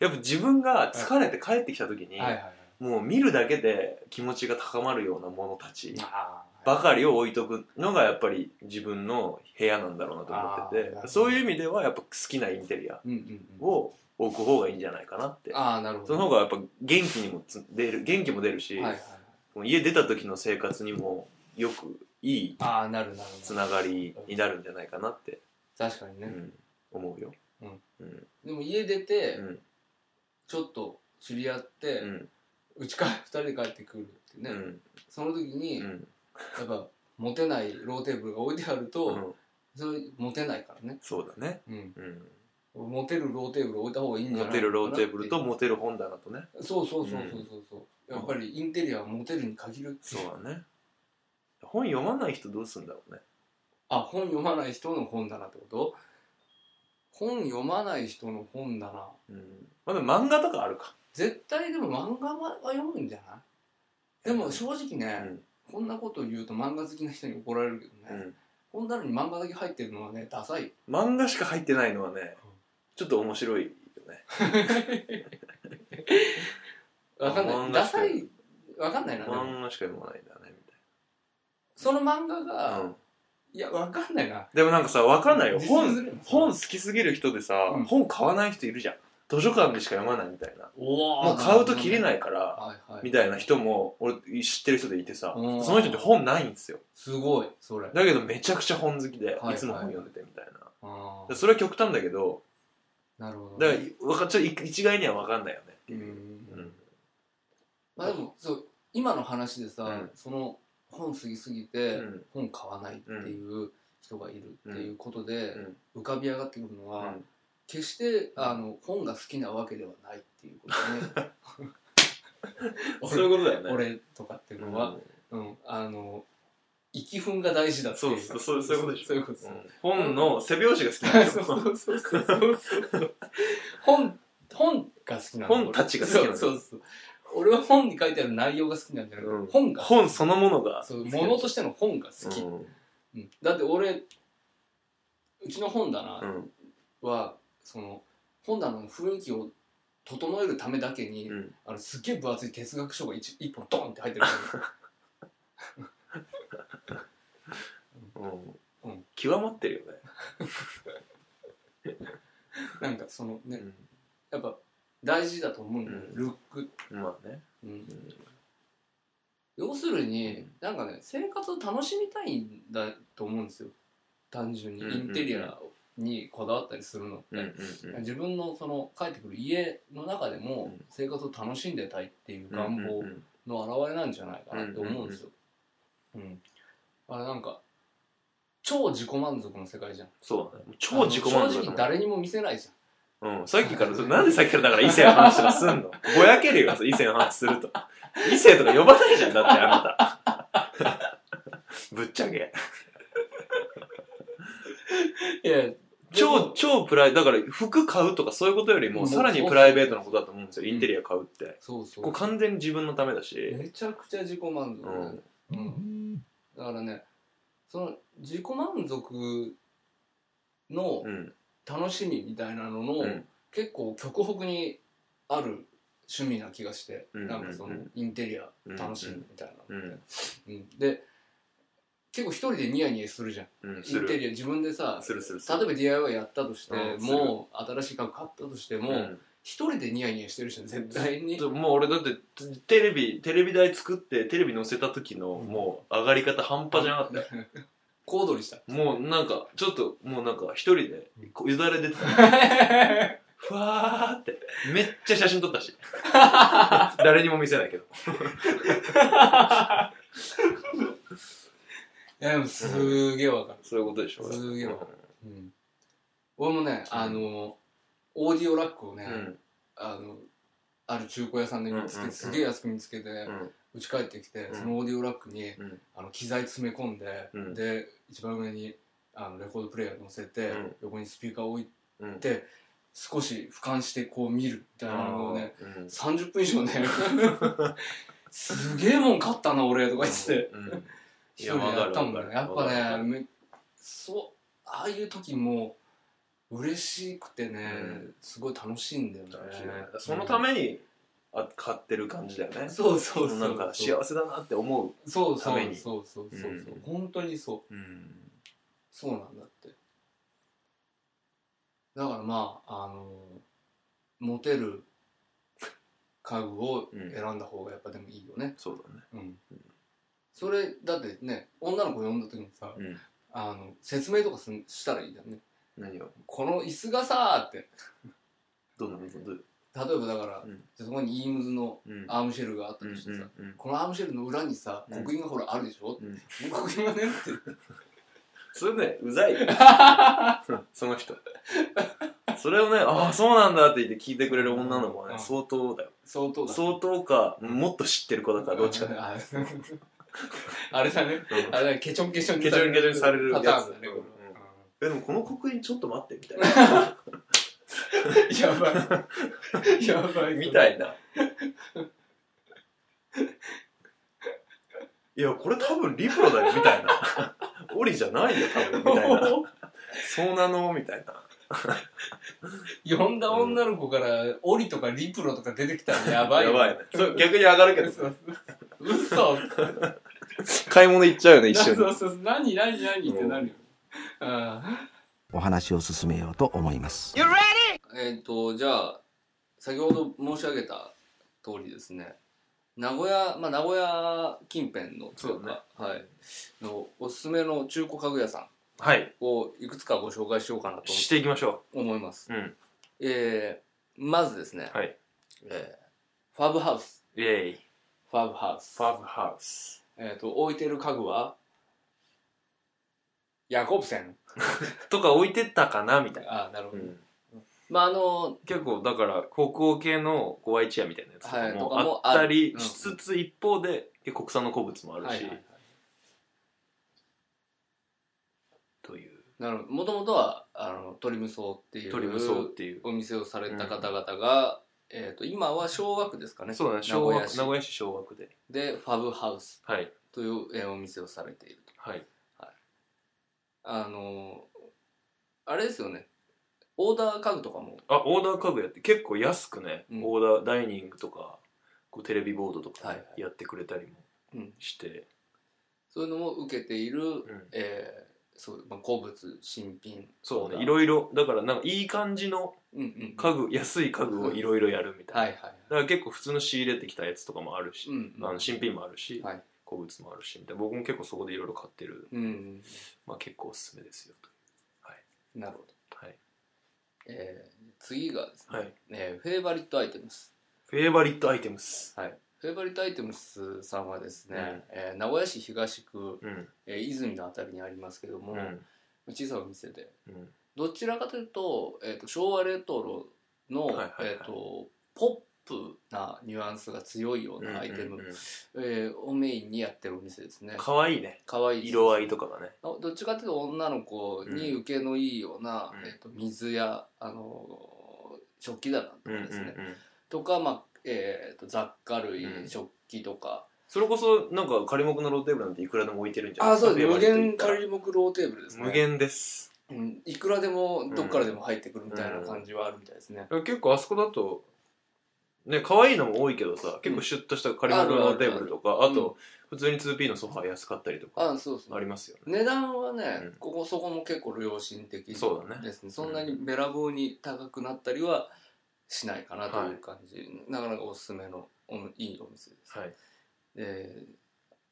[SPEAKER 2] やっぱ自分が疲れて帰ってきた時に、
[SPEAKER 1] はいはいはい
[SPEAKER 2] もう見るだけで気持ちが高まるようなものたち
[SPEAKER 1] あー
[SPEAKER 2] ばかりを置いとくのがやっぱり自分の部屋なんだろうなと思って
[SPEAKER 1] あーなるほ
[SPEAKER 2] て
[SPEAKER 1] ど
[SPEAKER 2] そういう意味ではやっぱ好きなインテリア
[SPEAKER 1] うんうんうん
[SPEAKER 2] を置く方がいいんじゃないかなって
[SPEAKER 1] ああなるほ
[SPEAKER 2] そ
[SPEAKER 1] ど
[SPEAKER 2] の方がやっぱ元気にもつ出る元気も出るし、
[SPEAKER 1] はいはいはい、
[SPEAKER 2] もう家出た時の生活にもよくいい
[SPEAKER 1] ああなるなる
[SPEAKER 2] つながりになるんじゃないかなって、
[SPEAKER 1] 確かに
[SPEAKER 2] う
[SPEAKER 1] ね、
[SPEAKER 2] ん、思うよ。
[SPEAKER 1] うん
[SPEAKER 2] うん
[SPEAKER 1] でも家出て、
[SPEAKER 2] うん
[SPEAKER 1] ちょっと知り合って、
[SPEAKER 2] うん
[SPEAKER 1] うちから2人で帰ってくるってね、
[SPEAKER 2] うん
[SPEAKER 1] その時に、
[SPEAKER 2] う
[SPEAKER 1] や
[SPEAKER 2] ん
[SPEAKER 1] っぱ持てないローテーブルが置いてあると、
[SPEAKER 2] うん
[SPEAKER 1] それ持てないからね、
[SPEAKER 2] そうだね
[SPEAKER 1] うん、
[SPEAKER 2] うん
[SPEAKER 1] 持てるローテーブル置いた方がいいんじ
[SPEAKER 2] モ
[SPEAKER 1] ゃない
[SPEAKER 2] テるローテーブルと
[SPEAKER 1] かなっ
[SPEAKER 2] モテる本棚とね
[SPEAKER 1] てそうそうそうそうそうそう
[SPEAKER 2] うん
[SPEAKER 1] やっぱりインテリアはモテるに限るってい
[SPEAKER 2] そうだね本読まない人どうすんだろうね
[SPEAKER 1] あ本読まない人の本棚ってこと本読まない人の本棚
[SPEAKER 2] うんまあでも漫画とかあるか
[SPEAKER 1] 絶対でも漫画は読むんじゃないでも正直
[SPEAKER 2] う
[SPEAKER 1] ね、
[SPEAKER 2] ん
[SPEAKER 1] こんなこと言うと漫画好きな人に怒られるけど
[SPEAKER 2] う
[SPEAKER 1] ね、
[SPEAKER 2] ん
[SPEAKER 1] こん、本棚に漫画だけ入ってるのはねダサい
[SPEAKER 2] 漫画しか入ってないのはね
[SPEAKER 1] うん
[SPEAKER 2] ちょっと面白いよね
[SPEAKER 1] わかんない
[SPEAKER 2] 漫
[SPEAKER 1] ダ
[SPEAKER 2] 画しか
[SPEAKER 1] サいわかんないなでも
[SPEAKER 2] 漫画しか読まないんだねみ
[SPEAKER 1] その漫画
[SPEAKER 2] たいな
[SPEAKER 1] が、
[SPEAKER 2] うん
[SPEAKER 1] いやわかんないな
[SPEAKER 2] でもなんかさわかんないよ
[SPEAKER 1] 実際ず
[SPEAKER 2] 本
[SPEAKER 1] れるの
[SPEAKER 2] 本好きすぎる人でさ
[SPEAKER 1] うん
[SPEAKER 2] 本買わない人いるじゃん図書館でしか読まないみたいな
[SPEAKER 1] おー
[SPEAKER 2] もう買うと切れないか
[SPEAKER 1] なる
[SPEAKER 2] ら
[SPEAKER 1] ほどねはいはい
[SPEAKER 2] みたいな人も俺知ってる人でいてさそ
[SPEAKER 1] うん
[SPEAKER 2] の人って本ないんですよ
[SPEAKER 1] すごいそれ
[SPEAKER 2] だけどめちゃくちゃ本好きで
[SPEAKER 1] はい
[SPEAKER 2] いつも本読んでてみたいな
[SPEAKER 1] あ
[SPEAKER 2] で
[SPEAKER 1] ー
[SPEAKER 2] それは極端だけど
[SPEAKER 1] なるほど
[SPEAKER 2] だ
[SPEAKER 1] ね、
[SPEAKER 2] からわかちょっと一概には分かんないよね
[SPEAKER 1] う
[SPEAKER 2] うんん
[SPEAKER 1] まあでもそう今の話でさ、
[SPEAKER 2] うん
[SPEAKER 1] その本過ぎすぎて、
[SPEAKER 2] うん
[SPEAKER 1] 本買わないっていう人がいるっていうことで
[SPEAKER 2] うん
[SPEAKER 1] 浮かび上がってくるのは、
[SPEAKER 2] うん
[SPEAKER 1] 決してあの本が好きなわけではないっていうこと ね俺
[SPEAKER 2] そういうことだよね
[SPEAKER 1] 俺とかっていう
[SPEAKER 2] う
[SPEAKER 1] の
[SPEAKER 2] ん
[SPEAKER 1] は、うんあの意気分が大事だってい
[SPEAKER 2] そうそうそうそういうことでしょ
[SPEAKER 1] そういうことです、
[SPEAKER 2] うん本の背表紙が好きなんです
[SPEAKER 1] そう
[SPEAKER 2] よ
[SPEAKER 1] そうそうそうそうそう本本が好きなの
[SPEAKER 2] 本たちが好きなの
[SPEAKER 1] 俺そうそうそう俺は本に書いてある内容が好きなんじゃなくて、
[SPEAKER 2] うん
[SPEAKER 1] 本が
[SPEAKER 2] 本そのものが
[SPEAKER 1] そう物としての本が好き、
[SPEAKER 2] う
[SPEAKER 1] うん
[SPEAKER 2] ん
[SPEAKER 1] だって俺うちの本
[SPEAKER 2] う
[SPEAKER 1] 棚
[SPEAKER 2] ん
[SPEAKER 1] は、その本棚の雰囲気を整えるためだけに、
[SPEAKER 2] うん
[SPEAKER 1] あのすっげえ分厚い哲学書が一一本ドンって入ってる
[SPEAKER 2] う
[SPEAKER 1] うん
[SPEAKER 2] ん極まってるよね
[SPEAKER 1] なんかそのね
[SPEAKER 2] うん
[SPEAKER 1] やっぱ大事だと思うんだよ、
[SPEAKER 2] うん
[SPEAKER 1] ルックって、
[SPEAKER 2] まあね
[SPEAKER 1] うん
[SPEAKER 2] うん
[SPEAKER 1] 要するに、
[SPEAKER 2] うん
[SPEAKER 1] なんかね生活を楽しみたいんだと思うんですよ単純に
[SPEAKER 2] うん
[SPEAKER 1] インテリアにこだわったりするのって、
[SPEAKER 2] うんうんうん
[SPEAKER 1] 自分のその帰ってくる家の中でも
[SPEAKER 2] うん
[SPEAKER 1] 生活を楽しんでたいっていう願望
[SPEAKER 2] うん
[SPEAKER 1] の表れなんじゃないかなって思うんですよ。うん、あれなんか超自己満足の世界じゃん
[SPEAKER 2] そうだね超自己満足だ
[SPEAKER 1] あの正
[SPEAKER 2] と
[SPEAKER 1] 直
[SPEAKER 2] 思う
[SPEAKER 1] 誰にも見せないじゃん
[SPEAKER 2] うんさっきからそれなんでさっきからだから異性の話とかすんの ぼやけるよ異性の話す ると異性とか呼ばないじゃんだってあなた ぶっちゃけ
[SPEAKER 1] いや
[SPEAKER 2] 超、超プライ、だから服買うとかそういうことよりも、
[SPEAKER 1] もう
[SPEAKER 2] さらにプライベートなことだと思うんですよ、インテリア買うって。
[SPEAKER 1] そうそ
[SPEAKER 2] こう
[SPEAKER 1] う
[SPEAKER 2] 完全に自分のためだし、
[SPEAKER 1] めちゃくちゃ自己満足
[SPEAKER 2] う
[SPEAKER 1] だよね
[SPEAKER 2] ん。
[SPEAKER 1] うんだからねその自己満足の
[SPEAKER 2] うん。
[SPEAKER 1] 楽しみみたいなのの、
[SPEAKER 2] うん
[SPEAKER 1] 結構極北にある趣味な気がして、
[SPEAKER 2] うん
[SPEAKER 1] なんかそのインテリア楽しむみたいなのって、うんで結構一人でニヤニヤするじゃん
[SPEAKER 2] うん。す
[SPEAKER 1] インテ
[SPEAKER 2] る。
[SPEAKER 1] リア自分でさ
[SPEAKER 2] するするす
[SPEAKER 1] 例え
[SPEAKER 2] る。
[SPEAKER 1] ば DIY やったとして
[SPEAKER 2] うんする
[SPEAKER 1] も、新しい家具買ったとしても、
[SPEAKER 2] うん
[SPEAKER 1] 一人でニヤニヤしてるじゃん絶対に
[SPEAKER 2] ちょもう俺だって、テレビ、テレビ台作って、テレビ載せた時の、もう、上がり方半端じゃなかったよ。
[SPEAKER 1] 小躍 りした
[SPEAKER 2] もうなんか、ちょっと、もうなんか、一人で、こう、よだれ出て た。ふわーって。めっちゃ写真撮 ったし。誰にも見せないけど。
[SPEAKER 1] いやでもすーげえわかる
[SPEAKER 2] そういうことでしょ。
[SPEAKER 1] すげえ
[SPEAKER 2] う
[SPEAKER 1] わうん俺もね、あのオーディオラックをね、
[SPEAKER 2] ん。
[SPEAKER 1] あのある中古屋さんで見つけて、
[SPEAKER 2] うんうんうん
[SPEAKER 1] すげえ安く見つけて、
[SPEAKER 2] う。
[SPEAKER 1] うんち帰ってきて、
[SPEAKER 2] うん
[SPEAKER 1] そのオーディオラックに、
[SPEAKER 2] うん
[SPEAKER 1] あの機材詰め込んで、
[SPEAKER 2] うん
[SPEAKER 1] で一番上にあのレコードプレイヤー乗せて、
[SPEAKER 2] うん
[SPEAKER 1] 横にスピーカー置い
[SPEAKER 2] うん。
[SPEAKER 1] て少し俯瞰してこう見るみたいなのをね、
[SPEAKER 2] うん
[SPEAKER 1] 30分 以上ねすげえもん買ったな俺とか言ってて。
[SPEAKER 2] うん
[SPEAKER 1] 一人でやったもん
[SPEAKER 2] い
[SPEAKER 1] ねや
[SPEAKER 2] や
[SPEAKER 1] っ
[SPEAKER 2] わかるわ
[SPEAKER 1] ぱ
[SPEAKER 2] か
[SPEAKER 1] ねめそうああいう時も嬉しくてね、
[SPEAKER 2] うん
[SPEAKER 1] すごい楽しいんだよね
[SPEAKER 2] そのた、めにあ買ってる感じだよ
[SPEAKER 1] う
[SPEAKER 2] ね
[SPEAKER 1] んそうそうそう
[SPEAKER 2] なんか幸せだなって思
[SPEAKER 1] そうそ
[SPEAKER 2] ため
[SPEAKER 1] う
[SPEAKER 2] に
[SPEAKER 1] そうそうそうそう、
[SPEAKER 2] うん
[SPEAKER 1] 本当にそう
[SPEAKER 2] ううん
[SPEAKER 1] そうなんだってだからまああのモテる家具を選んだ方がやっぱでもいいよね、
[SPEAKER 2] そうだね
[SPEAKER 1] うんそれだってね女の子呼んだ時にさ、
[SPEAKER 2] うん
[SPEAKER 1] あの説明とかすんしたらいいじゃんね
[SPEAKER 2] 何を
[SPEAKER 1] この椅子がさーって
[SPEAKER 2] どんなことどう
[SPEAKER 1] 例えばだから、
[SPEAKER 2] うん
[SPEAKER 1] じゃあそこにイームズの
[SPEAKER 2] うん
[SPEAKER 1] アームシェルがあった
[SPEAKER 2] う
[SPEAKER 1] と
[SPEAKER 2] ん
[SPEAKER 1] してさ、
[SPEAKER 2] うんうん
[SPEAKER 1] このアームシェルの裏にさ、
[SPEAKER 2] うん
[SPEAKER 1] 刻印がほらあるでしょ、
[SPEAKER 2] うん
[SPEAKER 1] 刻印がね って。
[SPEAKER 2] それね、うざいよ。その人。それをね、ああ、そうなんだって言って聞いてくれる女の子はね、
[SPEAKER 1] うん
[SPEAKER 2] 相当だよ。
[SPEAKER 1] 相当だ。
[SPEAKER 2] 相当か、もっと知ってる子だから、どっちかだよ。
[SPEAKER 1] あ あれだね。
[SPEAKER 2] うん
[SPEAKER 1] あれだね、ケチョンケチョン
[SPEAKER 2] ケチョンケチョンされるや
[SPEAKER 1] パ
[SPEAKER 2] つ
[SPEAKER 1] ターンだね、こ
[SPEAKER 2] え、でもこの刻印ちょっと待って、みたい
[SPEAKER 1] れは。やばい。やばい。
[SPEAKER 2] な。みた
[SPEAKER 1] い。
[SPEAKER 2] いな。いや、これ多分リプロだよ、みたいな。オリじゃないよ、多分、みたい な。そうなのみたいな。
[SPEAKER 1] 呼んだ女の子から、オリとかリプロとか出てきたらやばい。
[SPEAKER 2] やば
[SPEAKER 1] い。
[SPEAKER 2] いね。そう逆に上がるけど
[SPEAKER 1] 嘘。嘘。
[SPEAKER 2] 買い物行っちゃうよね、一緒に。
[SPEAKER 1] そうそうそう。何、何、何ってなるよ。あ
[SPEAKER 3] お話を進めようと思います
[SPEAKER 1] あえっと、じゃあ、先ほど申し上げた通りですね。名古屋、まあ、名古屋近辺の、
[SPEAKER 2] そうだね
[SPEAKER 1] はい。の、おすすめの中古家具屋さん。
[SPEAKER 2] はい。
[SPEAKER 1] をいくつかご紹介しようかなと
[SPEAKER 2] していきましょ
[SPEAKER 1] 思います。
[SPEAKER 2] う。うん。
[SPEAKER 1] えー、まずですね、
[SPEAKER 2] はい。
[SPEAKER 1] えー、ファブハウス。
[SPEAKER 2] イェイ。
[SPEAKER 1] ファブハウス。
[SPEAKER 2] ファブハウス。
[SPEAKER 1] えっ、と、置いてる家具は、ヤコブセン。
[SPEAKER 2] とか置いてったかなみたいな。
[SPEAKER 1] あーなるほど。まあ、あの、
[SPEAKER 2] 結構、だから、北欧系のホワイチェアみたいなやつと
[SPEAKER 1] はい
[SPEAKER 2] かも
[SPEAKER 1] とかも
[SPEAKER 2] あった
[SPEAKER 1] ある
[SPEAKER 2] り
[SPEAKER 1] うん
[SPEAKER 2] しつつ、一方で、え国産の古物もあるし、
[SPEAKER 1] はいはいはい、
[SPEAKER 2] という、
[SPEAKER 1] なるほど。もともとは、あの、鳥無双っていう。
[SPEAKER 2] 鳥無双っていう。
[SPEAKER 1] お店をされた方々が、えっ、と、今は昭和区ですかね。
[SPEAKER 2] そうだね、
[SPEAKER 1] 名
[SPEAKER 2] 昭和
[SPEAKER 1] 古屋
[SPEAKER 2] 区
[SPEAKER 1] 市
[SPEAKER 2] 名古屋市昭和区で。
[SPEAKER 1] で、ファブハウス
[SPEAKER 2] はい。
[SPEAKER 1] という、えーお店をされていると。
[SPEAKER 2] はい。
[SPEAKER 1] あのあれですよねオーダー家具とかも
[SPEAKER 2] あ、オーダー家具やって、結構安くね、
[SPEAKER 1] うん
[SPEAKER 2] オーダー、ダイニングとか、こうテレビボードとか
[SPEAKER 1] は
[SPEAKER 2] ね、
[SPEAKER 1] いはい
[SPEAKER 2] やってくれたりも
[SPEAKER 1] うん
[SPEAKER 2] して、
[SPEAKER 1] そういうのも受けている、
[SPEAKER 2] うん
[SPEAKER 1] えーそうまあ、古物新品
[SPEAKER 2] そうね、い
[SPEAKER 1] いろ
[SPEAKER 2] ろいろ、だから、なんかいい感じの
[SPEAKER 1] うんうん
[SPEAKER 2] 家具、安い家具をいろいろやるみたいな。
[SPEAKER 1] はいはいはい
[SPEAKER 2] だから結構普通の仕入れてきたやつとかもあるし、
[SPEAKER 1] うんうん
[SPEAKER 2] あの新品もあるし、
[SPEAKER 1] はい
[SPEAKER 2] 古物もあるしみたいな僕も結構そこでいろいろ買ってる、
[SPEAKER 1] うんうん
[SPEAKER 2] まあ、結構おすすめですよと
[SPEAKER 1] なるほど、
[SPEAKER 2] はい、
[SPEAKER 1] えー、次がですね、
[SPEAKER 2] はい、
[SPEAKER 1] えーフェイバリットアイテムス
[SPEAKER 2] フェイバリットアイテムス
[SPEAKER 1] はいフェイバリットアイテムスさんはですね、
[SPEAKER 2] うん
[SPEAKER 1] えー名古屋市東区、
[SPEAKER 2] うん
[SPEAKER 1] えー泉のあたりにありますけども、
[SPEAKER 2] うんうん
[SPEAKER 1] 小さなお店でどちらかというと,、えー、と昭和レトロの、
[SPEAKER 2] はいはいはい
[SPEAKER 1] えー、とポップなニュアンスが強いよう
[SPEAKER 2] うん
[SPEAKER 1] なアイテ
[SPEAKER 2] う
[SPEAKER 1] ム、
[SPEAKER 2] んうん
[SPEAKER 1] えーをメインにやってるお店ですね
[SPEAKER 2] かわいいね
[SPEAKER 1] かわいい
[SPEAKER 2] 色合いとかがね
[SPEAKER 1] あどっちかというと女の子に受けのいいような、
[SPEAKER 2] うん
[SPEAKER 1] えー、と水や、あのー食器棚と
[SPEAKER 2] うん
[SPEAKER 1] か
[SPEAKER 2] うんう
[SPEAKER 1] ですね、
[SPEAKER 2] ん
[SPEAKER 1] とか、まあえー、と雑貨類、
[SPEAKER 2] うん
[SPEAKER 1] 食器とか
[SPEAKER 2] それこそなんか仮木のローテーブルなんていくらでも置いてるんじゃない
[SPEAKER 1] あそうです無
[SPEAKER 2] フェイバリッ
[SPEAKER 1] 限
[SPEAKER 2] ト行ったら
[SPEAKER 1] 仮木ローテーブルですね
[SPEAKER 2] 無限です
[SPEAKER 1] うん、いくらでもどっからでも入ってくるみたいな感じはあるみたいですね、
[SPEAKER 2] 結構あそこだとね可愛いのも多いけどさ結構シュッとした仮木のローテーブルとか
[SPEAKER 1] あ
[SPEAKER 2] あ
[SPEAKER 1] るある
[SPEAKER 2] と普通に 2P のソファー安かったりとか
[SPEAKER 1] あそうですね
[SPEAKER 2] ありますよね
[SPEAKER 1] 値段はね、
[SPEAKER 2] うん
[SPEAKER 1] ここそこも結構良心的ですね
[SPEAKER 2] そうだね
[SPEAKER 1] そんなにべらぼうに高くなったりはしないかなと
[SPEAKER 2] はい
[SPEAKER 1] いう感じ、なかなかおすすめのおいいお店です、
[SPEAKER 2] はい
[SPEAKER 1] で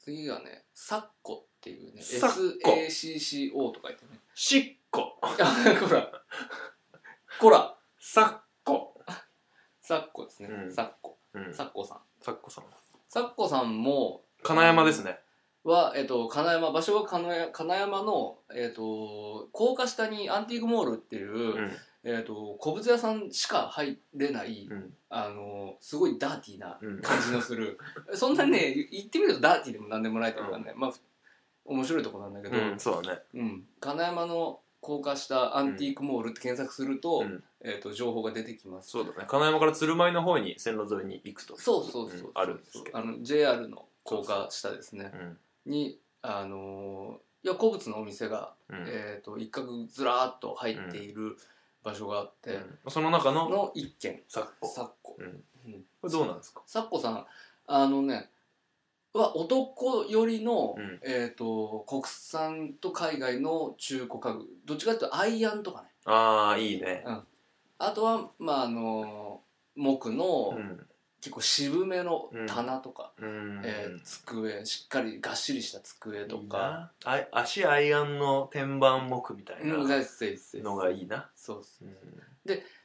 [SPEAKER 1] 次がね「サッコ」っていうね
[SPEAKER 2] サッコ
[SPEAKER 1] SACCO とか言ってね
[SPEAKER 2] しっこ
[SPEAKER 1] あこらこら
[SPEAKER 2] さっこ、
[SPEAKER 1] サッコですね、
[SPEAKER 2] うん
[SPEAKER 1] サッコ
[SPEAKER 2] うん、さ
[SPEAKER 1] サッコさん
[SPEAKER 2] っこさん
[SPEAKER 1] サッコさんも
[SPEAKER 2] 金山ですね
[SPEAKER 1] は、えっと、金山場所は金山金山の、えっと、高架下にアンティークモールっていう、
[SPEAKER 2] うん
[SPEAKER 1] えー、と古物屋さんしか入れない、
[SPEAKER 2] うん
[SPEAKER 1] あのすごいダーティーな
[SPEAKER 2] うん
[SPEAKER 1] 感じのする そんなね言ってみるとダーティーでも何でもないというかね、まあ面白いとこなんだけど、
[SPEAKER 2] うんそうだね
[SPEAKER 1] うん金山の高架下アンティークモールって検索すると,、
[SPEAKER 2] うん
[SPEAKER 1] えー、と情報が出てきます
[SPEAKER 2] そうだね金山から鶴舞の方に線路沿いに行くと
[SPEAKER 1] そうそうそう、
[SPEAKER 2] んあるんですけど
[SPEAKER 1] あの JR の高架下ですね
[SPEAKER 2] うん
[SPEAKER 1] にあのいや古物のお店が、
[SPEAKER 2] うん
[SPEAKER 1] えー、と一角ずらーっと入っている場所があって、
[SPEAKER 2] うんその中の
[SPEAKER 1] の一軒
[SPEAKER 2] さっこ
[SPEAKER 1] 昨今
[SPEAKER 2] うん
[SPEAKER 1] うん
[SPEAKER 2] これどうなんですか
[SPEAKER 1] サッコさんあのねは男よりの、
[SPEAKER 2] うん
[SPEAKER 1] えー、と国産と海外の中古家具どっちかっていうとアイアンとかね
[SPEAKER 2] ああいいね
[SPEAKER 1] あとはまああの木の、
[SPEAKER 2] うん
[SPEAKER 1] 結構渋めの棚とか、
[SPEAKER 2] うん
[SPEAKER 1] えー机しっかりがっしりした机と
[SPEAKER 2] いい
[SPEAKER 1] か
[SPEAKER 2] なあ足アイアンの天板木みたい
[SPEAKER 1] うん大
[SPEAKER 2] な
[SPEAKER 1] 好きです
[SPEAKER 2] のがいいな
[SPEAKER 1] そうです
[SPEAKER 2] うん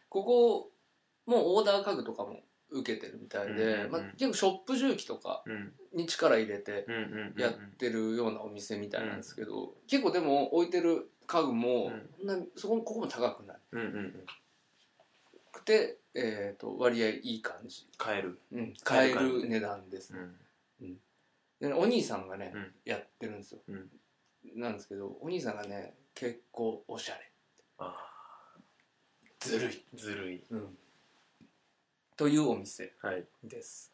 [SPEAKER 1] ここもうオーダー家具とかも受けてるみたいで、
[SPEAKER 2] うんうんうん
[SPEAKER 1] まあ、結構ショップ重機とか
[SPEAKER 2] うん
[SPEAKER 1] に力入れて
[SPEAKER 2] うんうんうん
[SPEAKER 1] やってるようなお店みたいなんですけど、結構でも置いてる家具も、そんなそこもここも高くな
[SPEAKER 2] うんうんうん
[SPEAKER 1] くて、えー、と割合いい感じ、
[SPEAKER 2] 買える
[SPEAKER 1] うん、
[SPEAKER 2] 買
[SPEAKER 1] 買
[SPEAKER 2] え
[SPEAKER 1] え
[SPEAKER 2] る
[SPEAKER 1] る値段です
[SPEAKER 2] う
[SPEAKER 1] ね、
[SPEAKER 2] ん
[SPEAKER 1] でお兄さんがね、
[SPEAKER 2] うん
[SPEAKER 1] やってるんですよ、
[SPEAKER 2] うん
[SPEAKER 1] なんですけどお兄さんがね結構おしゃれ
[SPEAKER 2] あ
[SPEAKER 1] ずるい、
[SPEAKER 2] ーずるい
[SPEAKER 1] うん、というお店
[SPEAKER 2] はい
[SPEAKER 1] です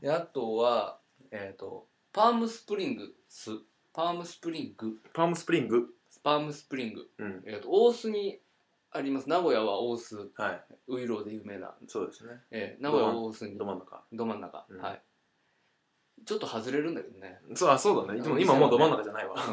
[SPEAKER 1] であとはえっ、とパームスプリングスパームスプリング
[SPEAKER 2] パームスプリング
[SPEAKER 1] パームスプリング、
[SPEAKER 2] うん
[SPEAKER 1] えー、と大須にあります名古屋は大須
[SPEAKER 2] はい
[SPEAKER 1] ウイローで有名な、
[SPEAKER 2] そうですね
[SPEAKER 1] えー名古屋は大須に
[SPEAKER 2] ど真ん中
[SPEAKER 1] ど真ん中、
[SPEAKER 2] うん
[SPEAKER 1] はいちょっと外れるんだけどね、
[SPEAKER 2] そうあそうだねでも今もうど真ん中じゃないわ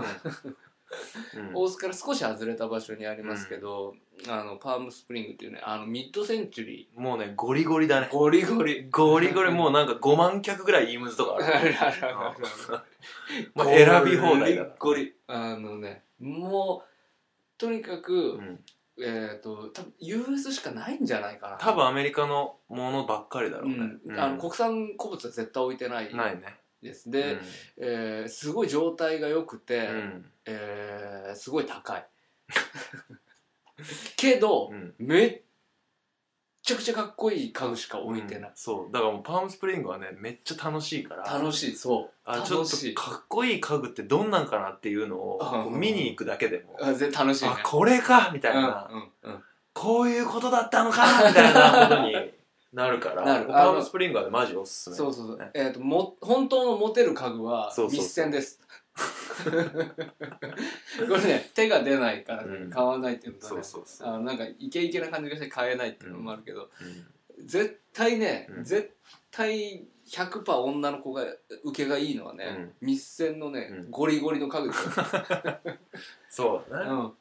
[SPEAKER 2] うん
[SPEAKER 1] 大須から少し外れた場所にありますけど、あのパームスプリングっていうねあのミッドセンチュリ
[SPEAKER 2] もうねゴリゴリだね
[SPEAKER 1] ーゴリゴリ
[SPEAKER 2] ゴリゴリもうなんか5万客ぐらいイームズとか
[SPEAKER 1] あ
[SPEAKER 2] あ
[SPEAKER 1] る
[SPEAKER 2] る
[SPEAKER 1] あるあるある
[SPEAKER 2] もう選び放題だから
[SPEAKER 1] ゴリゴリあのねもうとにかく、
[SPEAKER 2] うん
[SPEAKER 1] えっ、と多分 US しかないんじゃないかな
[SPEAKER 2] 多分アメリカのものばっかりだろう
[SPEAKER 1] う
[SPEAKER 2] ね
[SPEAKER 1] ん
[SPEAKER 2] うん
[SPEAKER 1] あの国産古物は絶対置いてない
[SPEAKER 2] ないね
[SPEAKER 1] ですで、えーすごい状態が良くて、
[SPEAKER 2] うんうん
[SPEAKER 1] えーすごい高い けど
[SPEAKER 2] う、ん
[SPEAKER 1] めっちゃくちゃかっこいい家具しか置いてない、
[SPEAKER 2] うんそうだからもうパームスプリングはねめっちゃ楽しいから
[SPEAKER 1] 楽しいそう
[SPEAKER 2] あ
[SPEAKER 1] 楽
[SPEAKER 2] ちょっと
[SPEAKER 1] しい
[SPEAKER 2] かっこいい家具ってどんなんかなっていうのを
[SPEAKER 1] うん
[SPEAKER 2] こう見に行くだけでも、
[SPEAKER 1] あぜ楽しいね
[SPEAKER 2] あこれかみたいな、
[SPEAKER 1] うんうんうん
[SPEAKER 2] こういうことだったのかみたいなことになるから
[SPEAKER 1] なる
[SPEAKER 2] パームスプリングはねマジおすすめ
[SPEAKER 1] そうそうそう
[SPEAKER 2] ね。
[SPEAKER 1] えっ、と、も、本当のモテる家具は
[SPEAKER 2] そうそうそう
[SPEAKER 1] 密戦 です。 これね、手が出ないからね、
[SPEAKER 2] うん
[SPEAKER 1] 買わないっていうのと
[SPEAKER 2] そ
[SPEAKER 1] ね
[SPEAKER 2] う、そうそう
[SPEAKER 1] あのなんかイケイケな感じがして買えないっていうのもあるけ
[SPEAKER 2] う
[SPEAKER 1] ど、
[SPEAKER 2] ん
[SPEAKER 1] 絶対ね、
[SPEAKER 2] うん
[SPEAKER 1] 絶対100%女の子が受けがいいのはね、密戦のね、
[SPEAKER 2] うん
[SPEAKER 1] ゴリゴリの 家具ですよ。
[SPEAKER 2] そう
[SPEAKER 1] う
[SPEAKER 2] だね、
[SPEAKER 1] ん。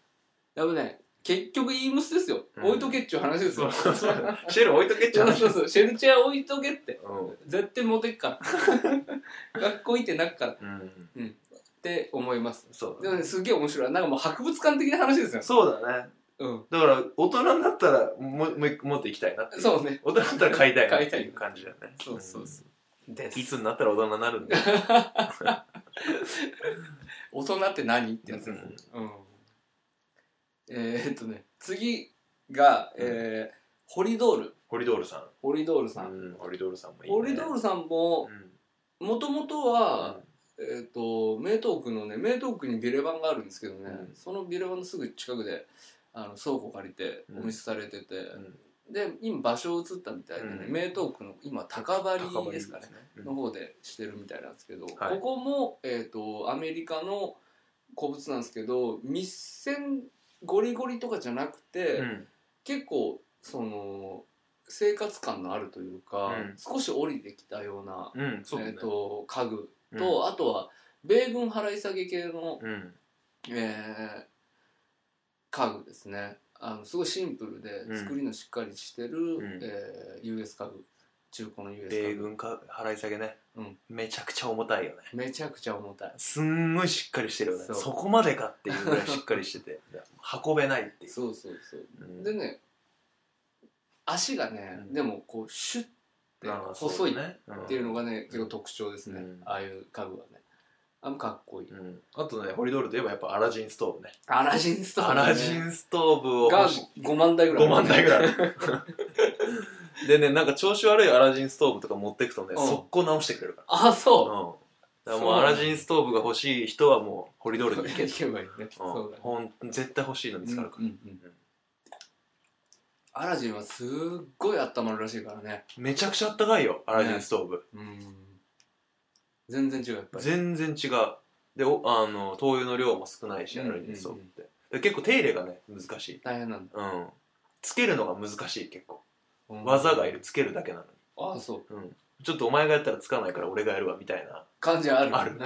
[SPEAKER 1] やっぱね、結局イームスですよ。
[SPEAKER 2] うん
[SPEAKER 1] 置いとけっちゅう話です
[SPEAKER 2] そ
[SPEAKER 1] よ。
[SPEAKER 2] うそうそうシェル置いとけっちゃ
[SPEAKER 1] そうう
[SPEAKER 2] 話
[SPEAKER 1] そうそう、シェルチェア置いとけって。
[SPEAKER 2] うん
[SPEAKER 1] 絶対モテっから。 学校行ってなっから。
[SPEAKER 2] うん
[SPEAKER 1] って思います
[SPEAKER 2] そう
[SPEAKER 1] で
[SPEAKER 2] だ
[SPEAKER 1] も
[SPEAKER 2] ね
[SPEAKER 1] ねすげえ面白いなんかもう博物館的な話ですよ
[SPEAKER 2] そうだね
[SPEAKER 1] うん
[SPEAKER 2] だから大人になったらもも持っていきたいなっていう
[SPEAKER 1] そうね
[SPEAKER 2] 大人になったら買いたいなって
[SPEAKER 1] 買い
[SPEAKER 2] い
[SPEAKER 1] た
[SPEAKER 2] う
[SPEAKER 1] い
[SPEAKER 2] 感じだよね
[SPEAKER 1] そうそうそです
[SPEAKER 2] んいつになったら大人になるんだよ
[SPEAKER 1] 大人って何ってやつ
[SPEAKER 2] う
[SPEAKER 1] です
[SPEAKER 2] ん
[SPEAKER 1] うんえー、っとね次が、えー、ホリドール
[SPEAKER 2] ホリドールさん
[SPEAKER 1] ホリドールさん、
[SPEAKER 2] うん、ホリドールさんもいい、ね。
[SPEAKER 1] ホリドールさんももともとは、えーっと名東区のね名東区にビレバンがあるんですけどね、
[SPEAKER 2] うん
[SPEAKER 1] そのビレバンのすぐ近くであの倉庫借りて
[SPEAKER 2] うん
[SPEAKER 1] お店されてて、
[SPEAKER 2] うん、
[SPEAKER 1] で今場所移ったみたいでね、
[SPEAKER 2] うん
[SPEAKER 1] 名東区の今高
[SPEAKER 2] 高
[SPEAKER 1] 張り
[SPEAKER 2] 森
[SPEAKER 1] ですかね
[SPEAKER 2] うん
[SPEAKER 1] の方でしてるみたいなんですけど、
[SPEAKER 2] はい
[SPEAKER 1] ここも、えー、とアメリカの古物なんですけど密戦ゴリゴリとかじゃなくて、
[SPEAKER 2] うん
[SPEAKER 1] 結構その生活感のあるというか、
[SPEAKER 2] うん
[SPEAKER 1] 少し降りてきたような、
[SPEAKER 2] うん、そうだ
[SPEAKER 1] え
[SPEAKER 2] ね。
[SPEAKER 1] ー、と家具
[SPEAKER 2] うん、
[SPEAKER 1] と、あとは米軍払い下げ系の、
[SPEAKER 2] うん、
[SPEAKER 1] えー家具ですねあのすごいシンプル
[SPEAKER 2] う
[SPEAKER 1] で
[SPEAKER 2] ん
[SPEAKER 1] 作りのしっかりしてる、
[SPEAKER 2] ん
[SPEAKER 1] えー US 家具中古の US
[SPEAKER 2] 米
[SPEAKER 1] 家具
[SPEAKER 2] 軍か払い下げね、
[SPEAKER 1] うん
[SPEAKER 2] めちゃくちゃ重たいよね。
[SPEAKER 1] めちゃくちゃ重たい
[SPEAKER 2] すんごいしっかりしてるよね。
[SPEAKER 1] そ
[SPEAKER 2] そうこまでかっていうぐらいしっかりして て、運べないっていう。
[SPEAKER 1] そうそうそう
[SPEAKER 2] うん
[SPEAKER 1] でね足がね、
[SPEAKER 2] うん
[SPEAKER 1] でもこうシュッて
[SPEAKER 2] あー
[SPEAKER 1] 細い
[SPEAKER 2] そう
[SPEAKER 1] っ
[SPEAKER 2] ねうん
[SPEAKER 1] ていうのがね、結構特徴ですね、
[SPEAKER 2] うん
[SPEAKER 1] ああいう家具はねあんまかっこいい、
[SPEAKER 2] うんあとね、ホリドールといえばやっぱアラジンストーブね。
[SPEAKER 1] アラジンストー
[SPEAKER 2] ア
[SPEAKER 1] ブね、
[SPEAKER 2] ラジンストーブを
[SPEAKER 1] が
[SPEAKER 2] 欲し
[SPEAKER 1] 5万台ぐらい
[SPEAKER 2] 5万台ぐらいある。 でね、なんか調子悪いアラジンストーブとか持ってくとね、
[SPEAKER 1] うん
[SPEAKER 2] 速攻直してくれるから。
[SPEAKER 1] あそう
[SPEAKER 2] うん。だからもうアラジンストーブが欲しい人はもうホリドールに行け
[SPEAKER 1] 行けばいいね、そうだね
[SPEAKER 2] ほん絶対欲しいの見つかるから、
[SPEAKER 1] うんうんうんアラジンはすっごい温まるらしいからね
[SPEAKER 2] めちゃくちゃあったかいよアラジンストーブ、
[SPEAKER 1] うん全然違うやっぱり
[SPEAKER 2] 全然違うでおあの灯油の量も少ないし、
[SPEAKER 1] うん
[SPEAKER 2] アラジンストーブってで結構手入れがね難しい
[SPEAKER 1] 大変なんだ、
[SPEAKER 2] うんつけるのが難しい結構
[SPEAKER 1] うん
[SPEAKER 2] 技がいるつけるだけなのに
[SPEAKER 1] ああそう
[SPEAKER 2] ちょっとお前がやったらつかないから俺がやるわみたいな
[SPEAKER 1] 感じある
[SPEAKER 2] ある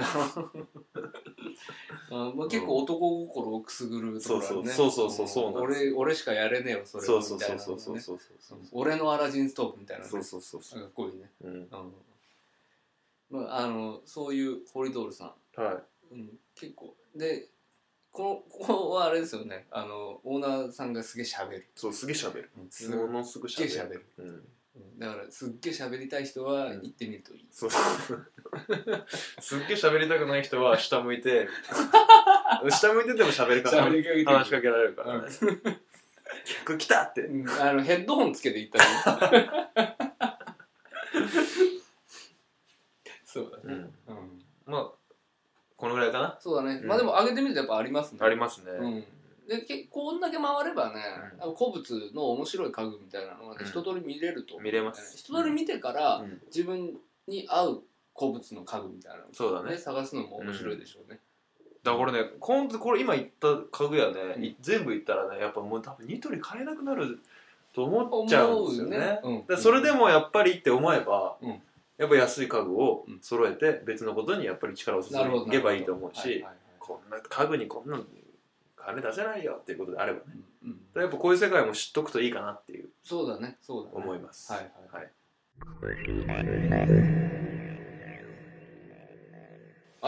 [SPEAKER 1] あまあ、結構男心をくすぐるところあるね
[SPEAKER 2] そうそうそうそうそうなんです
[SPEAKER 1] 俺俺しかやれねえよそれ
[SPEAKER 2] そ
[SPEAKER 1] は
[SPEAKER 2] うそ
[SPEAKER 1] み
[SPEAKER 2] う
[SPEAKER 1] たい
[SPEAKER 2] そ
[SPEAKER 1] な
[SPEAKER 2] う
[SPEAKER 1] のね
[SPEAKER 2] そうそうそうそう
[SPEAKER 1] 俺のアラジンストーブみたいなね
[SPEAKER 2] そうそうそうそう
[SPEAKER 1] かっこいいね、
[SPEAKER 2] うん
[SPEAKER 1] うんまあ、あのそういうホリドールさん
[SPEAKER 2] はい
[SPEAKER 1] うん、結構でこの、ここはあれですよね。あの、オーナーさんがすげえ喋る。
[SPEAKER 2] そう、すげえ喋る。
[SPEAKER 1] す
[SPEAKER 2] も
[SPEAKER 1] っ
[SPEAKER 2] のすぐ
[SPEAKER 1] げえ
[SPEAKER 2] 喋
[SPEAKER 1] 喋
[SPEAKER 2] る。
[SPEAKER 1] る。
[SPEAKER 2] う ん。
[SPEAKER 1] うんだから、すっげえ喋りたい人は行ってみるといい。
[SPEAKER 2] そうそう。すっげえ喋りたくない人は下向い て、下向いてても喋りか
[SPEAKER 1] 喋りかけてみる
[SPEAKER 2] 話しかけられるからね。客来たって。
[SPEAKER 1] うんあの、ヘッドホンつけて行ったらい い。そうだ
[SPEAKER 2] う
[SPEAKER 1] ね。
[SPEAKER 2] ん。
[SPEAKER 1] うん。
[SPEAKER 2] まあ、このぐらいかな。
[SPEAKER 1] そうだね。
[SPEAKER 2] うん
[SPEAKER 1] まあでも、上げてみるとやっぱありますね。
[SPEAKER 2] ありますね。
[SPEAKER 1] うん。で、けこんだけ回ればね、
[SPEAKER 2] うん
[SPEAKER 1] やっぱ古物の面白い家具みたいなのがね
[SPEAKER 2] うん
[SPEAKER 1] 一通り見れると思う、
[SPEAKER 2] 見れます
[SPEAKER 1] 一通り見てから、
[SPEAKER 2] うん
[SPEAKER 1] 自分に合う古物の家具みたいなのを
[SPEAKER 2] そうだね
[SPEAKER 1] ね。探すのも面白いでしょうね、
[SPEAKER 2] だからね、こんこれ今言った家具屋ね、
[SPEAKER 1] うん
[SPEAKER 2] い全部言ったらね、やっぱもう多分ニトリ買えなくなると思っちゃうんですよね。
[SPEAKER 1] 思うよねうん
[SPEAKER 2] だからそれでもやっぱりって思えば、
[SPEAKER 1] うん
[SPEAKER 2] やっぱ安い家具を
[SPEAKER 1] うん
[SPEAKER 2] 揃えて別のことにやっぱり力を注
[SPEAKER 1] なるほど
[SPEAKER 2] げばいいと思うし、
[SPEAKER 1] はいはいはい
[SPEAKER 2] こんな家具にこんなの金出せないよっていうことであればね。
[SPEAKER 1] うんうん
[SPEAKER 2] だからやっぱこういう世界も知っとくといいかなっていう
[SPEAKER 1] そうだねそうだね
[SPEAKER 2] 思います。
[SPEAKER 1] はいはいは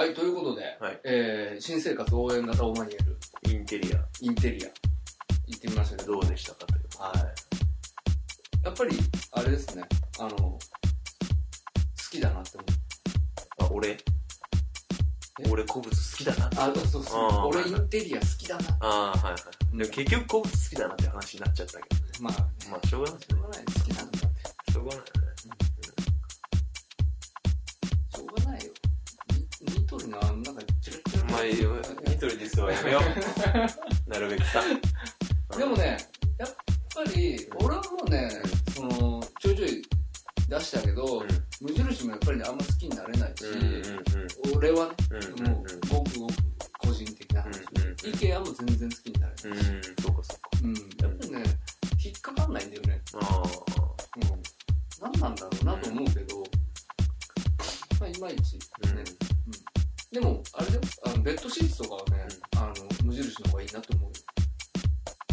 [SPEAKER 1] いということで、
[SPEAKER 2] はい
[SPEAKER 1] えー新生活応援型オマニエル
[SPEAKER 2] インテリア
[SPEAKER 1] インテリア行ってみましたけど
[SPEAKER 2] どうでしたかという。
[SPEAKER 1] はいやっぱりあれですねあの好きだなって思
[SPEAKER 2] あ
[SPEAKER 1] う
[SPEAKER 2] 俺俺古物好きだなって。
[SPEAKER 1] あそうそう
[SPEAKER 2] あー
[SPEAKER 1] 俺インテリア好きだな
[SPEAKER 2] ああはいはい。でも結局古物好きだなって話になっちゃったけどね。
[SPEAKER 1] まあね
[SPEAKER 2] まあしょうがない
[SPEAKER 1] しょうがない好きなんだって
[SPEAKER 2] しょうがないよね。
[SPEAKER 1] しょうがないよニニトリのあのなんかチラチラ
[SPEAKER 2] まあいいよニトリですはやめよ う。なるべくさ。
[SPEAKER 1] でもねやっぱり俺はもうねそのちょいちょい出したけど、
[SPEAKER 2] うん、
[SPEAKER 1] 無印もやっぱりねあんま好きになれないし、
[SPEAKER 2] うんうんうん。
[SPEAKER 1] 俺はね
[SPEAKER 2] うんうん
[SPEAKER 1] もうごくごく個人的な話、
[SPEAKER 2] うん
[SPEAKER 1] IKEA も全然好きになれない、
[SPEAKER 2] うん、うん、そうかそうか。
[SPEAKER 1] うん、やっぱりね引っかかんないんだよね、
[SPEAKER 2] あ
[SPEAKER 1] うん、何なんだろうなと思うけど、まあいまいち
[SPEAKER 2] あ、
[SPEAKER 1] ね、でも、あれだよ、あのベッドシーツとかはね、あの、無印の方がいいなと思うよ。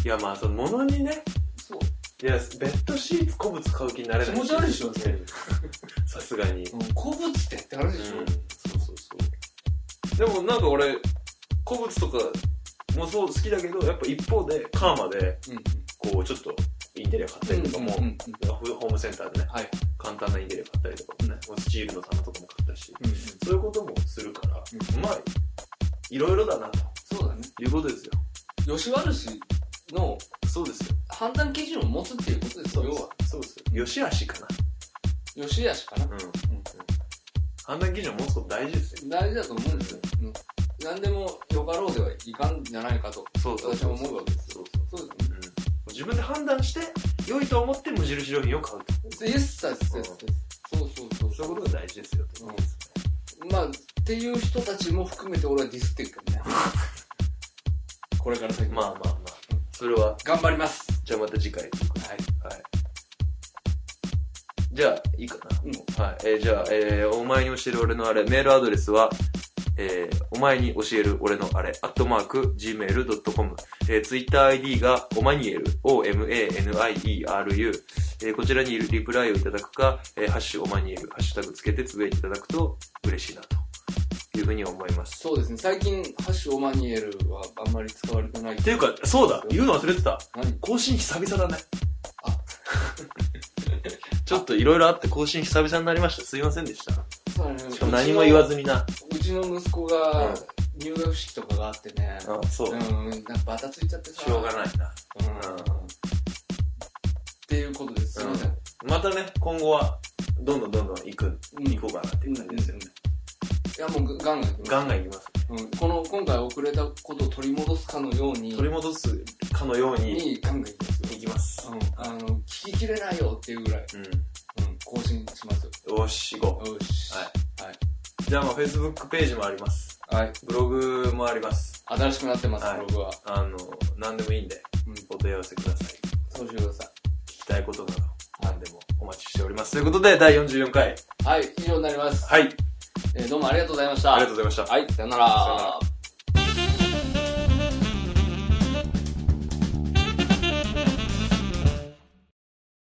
[SPEAKER 2] いやまあその物にね、
[SPEAKER 1] そう。
[SPEAKER 2] いやベッドシーツ古物買う気になれない。
[SPEAKER 1] 気持ち悪いでしょ
[SPEAKER 2] うん
[SPEAKER 1] それ
[SPEAKER 2] さすがに。うん、
[SPEAKER 1] うん、古物ってってあるでしょ、
[SPEAKER 2] そうそうそう。でもなんか俺古物とかもそう好きだけど、やっぱ一方でカーマで
[SPEAKER 1] うん、
[SPEAKER 2] こうちょっとインテリア買ったりとかも、
[SPEAKER 1] うんうん
[SPEAKER 2] ホームセンターでね。
[SPEAKER 1] はい。
[SPEAKER 2] 簡単なインテリア買ったりとかもね、スチールの棚とかも買ったし、
[SPEAKER 1] うん、
[SPEAKER 2] そういうこともするから、
[SPEAKER 1] うん
[SPEAKER 2] まあ、いろいろだなと
[SPEAKER 1] そうだね。
[SPEAKER 2] いうことですよ。
[SPEAKER 1] 吉原氏の
[SPEAKER 2] そうですよ。
[SPEAKER 1] 判断基準を持つっていうことですよ、要は。
[SPEAKER 2] そうですよ。よしあしかな。
[SPEAKER 1] 吉谷氏かな。
[SPEAKER 2] うん。判断基準を持つこと大事ですよ。
[SPEAKER 1] 大事だと思うんですよ。うん。何でもよかろうではいかんじゃないかと、
[SPEAKER 2] そう
[SPEAKER 1] 私は思うわけですよ。そうですね。
[SPEAKER 2] うん。自分で判断して、良いと思って無印良品を買うと。
[SPEAKER 1] イエスさすそうそうそう。
[SPEAKER 2] そういうことが大事ですよ。
[SPEAKER 1] うんまあ、っていう人たちも含めて俺はディスっていくからね。 これから先
[SPEAKER 2] まあまあまあ。それは、
[SPEAKER 1] 頑張ります。
[SPEAKER 2] じゃあまた次回。
[SPEAKER 1] はい。
[SPEAKER 2] はい。じゃあ、いいかな。
[SPEAKER 1] うん
[SPEAKER 2] はい。えーじゃあ、えーお前に教える俺のあれ、メールアドレスは、えーお前に教える俺のあれ、アットマーク、gmail.com。えー、TwitterID が、おまにえる、o-m-a-n-i-e-r-u。えーこちらにリプライをいただくか、えーハッシュおまにえる、ハッシュタグつけてつぶやいていただくと嬉しいな、というふうに思います。
[SPEAKER 1] そうですね、最近、ハッシュオマニエルはあんまり使われてない。っ
[SPEAKER 2] っていうか、そうだ、言うの忘れてた。
[SPEAKER 1] 何
[SPEAKER 2] 更新久々だね。
[SPEAKER 1] あ
[SPEAKER 2] ちょっといろいろあって更新久々になりました。すいませんでした。
[SPEAKER 1] そうね
[SPEAKER 2] しかも何も言わずにな。
[SPEAKER 1] うちのうちの息子
[SPEAKER 2] うん
[SPEAKER 1] が入学式とかがあってね、
[SPEAKER 2] あそう
[SPEAKER 1] う。ん、なんかバタついちゃってさ。
[SPEAKER 2] しょうがないな。
[SPEAKER 1] うん。っていうことです。すいません。
[SPEAKER 2] またね、今後は、どんどんどんどん行く、
[SPEAKER 1] うん
[SPEAKER 2] 行こうかなっていう感じですよね。
[SPEAKER 1] いや、もうガンガンいきます
[SPEAKER 2] ガンガン行きます。
[SPEAKER 1] うん、この、今回遅れたことを取り戻すかのように、
[SPEAKER 2] 取り戻すかのように、
[SPEAKER 1] にガンガンいきますよ。
[SPEAKER 2] 行きます。
[SPEAKER 1] うん、あの、聞ききれないよっていうぐらい、
[SPEAKER 2] う
[SPEAKER 1] うん、更新しますよ。
[SPEAKER 2] ん。よし、行こ
[SPEAKER 1] よし。
[SPEAKER 2] は
[SPEAKER 1] はい。
[SPEAKER 2] う。じゃあ、まあ、Facebook ページもあります。
[SPEAKER 1] はい。
[SPEAKER 2] ブログもあります。
[SPEAKER 1] 新しくなってます、
[SPEAKER 2] はい
[SPEAKER 1] ブログは。
[SPEAKER 2] あの、何でもいいんで、
[SPEAKER 1] うん、
[SPEAKER 2] お問い合わせください。
[SPEAKER 1] そうしてくださ
[SPEAKER 2] 聞きたいことなど、何でもお待ちしております。ということで、第44回。
[SPEAKER 1] い。はい、以上になります。
[SPEAKER 2] はい。あり
[SPEAKER 1] えーどうもありがとうございました。
[SPEAKER 2] がとうございました。
[SPEAKER 1] はい、さよなら。
[SPEAKER 2] さよなら